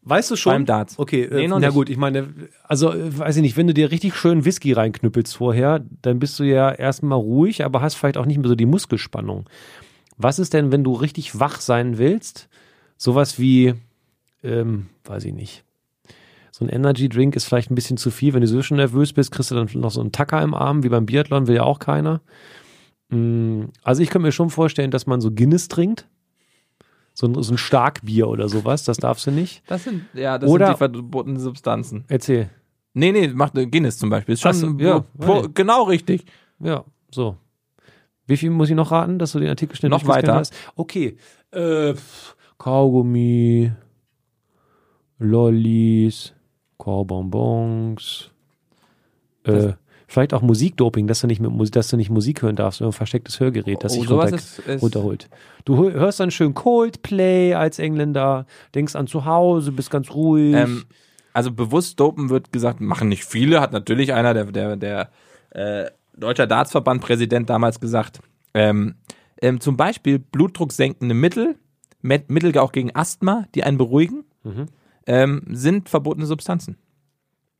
[SPEAKER 1] Weißt du schon?
[SPEAKER 2] Beim Darts.
[SPEAKER 1] Okay, äh,
[SPEAKER 2] Nee, noch
[SPEAKER 1] na
[SPEAKER 2] nicht.
[SPEAKER 1] gut, ich meine, also äh, weiß ich nicht, wenn du dir richtig schön Whisky reinknüppelst vorher, dann bist du ja erstmal ruhig, aber hast vielleicht auch nicht mehr so die Muskelspannung. Was ist denn, wenn du richtig wach sein willst? Sowas wie, ähm, weiß ich nicht. So ein Energy Drink ist vielleicht ein bisschen zu viel. Wenn du so schon nervös bist, kriegst du dann noch so einen Tacker im Arm, wie beim Biathlon, will ja auch keiner. Mm, Also ich könnte mir schon vorstellen, dass man so Guinness trinkt. So ein, so ein Starkbier oder sowas, das darfst du nicht.
[SPEAKER 2] Das sind, ja, das
[SPEAKER 1] sind
[SPEAKER 2] sind
[SPEAKER 1] die
[SPEAKER 2] die verbotenen Substanzen.
[SPEAKER 1] Erzähl.
[SPEAKER 2] Nee, nee, macht äh, Guinness zum Beispiel. Ist
[SPEAKER 1] Ach
[SPEAKER 2] schon
[SPEAKER 1] so, ja,
[SPEAKER 2] po,
[SPEAKER 1] ja.
[SPEAKER 2] genau richtig.
[SPEAKER 1] Ja, so. Wie viel muss ich noch raten, dass du den Artikel schnell
[SPEAKER 2] Noch
[SPEAKER 1] durchgescannt
[SPEAKER 2] weiter.
[SPEAKER 1] hast? Okay. Äh, pff, Kaugummi, Lollis, Korbonbons. Äh, vielleicht auch Musikdoping, dass du nicht mit Musik, dass du nicht Musik hören darfst, sondern ein verstecktes Hörgerät, das
[SPEAKER 2] Oh,
[SPEAKER 1] sich
[SPEAKER 2] sowas
[SPEAKER 1] runter,
[SPEAKER 2] ist- ist-
[SPEAKER 1] runterholt. Du hö- hörst dann schön Coldplay als Engländer, denkst an zu Hause, bist ganz ruhig.
[SPEAKER 2] Ähm, also bewusst dopen wird gesagt, machen nicht viele, hat natürlich einer, der, der, der äh, Deutscher Dartsverband Präsident damals gesagt. Ähm, ähm, zum Beispiel blutdrucksenkende Mittel, Met Mittel auch gegen Asthma, die einen beruhigen,
[SPEAKER 1] Mhm.
[SPEAKER 2] ähm, sind verbotene Substanzen.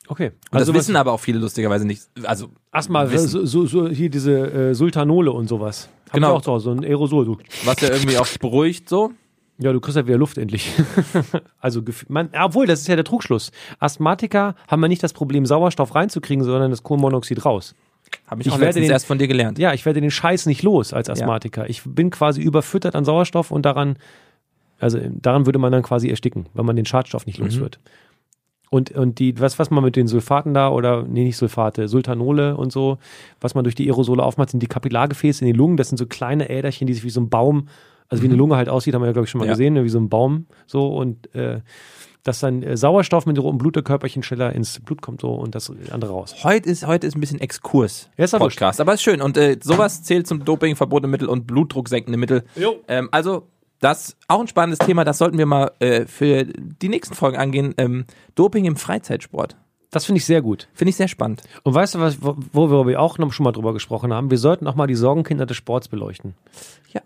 [SPEAKER 1] okay. also
[SPEAKER 2] Und das
[SPEAKER 1] was-
[SPEAKER 2] wissen aber auch viele lustigerweise nicht. Also
[SPEAKER 1] Asthma,
[SPEAKER 2] wissen.
[SPEAKER 1] so, so, so hier diese äh, Sultanole und sowas. Haben
[SPEAKER 2] Genau.
[SPEAKER 1] wir auch zu Hause, so ein Aerosol. Du,
[SPEAKER 2] was ja irgendwie auch beruhigt so.
[SPEAKER 1] ja, du kriegst ja wieder Luft endlich. also, gef- man, obwohl, das ist ja der Trugschluss. Asthmatiker haben ja nicht das Problem, Sauerstoff reinzukriegen, sondern das Kohlenmonoxid raus.
[SPEAKER 2] Habe
[SPEAKER 1] Ich
[SPEAKER 2] ich auch
[SPEAKER 1] werde
[SPEAKER 2] letztens
[SPEAKER 1] den-
[SPEAKER 2] erst von dir gelernt.
[SPEAKER 1] Ja, ich werde den Scheiß nicht los als Asthmatiker. Ich bin quasi überfüttert an Sauerstoff und daran, also äh, daran würde man dann quasi ersticken, weil man den Schadstoff nicht los wird. Und, und die, was, was man mit den Sulfaten da oder, nee, nicht Sulfate, Sultanole und so, was man durch die Aerosole aufmacht, sind die Kapillargefäße in den Lungen. Das sind so kleine Äderchen, die sich wie so ein Baum, also wie eine Lunge halt aussieht, haben wir ja, glaube ich, schon mal
[SPEAKER 2] Ja.
[SPEAKER 1] gesehen, ne, wie so ein Baum so und äh, dass dann äh, Sauerstoff mit den roten Blutkörperchen schneller ins Blut kommt so und das andere raus.
[SPEAKER 2] Heute ist, heute ist ein bisschen Exkurs.
[SPEAKER 1] Ja, ist aber
[SPEAKER 2] Podcast. Aber ist schön. Und äh, sowas zählt zum Doping, verbotene Mittel und blutdrucksenkende Mittel.
[SPEAKER 1] Jo.
[SPEAKER 2] Ähm, also, das auch ein spannendes Thema. Das sollten wir mal äh, für die nächsten Folgen angehen. Ähm, Doping im Freizeitsport.
[SPEAKER 1] Das finde ich sehr gut.
[SPEAKER 2] Finde ich sehr spannend.
[SPEAKER 1] Und weißt du, was, wo, worüber wir auch noch schon mal drüber gesprochen haben? Wir sollten auch mal die Sorgenkinder des Sports beleuchten.
[SPEAKER 2] Ja.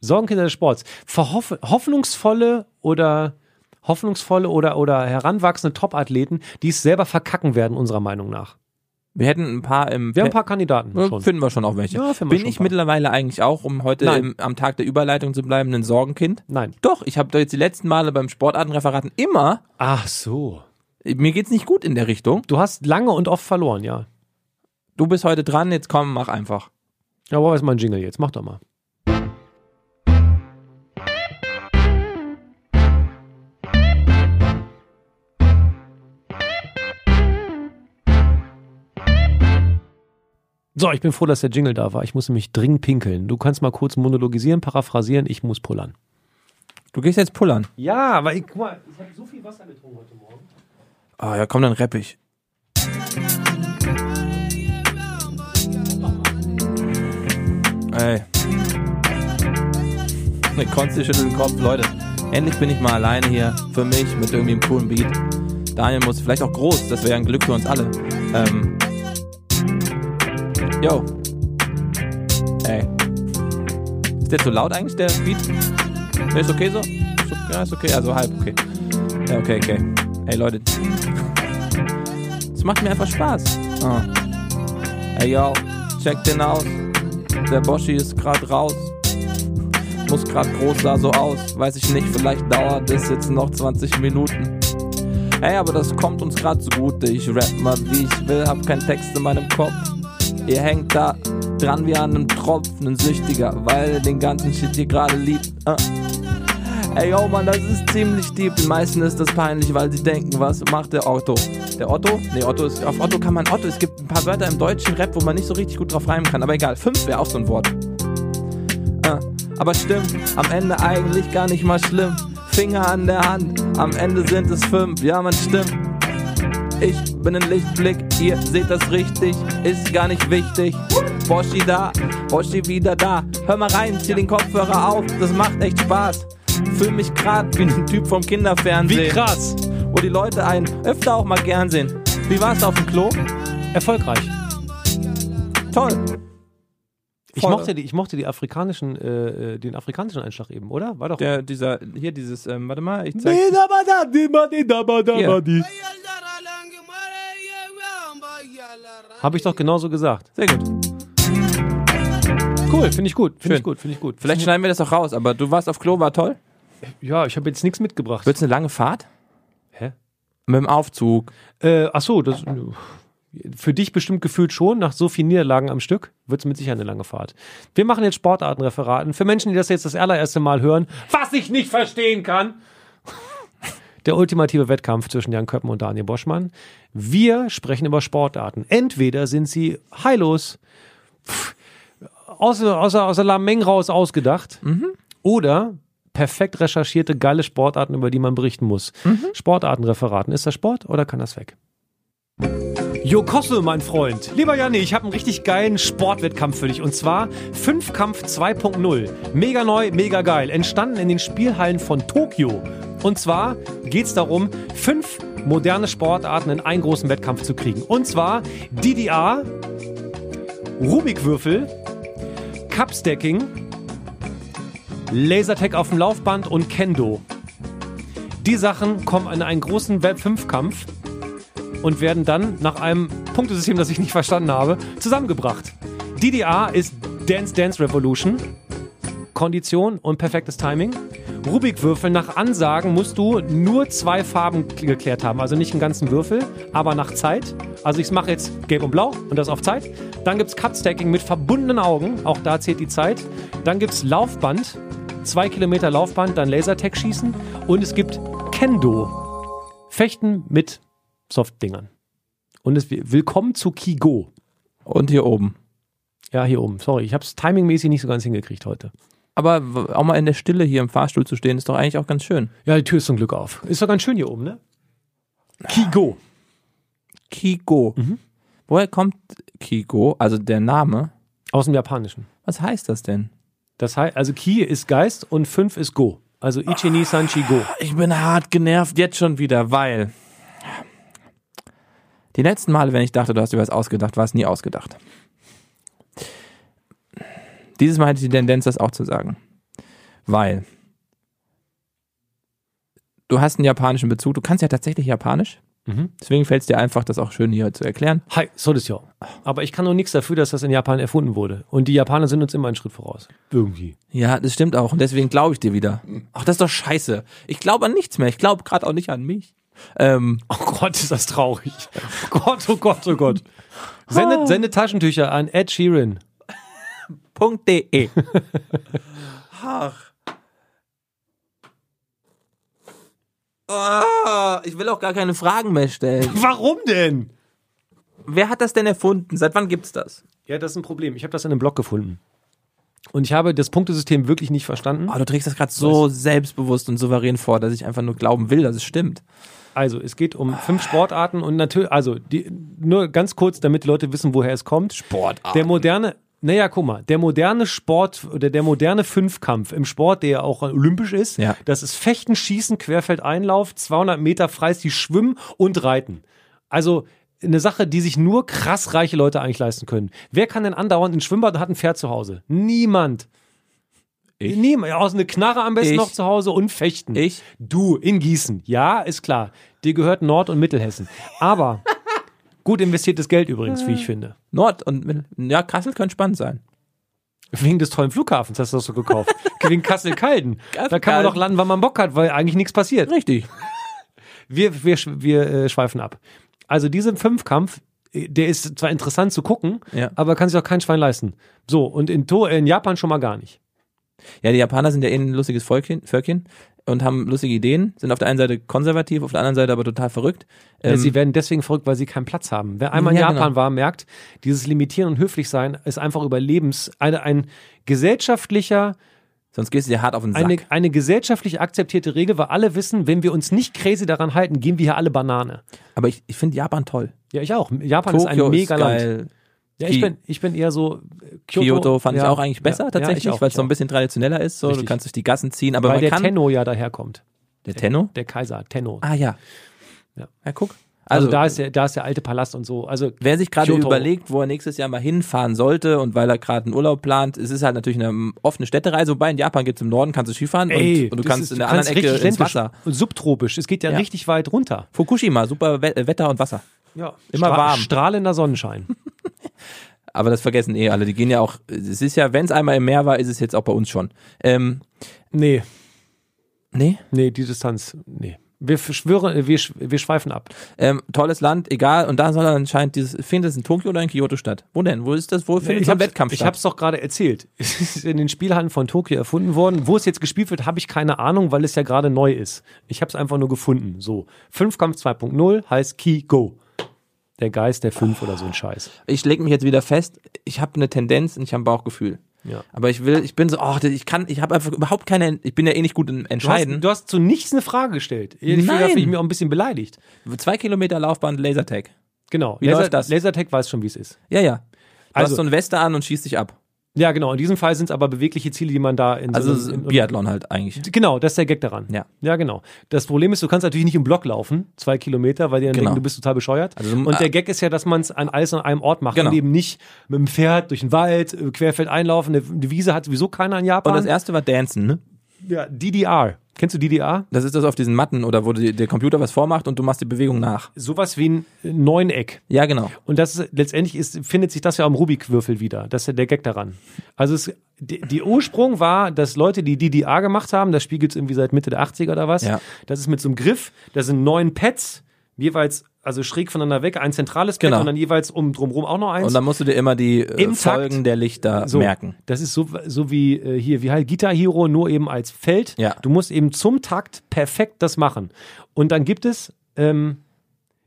[SPEAKER 1] Sorgenkinder des Sports. Verhoff hoffnungsvolle oder hoffnungsvolle oder, oder heranwachsende Top-Athleten, die es selber verkacken werden, unserer Meinung nach.
[SPEAKER 2] Wir hätten ein paar im
[SPEAKER 1] Wir haben ein paar Kandidaten
[SPEAKER 2] Ja,
[SPEAKER 1] schon.
[SPEAKER 2] Finden wir schon auch welche.
[SPEAKER 1] Ja, finden wir
[SPEAKER 2] Bin
[SPEAKER 1] schon ein
[SPEAKER 2] ich
[SPEAKER 1] paar.
[SPEAKER 2] mittlerweile eigentlich auch, um heute
[SPEAKER 1] Nein.
[SPEAKER 2] im, am Tag der Überleitung zu bleiben, ein Sorgenkind?
[SPEAKER 1] Nein.
[SPEAKER 2] Doch, ich habe jetzt die letzten Male beim Sportartenreferaten immer,
[SPEAKER 1] Ach so.
[SPEAKER 2] mir geht's nicht gut in der Richtung.
[SPEAKER 1] Du hast lange und oft verloren, ja.
[SPEAKER 2] Du bist heute dran, jetzt komm, mach einfach.
[SPEAKER 1] Ja, wo ist mein Jingle jetzt? Mach doch mal. So, ich bin froh, dass der Jingle da war. Ich muss nämlich dringend pinkeln. Du kannst mal kurz monologisieren, paraphrasieren. Ich muss pullern.
[SPEAKER 2] Du gehst jetzt pullern.
[SPEAKER 1] Ja, weil ich, guck mal, ich habe so viel Wasser getrunken heute Morgen.
[SPEAKER 2] Ah, ja, komm, dann rapp ich. Ey. Eine Konsti schüttelt den Kopf, Leute. Endlich bin ich mal alleine hier, für mich, mit irgendwie einem coolen Beat. Daniel muss vielleicht auch groß, das wäre ein Glück für uns alle. Ähm. Yo. Ey. Ist der zu laut eigentlich, der Beat? Nee, ist okay so? Ist okay- Ja, ist okay, also halb okay. Ja, okay, okay. Ey, Leute. Es macht mir einfach Spaß. Ah. Ey, yo, check den aus. Der Boschi ist grad raus. Muss grad groß, sah so aus. Weiß ich nicht, vielleicht dauert es jetzt noch 20 Minuten. Ey, aber das kommt uns grad zugute. Ich rap mal wie ich will, hab keinen Text in meinem Kopf. Ihr hängt da dran wie an einem Tropfen, ein Süchtiger, weil er den ganzen Shit hier gerade liebt. Ah. Ey, yo, Mann, das ist ziemlich deep. Den meisten ist das peinlich, weil sie denken, was macht der Otto? Der Otto? Nee, Otto ist, auf Otto kann man Otto. Es gibt ein paar Wörter im deutschen Rap, wo man nicht so richtig gut drauf reimen kann. Aber egal, fünf wäre auch so ein Wort. Ah, aber stimmt, am Ende eigentlich gar nicht mal schlimm. Finger an der Hand, am Ende sind es fünf. Ja, man stimmt. Ich hab einen Lichtblick, ihr seht das richtig, ist gar nicht wichtig. Boschi da, Boschi wieder da. Hör mal rein, zieh den Kopfhörer auf, das macht echt Spaß. Fühl mich grad wie ein Typ vom Kinderfernsehen.
[SPEAKER 1] Wie krass.
[SPEAKER 2] Wo die Leute einen öfter auch mal gern sehen. Wie war's auf dem Klo?
[SPEAKER 1] Erfolgreich.
[SPEAKER 2] Toll.
[SPEAKER 1] Ich
[SPEAKER 2] Voll.
[SPEAKER 1] mochte, die, ich mochte die afrikanischen, äh, äh, den afrikanischen Einschlag eben, oder? War doch.
[SPEAKER 2] Der, dieser, hier dieses, ähm, warte mal, ich zeig.
[SPEAKER 1] Habe ich doch genauso gesagt.
[SPEAKER 2] Sehr gut.
[SPEAKER 1] Cool, finde ich gut. Finde
[SPEAKER 2] Schön.
[SPEAKER 1] ich gut, finde ich gut.
[SPEAKER 2] Vielleicht schneiden wir das auch raus, aber du warst auf Klo, war toll.
[SPEAKER 1] Ja, ich habe jetzt nichts mitgebracht.
[SPEAKER 2] Wird's eine lange Fahrt?
[SPEAKER 1] Hä?
[SPEAKER 2] Mit dem Aufzug.
[SPEAKER 1] Äh, ach so, das für dich bestimmt gefühlt schon. Nach so vielen Niederlagen am Stück wird es mit Sicherheit eine lange Fahrt. Wir machen jetzt Sportartenreferaten. Für Menschen, die das jetzt das allererste Mal hören, was ich nicht verstehen kann. Der ultimative Wettkampf zwischen Jan Köppen und Daniel Boschmann. Wir sprechen über Sportarten. Entweder sind sie heillos, pff, außer, außer, außer La Menge raus ausgedacht, oder perfekt recherchierte, geile Sportarten, über die man berichten muss. Sportartenreferaten. Ist das Sport oder kann das weg? Jo Kossel, mein Freund. Lieber Janni, ich habe einen richtig geilen Sportwettkampf für dich. Und zwar Fünfkampf 2.0. Mega neu, mega geil. Entstanden in den Spielhallen von Tokio. Und zwar geht es darum, fünf moderne Sportarten in einen großen Wettkampf zu kriegen. Und zwar DDA, Rubikwürfel, Cupstacking, Lasertag auf dem Laufband und Kendo. Die Sachen kommen in einen großen Web-5-Kampf und werden dann nach einem Punktesystem, das ich nicht verstanden habe, zusammengebracht. DDA ist Dance Dance Revolution. Kondition und perfektes Timing. Rubikwürfel, nach Ansagen musst du nur zwei Farben k- geklärt haben. Also nicht einen ganzen Würfel, aber nach Zeit. Also ich mache jetzt gelb und blau und das auf Zeit. Dann gibt es Cut-Stacking mit verbundenen Augen. Auch da zählt die Zeit. Dann gibt es Laufband. Zwei Kilometer Laufband, dann Lasertag schießen. Und es gibt Kendo. Fechten mit Softdingern. Und es, willkommen zu Kigo.
[SPEAKER 2] Und hier oben.
[SPEAKER 1] Ja, hier oben. Sorry, ich habe es timingmäßig nicht so ganz hingekriegt heute.
[SPEAKER 2] Aber w- auch mal in der Stille hier im Fahrstuhl zu stehen, ist doch eigentlich auch ganz schön.
[SPEAKER 1] Ja, die Tür ist zum Glück auf. Ist doch ganz schön hier oben, ne? Kigo.
[SPEAKER 2] Kigo. Woher kommt Kigo? Also der Name.
[SPEAKER 1] Aus dem Japanischen.
[SPEAKER 2] Was heißt das denn?
[SPEAKER 1] Das heißt, also Ki ist Geist und 5 ist Go. Also Ichi ni san chi go.
[SPEAKER 2] Ich bin hart genervt jetzt schon wieder, weil die letzten Male, wenn ich dachte, du hast dir was ausgedacht, war es nie ausgedacht. Dieses Mal hatte ich die Tendenz, das auch zu sagen. Weil du hast einen japanischen Bezug, du kannst ja tatsächlich japanisch. Deswegen fällt es dir einfach, das auch schön hier zu erklären.
[SPEAKER 1] Hi, so das ja. Aber ich kann noch nichts dafür, dass das in Japan erfunden wurde. Und die Japaner sind uns immer einen Schritt voraus. Irgendwie.
[SPEAKER 2] Ja, das stimmt auch. Und deswegen glaube ich dir wieder. Ach, das ist doch scheiße. Ich glaube an nichts mehr. Ich glaube gerade auch nicht an mich. Ähm,
[SPEAKER 1] Oh Gott, ist das traurig. Oh Gott, oh Gott, oh Gott. Sendet, sendet Taschentücher an Ed Sheeran.
[SPEAKER 2] Punkt.de. Ach. Ah, ich will auch gar keine Fragen mehr stellen.
[SPEAKER 1] Warum denn?
[SPEAKER 2] Wer hat das denn erfunden? Seit wann gibt's das?
[SPEAKER 1] Ja, das ist ein Problem. Ich habe das in einem Blog gefunden. Und ich habe das Punktesystem wirklich nicht verstanden.
[SPEAKER 2] Oh, du trägst das gerade so selbstbewusst und souverän vor, dass ich einfach nur glauben will, dass es stimmt.
[SPEAKER 1] Also, es geht um fünf Sportarten und natürlich, also die, nur ganz kurz, damit die Leute wissen, woher es kommt.
[SPEAKER 2] Sportart.
[SPEAKER 1] Der moderne, naja, guck mal, der moderne Sport oder der moderne Fünfkampf im Sport, der ja auch olympisch ist,
[SPEAKER 2] Ja.
[SPEAKER 1] das ist Fechten, Schießen, Querfeldeinlauf, 200 Meter Freistil, Schwimmen und Reiten. Also eine Sache, die sich nur krass reiche Leute eigentlich leisten können. Wer kann denn andauernd ein Schwimmbad und hat ein Pferd zu Hause? Niemand.
[SPEAKER 2] Ich?
[SPEAKER 1] Niemand. Aus eine Knarre am besten
[SPEAKER 2] Ich.
[SPEAKER 1] noch zu Hause und fechten.
[SPEAKER 2] Ich?
[SPEAKER 1] Du in Gießen. Ja, ist klar. Dir gehört Nord- und Mittelhessen. Aber gut investiertes Geld übrigens, wie
[SPEAKER 2] Äh.
[SPEAKER 1] ich finde.
[SPEAKER 2] Nord und Mittel. Ja, Kassel könnte spannend sein.
[SPEAKER 1] Wegen des tollen Flughafens hast du das so gekauft. Wegen Kassel-Calden. Da kann man
[SPEAKER 2] Kassel-Calden.
[SPEAKER 1] doch landen, wann man Bock hat, weil eigentlich nichts passiert.
[SPEAKER 2] Richtig.
[SPEAKER 1] Wir, wir, sch- wir äh, schweifen ab. Also diesen Fünfkampf, äh, der ist zwar interessant zu gucken,
[SPEAKER 2] Ja.
[SPEAKER 1] aber kann sich auch kein Schwein leisten. So, und in, to äh, in Japan schon mal gar nicht.
[SPEAKER 2] Ja, die Japaner sind ja eh ein lustiges Völkchen, Völkchen und haben lustige Ideen, sind auf der einen Seite konservativ, auf der anderen Seite aber total verrückt.
[SPEAKER 1] Ja,
[SPEAKER 2] Ähm,
[SPEAKER 1] sie werden deswegen verrückt, weil sie keinen Platz haben. Wer einmal in
[SPEAKER 2] Ja,
[SPEAKER 1] Japan
[SPEAKER 2] genau.
[SPEAKER 1] war, merkt, dieses Limitieren und Höflichsein ist einfach Überlebens, eine, ein gesellschaftlicher
[SPEAKER 2] Sonst gehst du dir hart auf den Sack.
[SPEAKER 1] Eine, eine gesellschaftlich akzeptierte Regel, weil alle wissen, wenn wir uns nicht crazy daran halten, gehen wir hier alle Banane.
[SPEAKER 2] Aber ich, ich finde Japan toll.
[SPEAKER 1] Ja, ich auch. Japan ist
[SPEAKER 2] Tokio
[SPEAKER 1] ein
[SPEAKER 2] ist,
[SPEAKER 1] mega Land.
[SPEAKER 2] geil.
[SPEAKER 1] Ja, ich
[SPEAKER 2] Ki-
[SPEAKER 1] bin, ich bin eher so äh, Kyoto.
[SPEAKER 2] Kyoto fand ich
[SPEAKER 1] Ja,
[SPEAKER 2] auch eigentlich besser
[SPEAKER 1] ja,
[SPEAKER 2] tatsächlich,
[SPEAKER 1] ja, ich auch,
[SPEAKER 2] weil es so ein
[SPEAKER 1] ich
[SPEAKER 2] bisschen traditioneller ist. So, du
[SPEAKER 1] Richtig.
[SPEAKER 2] kannst durch die Gassen ziehen,
[SPEAKER 1] auch.
[SPEAKER 2] aber
[SPEAKER 1] Weil
[SPEAKER 2] man
[SPEAKER 1] der
[SPEAKER 2] kann.
[SPEAKER 1] Tenno ja daherkommt.
[SPEAKER 2] Der Tenno?
[SPEAKER 1] Der Kaiser, Tenno.
[SPEAKER 2] Ah ja.
[SPEAKER 1] Ja.
[SPEAKER 2] Ja, guck.
[SPEAKER 1] Also,
[SPEAKER 2] Also,
[SPEAKER 1] da, ist der, da ist der alte Palast und so. Also
[SPEAKER 2] wer sich gerade
[SPEAKER 1] Kyoto.
[SPEAKER 2] überlegt, wo er nächstes Jahr mal hinfahren sollte und weil er gerade einen Urlaub plant, es ist halt natürlich eine offene Städtereise, wobei in Japan gibt's im Norden, kannst du Skifahren
[SPEAKER 1] ey,
[SPEAKER 2] und, und du
[SPEAKER 1] das
[SPEAKER 2] kannst
[SPEAKER 1] ist-
[SPEAKER 2] in der anderen Ecke
[SPEAKER 1] richtig
[SPEAKER 2] ins
[SPEAKER 1] ländlich
[SPEAKER 2] Wasser.
[SPEAKER 1] Und subtropisch. Es geht ja,
[SPEAKER 2] Ja.
[SPEAKER 1] richtig weit runter.
[SPEAKER 2] Fukushima, super We äh, Wetter und Wasser.
[SPEAKER 1] Ja.
[SPEAKER 2] Immer warm.
[SPEAKER 1] Strahlender Sonnenschein.
[SPEAKER 2] Aber das vergessen eh alle. Die gehen ja auch, es ist ja, wenn es einmal im Meer war, ist es jetzt auch bei uns schon. Ähm,
[SPEAKER 1] nee,
[SPEAKER 2] nee.
[SPEAKER 1] nee, die Distanz, nee. Wir schwören, wir, sch- wir schweifen ab.
[SPEAKER 2] Ähm, tolles Land, egal. Und da soll er anscheinend dieses, findet es in Tokio oder in Kyoto statt? Wo denn? Wo ist das? Wo findet
[SPEAKER 1] ich
[SPEAKER 2] so ein
[SPEAKER 1] hab's-
[SPEAKER 2] Wettkampf
[SPEAKER 1] ich
[SPEAKER 2] statt?
[SPEAKER 1] hab's doch gerade erzählt. Es ist in den Spielhallen von Tokio erfunden worden. Wo es jetzt gespielt wird, habe ich keine Ahnung, weil es ja gerade neu ist. Ich habe es einfach nur gefunden. So. Fünfkampf 2.0 heißt Key Go. Der Geist der Fünf oder so ein Scheiß.
[SPEAKER 2] Ich lege mich jetzt wieder fest, ich habe eine Tendenz und ich habe ein Bauchgefühl.
[SPEAKER 1] Ja.
[SPEAKER 2] Aber ich will, ich bin so, oh, ich kann, ich habe einfach überhaupt keine, ich bin ja eh nicht gut im
[SPEAKER 1] Du hast,
[SPEAKER 2] Entscheiden.
[SPEAKER 1] du hast zu nichts eine Frage gestellt. Ehrlich
[SPEAKER 2] Nein.
[SPEAKER 1] gesagt bin ich mir auch ein bisschen beleidigt.
[SPEAKER 2] Zwei Kilometer Laufbahn Lasertag.
[SPEAKER 1] Genau.
[SPEAKER 2] Wie läuft das?
[SPEAKER 1] Lasertag weiß schon, wie es ist.
[SPEAKER 2] Ja, ja. Du
[SPEAKER 1] Also-
[SPEAKER 2] hast so ein Weste an und schießt dich ab.
[SPEAKER 1] Ja, genau. In diesem Fall sind es aber bewegliche Ziele, die man da in
[SPEAKER 2] Also
[SPEAKER 1] so einem, in,
[SPEAKER 2] Biathlon halt eigentlich.
[SPEAKER 1] Genau, das ist der Gag daran.
[SPEAKER 2] Ja.
[SPEAKER 1] ja, genau. Das Problem ist, du kannst natürlich nicht im Block laufen, zwei Kilometer, weil die dann
[SPEAKER 2] Genau.
[SPEAKER 1] denken, du bist total bescheuert.
[SPEAKER 2] Also,
[SPEAKER 1] und
[SPEAKER 2] äh,
[SPEAKER 1] der Gag ist ja, dass man es an alles an einem Ort macht
[SPEAKER 2] Genau.
[SPEAKER 1] und eben nicht mit dem Pferd durch den Wald, äh, querfeld einlaufen. Eine- Eine Wiese hat sowieso keiner in
[SPEAKER 2] Und
[SPEAKER 1] Japan.
[SPEAKER 2] das erste war Dancen, ne?
[SPEAKER 1] ja, DDR. Kennst du DDR?
[SPEAKER 2] Das ist das auf diesen Matten oder wo die, der Computer was vormacht und du machst die Bewegung nach.
[SPEAKER 1] Sowas wie ein äh, Neuneck.
[SPEAKER 2] Ja, genau.
[SPEAKER 1] Und das ist, letztendlich ist, findet sich das ja am Rubik-Würfel wieder. Das ist ja der Gag daran. Also es, die, die Ursprung war, dass Leute, die DDA gemacht haben, das Spiel gibt's irgendwie seit Mitte der 80er oder was,
[SPEAKER 2] Ja.
[SPEAKER 1] das ist mit so einem Griff, da sind neun Pads, jeweils, also schräg voneinander weg, ein zentrales Pad
[SPEAKER 2] Genau.
[SPEAKER 1] und dann jeweils um drumherum auch noch eins.
[SPEAKER 2] Und dann musst du dir immer die äh,
[SPEAKER 1] Im Takt.
[SPEAKER 2] Folgen der Lichter
[SPEAKER 1] so,
[SPEAKER 2] merken.
[SPEAKER 1] Das ist so, so wie äh, hier, wie halt Guitar Hero, nur eben als Feld.
[SPEAKER 2] Ja.
[SPEAKER 1] Du musst eben zum Takt perfekt das machen. Und dann gibt es, ähm,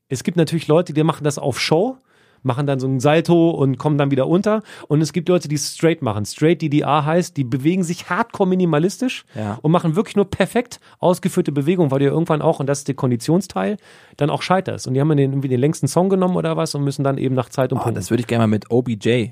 [SPEAKER 1] es gibt natürlich Leute, die machen das auf Show, machen dann so einen Salto und kommen dann wieder unter. Und es gibt Leute, die es straight machen. Straight DDR heißt, die bewegen sich hardcore minimalistisch
[SPEAKER 2] Ja.
[SPEAKER 1] und machen wirklich nur perfekt ausgeführte Bewegungen, weil du ja irgendwann auch, und das ist der Konditionsteil, dann auch scheiterst. Und die haben dann irgendwie den längsten Song genommen oder was und müssen dann eben nach Zeit und
[SPEAKER 2] Oh,
[SPEAKER 1] Punkten.
[SPEAKER 2] das würde ich gerne mal mit OBJ,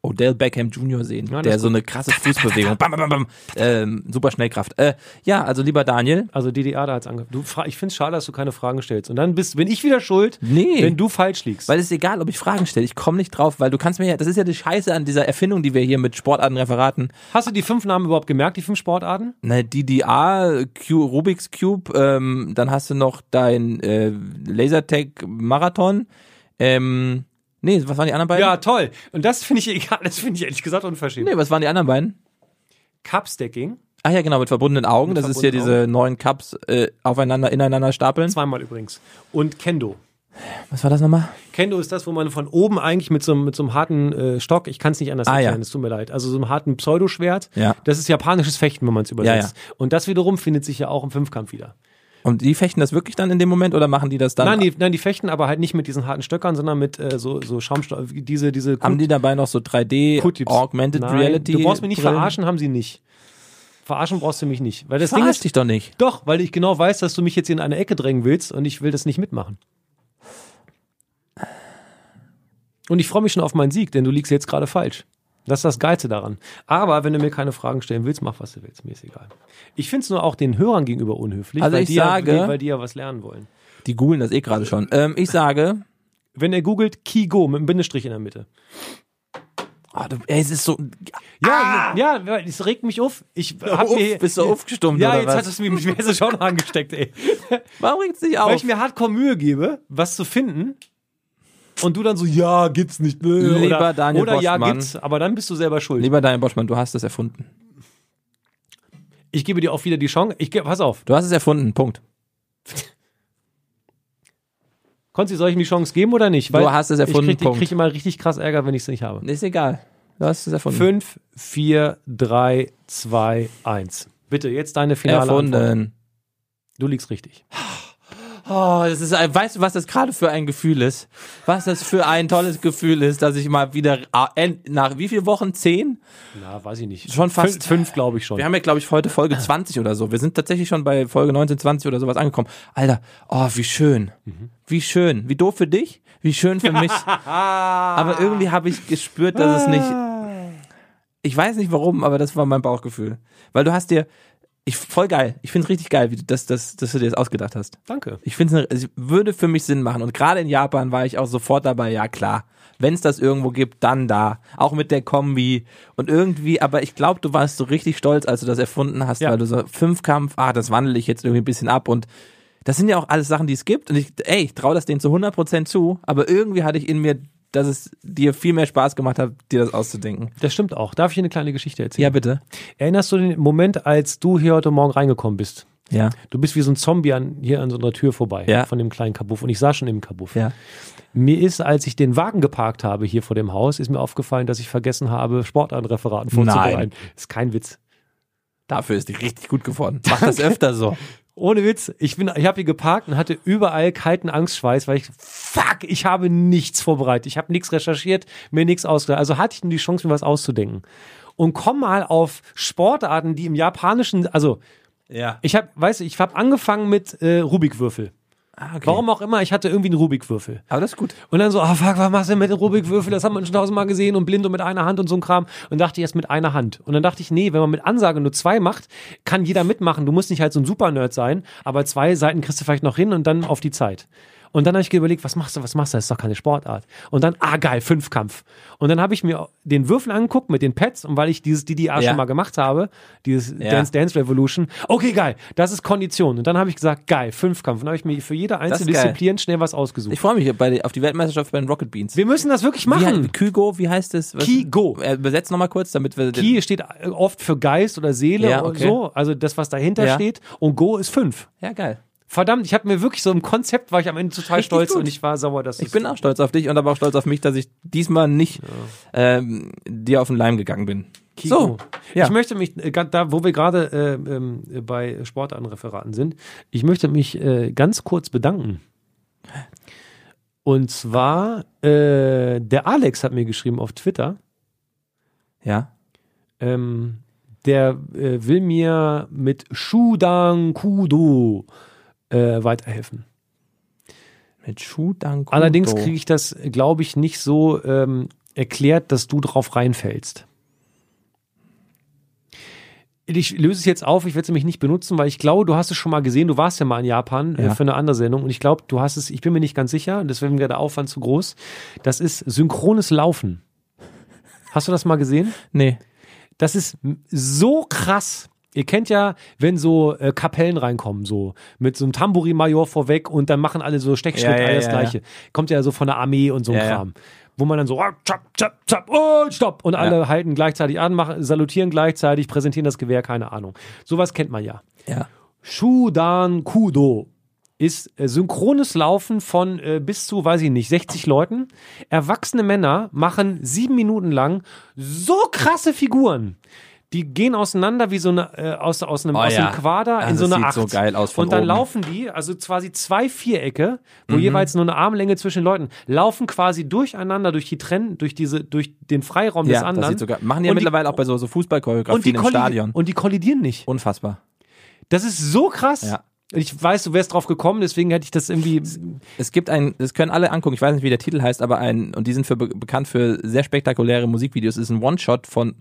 [SPEAKER 2] Odell Beckham Jr. sehen,
[SPEAKER 1] das
[SPEAKER 2] der
[SPEAKER 1] ist
[SPEAKER 2] so eine krasse Fußbewegung. Bam, bam, bam, bam. Ähm, super Schnellkraft. Äh, ja, also lieber Daniel,
[SPEAKER 1] Also DDR da hat's angefangen. Du, fra- ich finde es schade, dass du keine Fragen stellst. Und dann bist, bin ich wieder schuld,
[SPEAKER 2] Nee.
[SPEAKER 1] wenn du falsch liegst.
[SPEAKER 2] weil es ist egal, ob ich Fragen stelle, ich komme nicht drauf, weil du kannst mir ja, das ist ja die Scheiße an dieser Erfindung, die wir hier mit Sportartenreferaten,
[SPEAKER 1] Hast du die fünf Namen überhaupt gemerkt, die fünf Sportarten?
[SPEAKER 2] ne, DDA, Q, Rubik's Cube, ähm, dann hast du noch dein äh, Lasertag Marathon, ähm, nee, was waren die anderen beiden?
[SPEAKER 1] Ja, toll. Und das finde ich egal. Das finde ich ehrlich gesagt unverschämt.
[SPEAKER 2] Nee, was waren die anderen beiden?
[SPEAKER 1] Cup-Stacking,
[SPEAKER 2] Ach ja, genau, mit verbundenen Augen.
[SPEAKER 1] Mit
[SPEAKER 2] das ist ja
[SPEAKER 1] verbundenen
[SPEAKER 2] diese neuen Cups äh, aufeinander, ineinander stapeln.
[SPEAKER 1] zweimal übrigens. Und Kendo.
[SPEAKER 2] Was war das nochmal?
[SPEAKER 1] Kendo ist das, wo man von oben eigentlich mit so, einem- mit so einem harten äh, Stock, ich kann es nicht anders
[SPEAKER 2] Ah,
[SPEAKER 1] erklären,
[SPEAKER 2] ja.
[SPEAKER 1] es tut mir leid, also so einem harten Pseudoschwert.
[SPEAKER 2] Ja.
[SPEAKER 1] Das ist japanisches Fechten, wenn man es übersetzt.
[SPEAKER 2] Ja,
[SPEAKER 1] Und das wiederum findet sich ja auch im Fünfkampf wieder.
[SPEAKER 2] Und die fechten das wirklich dann in dem Moment oder machen die das dann?
[SPEAKER 1] Nein die, nein, die fechten aber halt nicht mit diesen harten Stöckern, sondern mit äh, so, so Schaumstoff, diese, diese
[SPEAKER 2] haben die dabei noch so 3D
[SPEAKER 1] Q-Tips.
[SPEAKER 2] Augmented
[SPEAKER 1] Nein,
[SPEAKER 2] Reality?
[SPEAKER 1] Du brauchst mich nicht
[SPEAKER 2] Brillen?
[SPEAKER 1] verarschen, haben sie nicht. Verarschen brauchst du mich nicht. Weil das Ding
[SPEAKER 2] Verarsch
[SPEAKER 1] ist,
[SPEAKER 2] dich doch nicht.
[SPEAKER 1] doch, weil ich genau weiß, dass du mich jetzt hier in eine Ecke drängen willst und ich will das nicht mitmachen. Und ich freue mich schon auf meinen Sieg, denn du liegst jetzt gerade falsch. Das ist das Geilste daran. Aber wenn du mir keine Fragen stellen willst, mach was du willst. Mir ist egal. Ich finde es nur auch den Hörern gegenüber unhöflich,
[SPEAKER 2] Also
[SPEAKER 1] weil,
[SPEAKER 2] ich
[SPEAKER 1] die
[SPEAKER 2] sage-
[SPEAKER 1] ja, weil die ja was lernen wollen.
[SPEAKER 2] Die googeln das eh gerade schon. Ähm, ich sage,
[SPEAKER 1] Wenn er googelt, Kigo mit einem Bindestrich in der Mitte.
[SPEAKER 2] oh, du, ey, es ist so.
[SPEAKER 1] Ja, ja, es regt mich auf. Ich hab
[SPEAKER 2] Ah! Uff,
[SPEAKER 1] mir,
[SPEAKER 2] bist du aufgestummt
[SPEAKER 1] Ja,
[SPEAKER 2] oder
[SPEAKER 1] jetzt
[SPEAKER 2] was?
[SPEAKER 1] hat es mir mit Schmerzen schon angesteckt, ey.
[SPEAKER 2] Warum regt's dich
[SPEAKER 1] Weil
[SPEAKER 2] auf?
[SPEAKER 1] ich mir hardcore Mühe gebe, was zu finden. Und du dann so, ja, gibt's nicht. Ne?
[SPEAKER 2] Lieber
[SPEAKER 1] oder,
[SPEAKER 2] Daniel
[SPEAKER 1] Oder ja,
[SPEAKER 2] Boschmann.
[SPEAKER 1] gibt's, aber dann bist du selber schuld.
[SPEAKER 2] Lieber Daniel Boschmann, du hast das erfunden.
[SPEAKER 1] Ich gebe dir auch wieder die Chance. Ich ge- pass auf.
[SPEAKER 2] Du hast es erfunden, Punkt.
[SPEAKER 1] Konzi, soll ich mir die Chance geben oder nicht?
[SPEAKER 2] Du hast es erfunden,
[SPEAKER 1] Ich krieg,
[SPEAKER 2] Punkt.
[SPEAKER 1] ich krieg immer richtig krass Ärger, wenn ich es nicht habe.
[SPEAKER 2] Ist egal. Du hast es erfunden.
[SPEAKER 1] 5, 4, 3, 2, 1. Bitte, jetzt deine finale Antwort.
[SPEAKER 2] erfunden.
[SPEAKER 1] Du liegst richtig.
[SPEAKER 2] Oh, das ist ein, weißt du, was das gerade für ein Gefühl ist? Was das für ein tolles Gefühl ist, dass ich mal wieder ah, end- nach wie vielen Wochen? Zehn?
[SPEAKER 1] Na, weiß ich nicht.
[SPEAKER 2] Schon fast.
[SPEAKER 1] Fünf, fünf glaube ich schon.
[SPEAKER 2] Wir haben ja, glaube ich, heute Folge 20 oder so. Wir sind tatsächlich schon bei Folge 19, 20 oder sowas angekommen. Alter, oh, wie schön. Wie schön. Wie doof für dich, wie schön für mich. aber irgendwie habe ich gespürt, dass es nicht. Ich weiß nicht warum, aber das war mein Bauchgefühl. Weil du hast dir. Ich, voll geil. Ich finde es richtig geil, wie du, dass, dass, dass du dir das ausgedacht hast.
[SPEAKER 1] Danke.
[SPEAKER 2] Ich finde es würde für mich Sinn machen. Und gerade in Japan war ich auch sofort dabei, ja klar. Wenn es das irgendwo gibt, dann da. Auch mit der Kombi. Und irgendwie, aber ich glaube, du warst so richtig stolz, als du das erfunden hast,
[SPEAKER 1] Ja.
[SPEAKER 2] weil du so Fünfkampf, ah, das wandle ich jetzt irgendwie ein bisschen ab. Und das sind ja auch alles Sachen, die es gibt. Und ich, ey, ich traue das denen zu 100% zu. Aber irgendwie hatte ich in mir, dass es dir viel mehr Spaß gemacht hat, dir das auszudenken.
[SPEAKER 1] Das stimmt auch. Darf ich dir eine kleine Geschichte erzählen?
[SPEAKER 2] Ja, bitte.
[SPEAKER 1] Erinnerst du den Moment, als du hier heute Morgen reingekommen bist?
[SPEAKER 2] Ja.
[SPEAKER 1] Du bist wie so ein Zombie an, hier an so einer Tür vorbei,
[SPEAKER 2] Ja.
[SPEAKER 1] von dem kleinen Kabuff. Und ich sah schon im Kabuff.
[SPEAKER 2] Ja.
[SPEAKER 1] Mir ist, als ich den Wagen geparkt habe hier vor dem Haus, ist mir aufgefallen, dass ich vergessen habe, Sportartenreferaten vorzubereiten. Ist kein Witz.
[SPEAKER 2] Dafür ist die richtig gut geworden. Mach das öfter so.
[SPEAKER 1] Ohne Witz. Ich, bin, ich habe hier geparkt und hatte überall kalten Angstschweiß, weil ich, fuck, ich habe nichts vorbereitet. Ich habe nichts recherchiert, mir nichts ausgedacht. Also hatte ich nur die Chance, mir was auszudenken. Und komm mal auf Sportarten, die im japanischen, also
[SPEAKER 2] Ja.
[SPEAKER 1] ich habe, weißt du, ich habe angefangen mit äh, Rubikwürfel.
[SPEAKER 2] Ah, okay.
[SPEAKER 1] Warum auch immer, ich hatte irgendwie einen Rubikwürfel.
[SPEAKER 2] Aber das ist gut.
[SPEAKER 1] Und dann so, ah fuck, was machst du denn mit dem Rubikwürfel? Das haben wir schon tausendmal gesehen und blind und mit einer Hand und so ein Kram. Und dachte ich erst mit einer Hand. Und dann dachte ich, nee, wenn man mit Ansage nur zwei macht, kann jeder mitmachen. Du musst nicht halt so ein Super-Nerd sein, aber zwei Seiten kriegst du vielleicht noch hin und dann auf die Zeit. Und dann habe ich überlegt, was machst du, was machst du? Das ist doch keine Sportart. Und dann, ah geil, Fünfkampf. Und dann habe ich mir den Würfel angeguckt mit den Pads und weil ich dieses DDR
[SPEAKER 2] Ja.
[SPEAKER 1] schon mal gemacht habe, dieses Dance Dance Revolution, okay, geil, das ist Kondition. Und dann habe ich gesagt, geil, Fünfkampf. Und dann habe ich mir für jede einzelne
[SPEAKER 2] geil.
[SPEAKER 1] Disziplin schnell was ausgesucht.
[SPEAKER 2] Ich freue mich bei, die- auf die Weltmeisterschaft bei den Rocket Beans.
[SPEAKER 1] Wir müssen das wirklich
[SPEAKER 2] Wie,
[SPEAKER 1] machen.
[SPEAKER 2] hei- Kygo, wie heißt es? Was-
[SPEAKER 1] Kygo.
[SPEAKER 2] Äh, Übersetzt nochmal kurz, damit wir. den-
[SPEAKER 1] Ki steht äh, oft für Geist oder Seele
[SPEAKER 2] Ja,
[SPEAKER 1] und
[SPEAKER 2] okay.
[SPEAKER 1] so, also das, was dahinter
[SPEAKER 2] Ja.
[SPEAKER 1] steht. Und Go ist fünf.
[SPEAKER 2] Ja, geil.
[SPEAKER 1] Verdammt, ich habe mir wirklich so im Konzept, war ich am Ende total
[SPEAKER 2] Richtig
[SPEAKER 1] stolz
[SPEAKER 2] gut.
[SPEAKER 1] und ich war sauer, dass
[SPEAKER 2] Ich bin auch stolz auf dich und aber auch stolz auf mich, dass ich diesmal nicht ähm, dir auf den Leim gegangen bin.
[SPEAKER 1] So,
[SPEAKER 2] ja.
[SPEAKER 1] ich möchte mich, äh, ganz- da wo wir gerade äh, ähm, bei Sportanreferaten sind, ich möchte mich äh, ganz kurz bedanken. Und zwar, äh, der Alex hat mir geschrieben auf Twitter,
[SPEAKER 2] Ja.
[SPEAKER 1] Ähm, der äh, will mir mit Shudan Kudo äh, weiterhelfen.
[SPEAKER 2] Mit Schudanko.
[SPEAKER 1] Allerdings kriege ich das, glaube ich, nicht so ähm, erklärt, dass du drauf reinfällst. Ich löse es jetzt auf, ich werde es nämlich nicht benutzen, weil ich glaube, du hast es schon mal gesehen, du warst ja mal in Japan
[SPEAKER 2] Ja.
[SPEAKER 1] äh, für eine andere Sendung und ich glaube, du hast es, ich bin mir nicht ganz sicher, deswegen wäre der Aufwand zu groß. Das ist synchrones Laufen. Hast du das mal gesehen?
[SPEAKER 2] Nee.
[SPEAKER 1] Das ist m- so krass. Ihr kennt ja, wenn so äh, Kapellen reinkommen, so mit so einem Tambourin-Major vorweg und dann machen alle so Stechschritt,
[SPEAKER 2] Ja, ja,
[SPEAKER 1] alle das
[SPEAKER 2] ja,
[SPEAKER 1] Gleiche. Kommt ja so von der Armee und so ein
[SPEAKER 2] Ja, ja.
[SPEAKER 1] Kram. Wo man dann so, ah, zapp, zapp, zapp und stopp. Und alle halten gleichzeitig an, machen, salutieren gleichzeitig, präsentieren das Gewehr, keine Ahnung. Sowas kennt man ja.
[SPEAKER 2] Ja.
[SPEAKER 1] Shudan Kudo ist äh, synchrones Laufen von äh, bis zu, weiß ich nicht, 60 Leuten. Erwachsene Männer machen sieben Minuten lang so krasse Figuren. Die gehen auseinander wie so eine, äh, aus, aus einem,
[SPEAKER 2] Oh
[SPEAKER 1] aus
[SPEAKER 2] ja.
[SPEAKER 1] einem Quader in so
[SPEAKER 2] Also es
[SPEAKER 1] eine
[SPEAKER 2] sieht
[SPEAKER 1] Acht.
[SPEAKER 2] so geil aus von
[SPEAKER 1] Und dann
[SPEAKER 2] oben. Mhm.
[SPEAKER 1] laufen die, also quasi zwei Vierecke, wo jeweils nur eine Armlänge zwischen den Leuten, laufen quasi durcheinander durch die Trennen, durch diese, durch den Freiraum des
[SPEAKER 2] Ja,
[SPEAKER 1] anderen.
[SPEAKER 2] das sieht sogar. Machen die ja
[SPEAKER 1] Und die-
[SPEAKER 2] mittlerweile auch bei so, so
[SPEAKER 1] und die,
[SPEAKER 2] Fußballchoreografien im
[SPEAKER 1] kolli-
[SPEAKER 2] Stadion.
[SPEAKER 1] und die kollidieren nicht.
[SPEAKER 2] Unfassbar.
[SPEAKER 1] Das ist so krass.
[SPEAKER 2] Ja.
[SPEAKER 1] Ich weiß, du wärst drauf gekommen, deswegen hätte ich das irgendwie.
[SPEAKER 2] Es gibt ein, das können alle angucken, ich weiß nicht, wie der Titel heißt, aber ein, und die sind für be bekannt für sehr spektakuläre Musikvideos, ist ein One-Shot von,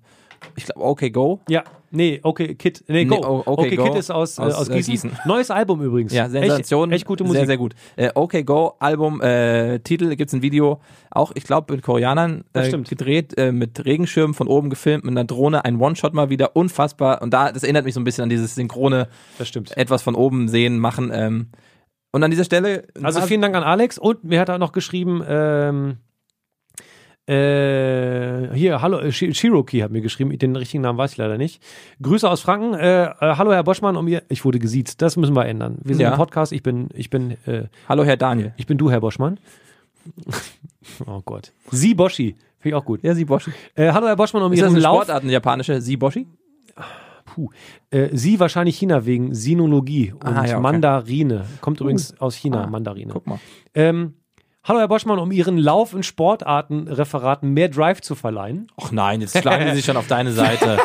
[SPEAKER 2] ich glaube, OK Go.
[SPEAKER 1] Ja, nee, okay, Kid. Nee, go.
[SPEAKER 2] Nee, oh, okay,
[SPEAKER 1] okay,
[SPEAKER 2] go.
[SPEAKER 1] Kid ist aus,
[SPEAKER 2] Aus,
[SPEAKER 1] äh, aus
[SPEAKER 2] äh,
[SPEAKER 1] Gießen.
[SPEAKER 2] Gießen.
[SPEAKER 1] Neues Album übrigens.
[SPEAKER 2] Ja, Sensation.
[SPEAKER 1] Echt, echt gute Musik.
[SPEAKER 2] Sehr, sehr gut. Äh, okay, Go, Album, äh, Titel, gibt's ein Video, auch, ich glaube, mit Koreanern
[SPEAKER 1] Das
[SPEAKER 2] äh,
[SPEAKER 1] stimmt.
[SPEAKER 2] gedreht, äh, mit Regenschirmen von oben gefilmt, mit einer Drohne, ein One-Shot mal wieder, unfassbar. Und da, das erinnert mich so ein bisschen an dieses synchrone
[SPEAKER 1] das stimmt.
[SPEAKER 2] etwas von oben sehen, machen. Ähm. Und an dieser Stelle,
[SPEAKER 1] Also
[SPEAKER 2] Ah,
[SPEAKER 1] vielen Dank an Alex und mir hat er noch geschrieben, ähm, äh, hier, hallo, äh, Shi- Shiroki hat mir geschrieben, den richtigen Namen weiß ich leider nicht. Grüße aus Franken. Äh, äh, hallo, Herr Boschmann, um ihr, ich wurde gesiezt. Das müssen wir ändern. Wir sind
[SPEAKER 2] Ja.
[SPEAKER 1] im Podcast, ich bin, ich bin, äh,
[SPEAKER 2] hallo Herr Daniel.
[SPEAKER 1] ich bin du, Herr Boschmann. oh Gott. Sie Boschi. Finde ich auch gut.
[SPEAKER 2] Ja, Siboshi.
[SPEAKER 1] Äh, hallo Herr Boschmann, um
[SPEAKER 2] Ist das
[SPEAKER 1] Ihren
[SPEAKER 2] eine
[SPEAKER 1] Lauf.
[SPEAKER 2] Sportart, eine japanische Siboshi?
[SPEAKER 1] puh. Äh, sie wahrscheinlich China wegen Sinologie und
[SPEAKER 2] Ah, ja, okay. Uh.
[SPEAKER 1] Mandarine. Kommt übrigens aus China,
[SPEAKER 2] Ah,
[SPEAKER 1] Mandarine.
[SPEAKER 2] Guck mal.
[SPEAKER 1] Ähm, hallo Herr Boschmann, um Ihren Lauf- und Sportartenreferaten mehr Drive zu verleihen,
[SPEAKER 2] Ach nein, jetzt schlagen die sich schon auf deine Seite.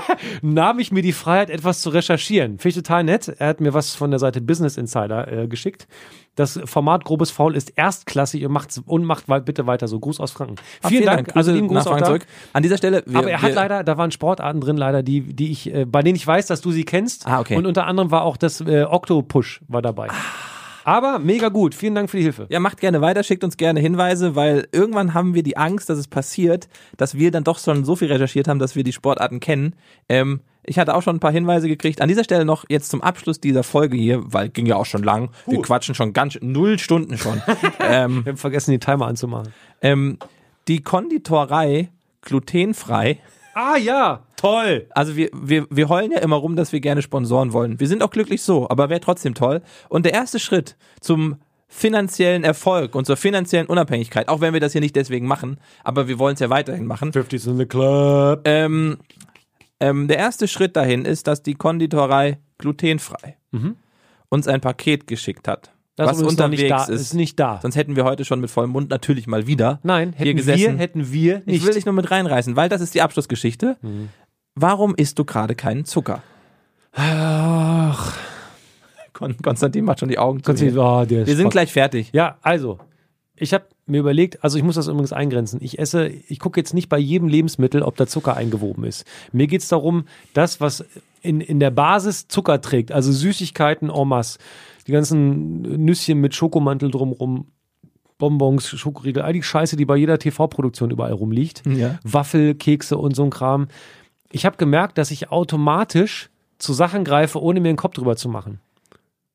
[SPEAKER 1] nahm ich mir die Freiheit, etwas zu recherchieren. Finde ich total nett. Er hat mir was von der Seite Business Insider äh, geschickt. Das Format Grobes Faul ist erstklassig und, macht's, und macht wei- bitte weiter so. Gruß aus Franken.
[SPEAKER 2] Ah,
[SPEAKER 1] vielen, Dank. Also
[SPEAKER 2] Grüße
[SPEAKER 1] lieben Gruß
[SPEAKER 2] nach
[SPEAKER 1] auch
[SPEAKER 2] Frank
[SPEAKER 1] da.
[SPEAKER 2] zurück. An dieser Stelle. Wir,
[SPEAKER 1] Aber er hat
[SPEAKER 2] wir,
[SPEAKER 1] leider, da waren Sportarten drin, leider, die, die ich, äh, bei denen ich weiß, dass du sie kennst.
[SPEAKER 2] Ah, okay. Ah.
[SPEAKER 1] Und unter anderem war auch das äh, Octopush war dabei. Aber mega gut. Vielen Dank für die Hilfe.
[SPEAKER 2] Ja, macht gerne weiter, schickt uns gerne Hinweise, weil irgendwann haben wir die Angst, dass es passiert, dass wir dann doch schon so viel recherchiert haben, dass wir die Sportarten kennen. Ähm, ich hatte auch schon ein paar Hinweise gekriegt. An dieser Stelle noch jetzt zum Abschluss dieser Folge hier, weil ging ja auch schon lang. Wir quatschen schon ganz null Stunden schon. ähm,
[SPEAKER 1] Wir haben vergessen, den Timer anzumachen.
[SPEAKER 2] ähm, die Konditorei glutenfrei.
[SPEAKER 1] Ah ja, toll.
[SPEAKER 2] Also wir, wir, wir heulen ja immer rum, dass wir gerne sponsoren wollen. Wir sind auch glücklich so, aber wäre trotzdem toll. Und der erste Schritt zum finanziellen Erfolg und zur finanziellen Unabhängigkeit, auch wenn wir das hier nicht deswegen machen, aber wir wollen es ja weiterhin machen.
[SPEAKER 1] 50s in the Club.
[SPEAKER 2] Ähm, ähm, der erste Schritt dahin ist, dass die Konditorei glutenfrei uns ein Paket geschickt hat,
[SPEAKER 1] Mhm. Das
[SPEAKER 2] was unterwegs
[SPEAKER 1] nicht da,
[SPEAKER 2] ist.
[SPEAKER 1] ist nicht da.
[SPEAKER 2] Sonst hätten wir heute schon mit vollem Mund natürlich mal wieder
[SPEAKER 1] Nein,
[SPEAKER 2] hier
[SPEAKER 1] hätten wir,
[SPEAKER 2] gesessen.
[SPEAKER 1] hätten wir
[SPEAKER 2] ich
[SPEAKER 1] nicht.
[SPEAKER 2] will dich nur mit reinreißen, weil das ist die Abschlussgeschichte. Warum isst du gerade keinen Zucker?
[SPEAKER 1] Ach,
[SPEAKER 2] Kon Konstantin macht schon die Augen zu. hier.
[SPEAKER 1] oh, der
[SPEAKER 2] Wir sind gleich fertig.
[SPEAKER 1] Ja, also, ich habe mir überlegt, also ich muss das übrigens eingrenzen. Ich esse, ich gucke jetzt nicht bei jedem Lebensmittel, ob da Zucker eingewoben ist. Mir geht's darum, das, was in, in der Basis Zucker trägt, also Süßigkeiten en masse, die ganzen Nüsschen mit Schokomantel drumrum, Bonbons, Schokoriegel, all die Scheiße, die bei jeder TV-Produktion überall rumliegt.
[SPEAKER 2] Ja.
[SPEAKER 1] Waffel, Kekse und so ein Kram. Ich habe gemerkt, dass ich automatisch zu Sachen greife, ohne mir einen Kopf drüber zu machen.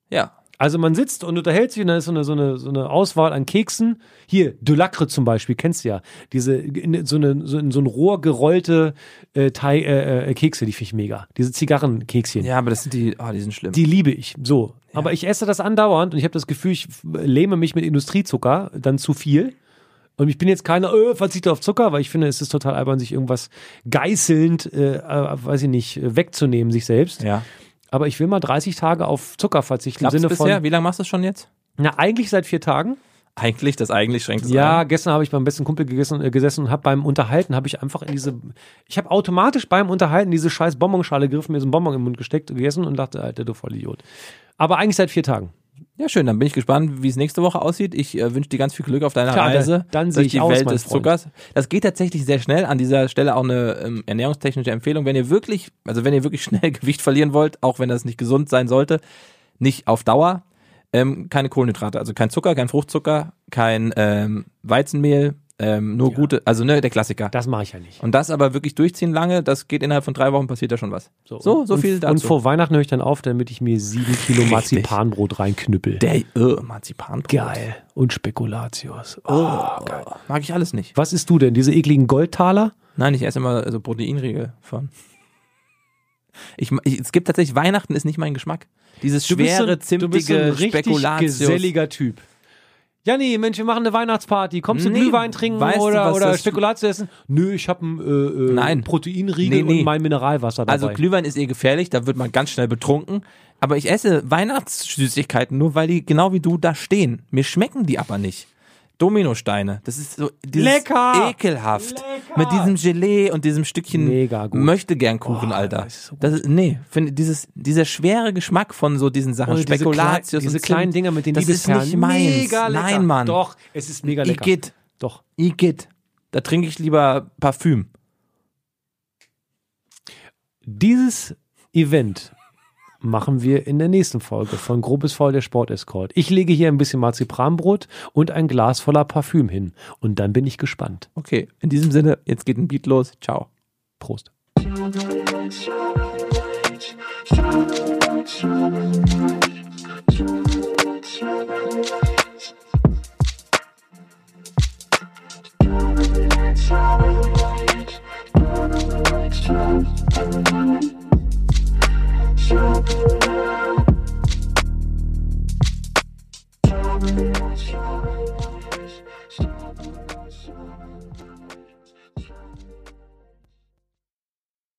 [SPEAKER 2] Ja.
[SPEAKER 1] Also man sitzt und unterhält sich und da ist so eine, so eine, so eine Auswahl an Keksen. Hier, De Lacre zum Beispiel, kennst du ja. Diese, in, so, eine, so, in so ein Rohr gerollte äh, Thai, äh, äh, Kekse, die finde ich mega. Diese Zigarrenkekschen.
[SPEAKER 2] Ja, aber das sind die, oh, die sind schlimm.
[SPEAKER 1] Die liebe ich, so. Aber ich esse das andauernd und ich habe das Gefühl, ich f- lähme mich mit Industriezucker dann zu viel. Und ich bin jetzt keiner, öh, verzichte auf Zucker, weil ich finde, es ist total albern, sich irgendwas geißelnd, äh, äh, weiß ich nicht, äh, wegzunehmen, sich selbst.
[SPEAKER 2] ja.
[SPEAKER 1] Aber ich will mal 30 Tage auf Zucker verzichten.
[SPEAKER 2] Klappt's
[SPEAKER 1] Im Sinne
[SPEAKER 2] bisher?
[SPEAKER 1] von,
[SPEAKER 2] Wie lange machst du es schon jetzt?
[SPEAKER 1] na, eigentlich seit vier Tagen.
[SPEAKER 2] Eigentlich, das eigentlich schränkt es
[SPEAKER 1] Ja,
[SPEAKER 2] ein.
[SPEAKER 1] gestern habe ich beim besten Kumpel gegessen, äh, gesessen und habe beim Unterhalten habe ich einfach in diese, ich habe automatisch beim Unterhalten diese scheiß Bonbonschale gegriffen, mir so einen Bonbon im Mund gesteckt und gegessen und dachte, Alter, du Vollidiot. Aber eigentlich seit vier Tagen.
[SPEAKER 2] Ja, schön. Dann bin ich gespannt, wie es nächste Woche aussieht. Ich äh, wünsche dir ganz viel Glück auf deiner
[SPEAKER 1] Klar,
[SPEAKER 2] Reise.
[SPEAKER 1] dann- dann sehe
[SPEAKER 2] durch
[SPEAKER 1] ich
[SPEAKER 2] die
[SPEAKER 1] aus,
[SPEAKER 2] Welt
[SPEAKER 1] mein
[SPEAKER 2] des
[SPEAKER 1] Freund.
[SPEAKER 2] Zuckers. Das geht tatsächlich sehr schnell. An dieser Stelle auch eine ähm, ernährungstechnische Empfehlung. Wenn ihr wirklich, also wenn ihr wirklich schnell Gewicht verlieren wollt, auch wenn das nicht gesund sein sollte, nicht auf Dauer, ähm, keine Kohlenhydrate, also kein Zucker, kein Fruchtzucker, kein ähm, Weizenmehl, ähm, nur gute, also ne, der Klassiker.
[SPEAKER 1] Das mache ich ja nicht.
[SPEAKER 2] Und das aber wirklich durchziehen lange, das geht innerhalb von drei Wochen, passiert da schon was. So, so,
[SPEAKER 1] und,
[SPEAKER 2] viel
[SPEAKER 1] und,
[SPEAKER 2] dazu.
[SPEAKER 1] Und vor Weihnachten höre ich dann auf, damit ich mir sieben Kilo
[SPEAKER 2] Richtig.
[SPEAKER 1] Marzipanbrot reinknüppel.
[SPEAKER 2] der äh, Marzipanbrot.
[SPEAKER 1] Geil. Und Spekulatius. Oh, geil.
[SPEAKER 2] Mag ich alles nicht.
[SPEAKER 1] Was isst du denn? Diese ekligen Goldtaler?
[SPEAKER 2] Nein, ich esse immer so Proteinriegel von. Ich, ich, es gibt tatsächlich, Weihnachten ist nicht mein Geschmack. Dieses
[SPEAKER 1] du
[SPEAKER 2] schwere,
[SPEAKER 1] bist so ein
[SPEAKER 2] zimtige
[SPEAKER 1] richtig
[SPEAKER 2] Spekulatius.
[SPEAKER 1] geselliger Typ. Janni, Mensch, wir machen eine Weihnachtsparty. Kommst du
[SPEAKER 2] Nee,
[SPEAKER 1] Glühwein trinken
[SPEAKER 2] Hm, weißt du,
[SPEAKER 1] oder,
[SPEAKER 2] was
[SPEAKER 1] oder
[SPEAKER 2] das-
[SPEAKER 1] Spekulatius essen? Nö, ich habe einen äh, äh,
[SPEAKER 2] Nein.
[SPEAKER 1] Proteinriegel
[SPEAKER 2] Nee, nee.
[SPEAKER 1] und mein Mineralwasser dabei.
[SPEAKER 2] Also Glühwein ist eh gefährlich, da wird man ganz schnell betrunken. Aber ich esse Weihnachtssüßigkeiten nur, weil die genau wie du da stehen. Mir schmecken die aber nicht. Dominosteine, das ist so dieses
[SPEAKER 1] Lecker!
[SPEAKER 2] ekelhaft.
[SPEAKER 1] Lecker!
[SPEAKER 2] Mit diesem Gelee und diesem Stückchen
[SPEAKER 1] Mega gut.
[SPEAKER 2] möchte gern Kuchen,
[SPEAKER 1] Oh,
[SPEAKER 2] Alter.
[SPEAKER 1] das ist so gut.
[SPEAKER 2] das ist nee, finde dieses dieser schwere Geschmack von so diesen Sachen,
[SPEAKER 1] Und diese
[SPEAKER 2] Spekulatius
[SPEAKER 1] klei-
[SPEAKER 2] und
[SPEAKER 1] diese
[SPEAKER 2] Zimt,
[SPEAKER 1] kleinen Dinger mit den
[SPEAKER 2] das ist
[SPEAKER 1] Liebesperlen.
[SPEAKER 2] nicht meins.
[SPEAKER 1] Mega lecker.
[SPEAKER 2] Nein, Mann.
[SPEAKER 1] Doch, es ist mega lecker.
[SPEAKER 2] Igitt,
[SPEAKER 1] Doch.
[SPEAKER 2] Igitt. Da trinke ich lieber Parfüm.
[SPEAKER 1] Dieses Event machen wir in der nächsten Folge von Grobes Faul der Sportescort. Ich lege hier ein bisschen Marzipanbrot und ein Glas voller Parfüm hin. Und dann bin ich gespannt.
[SPEAKER 2] Okay, in diesem Sinne, jetzt geht ein Beat los. Ciao.
[SPEAKER 1] Prost.
[SPEAKER 4] Thank you.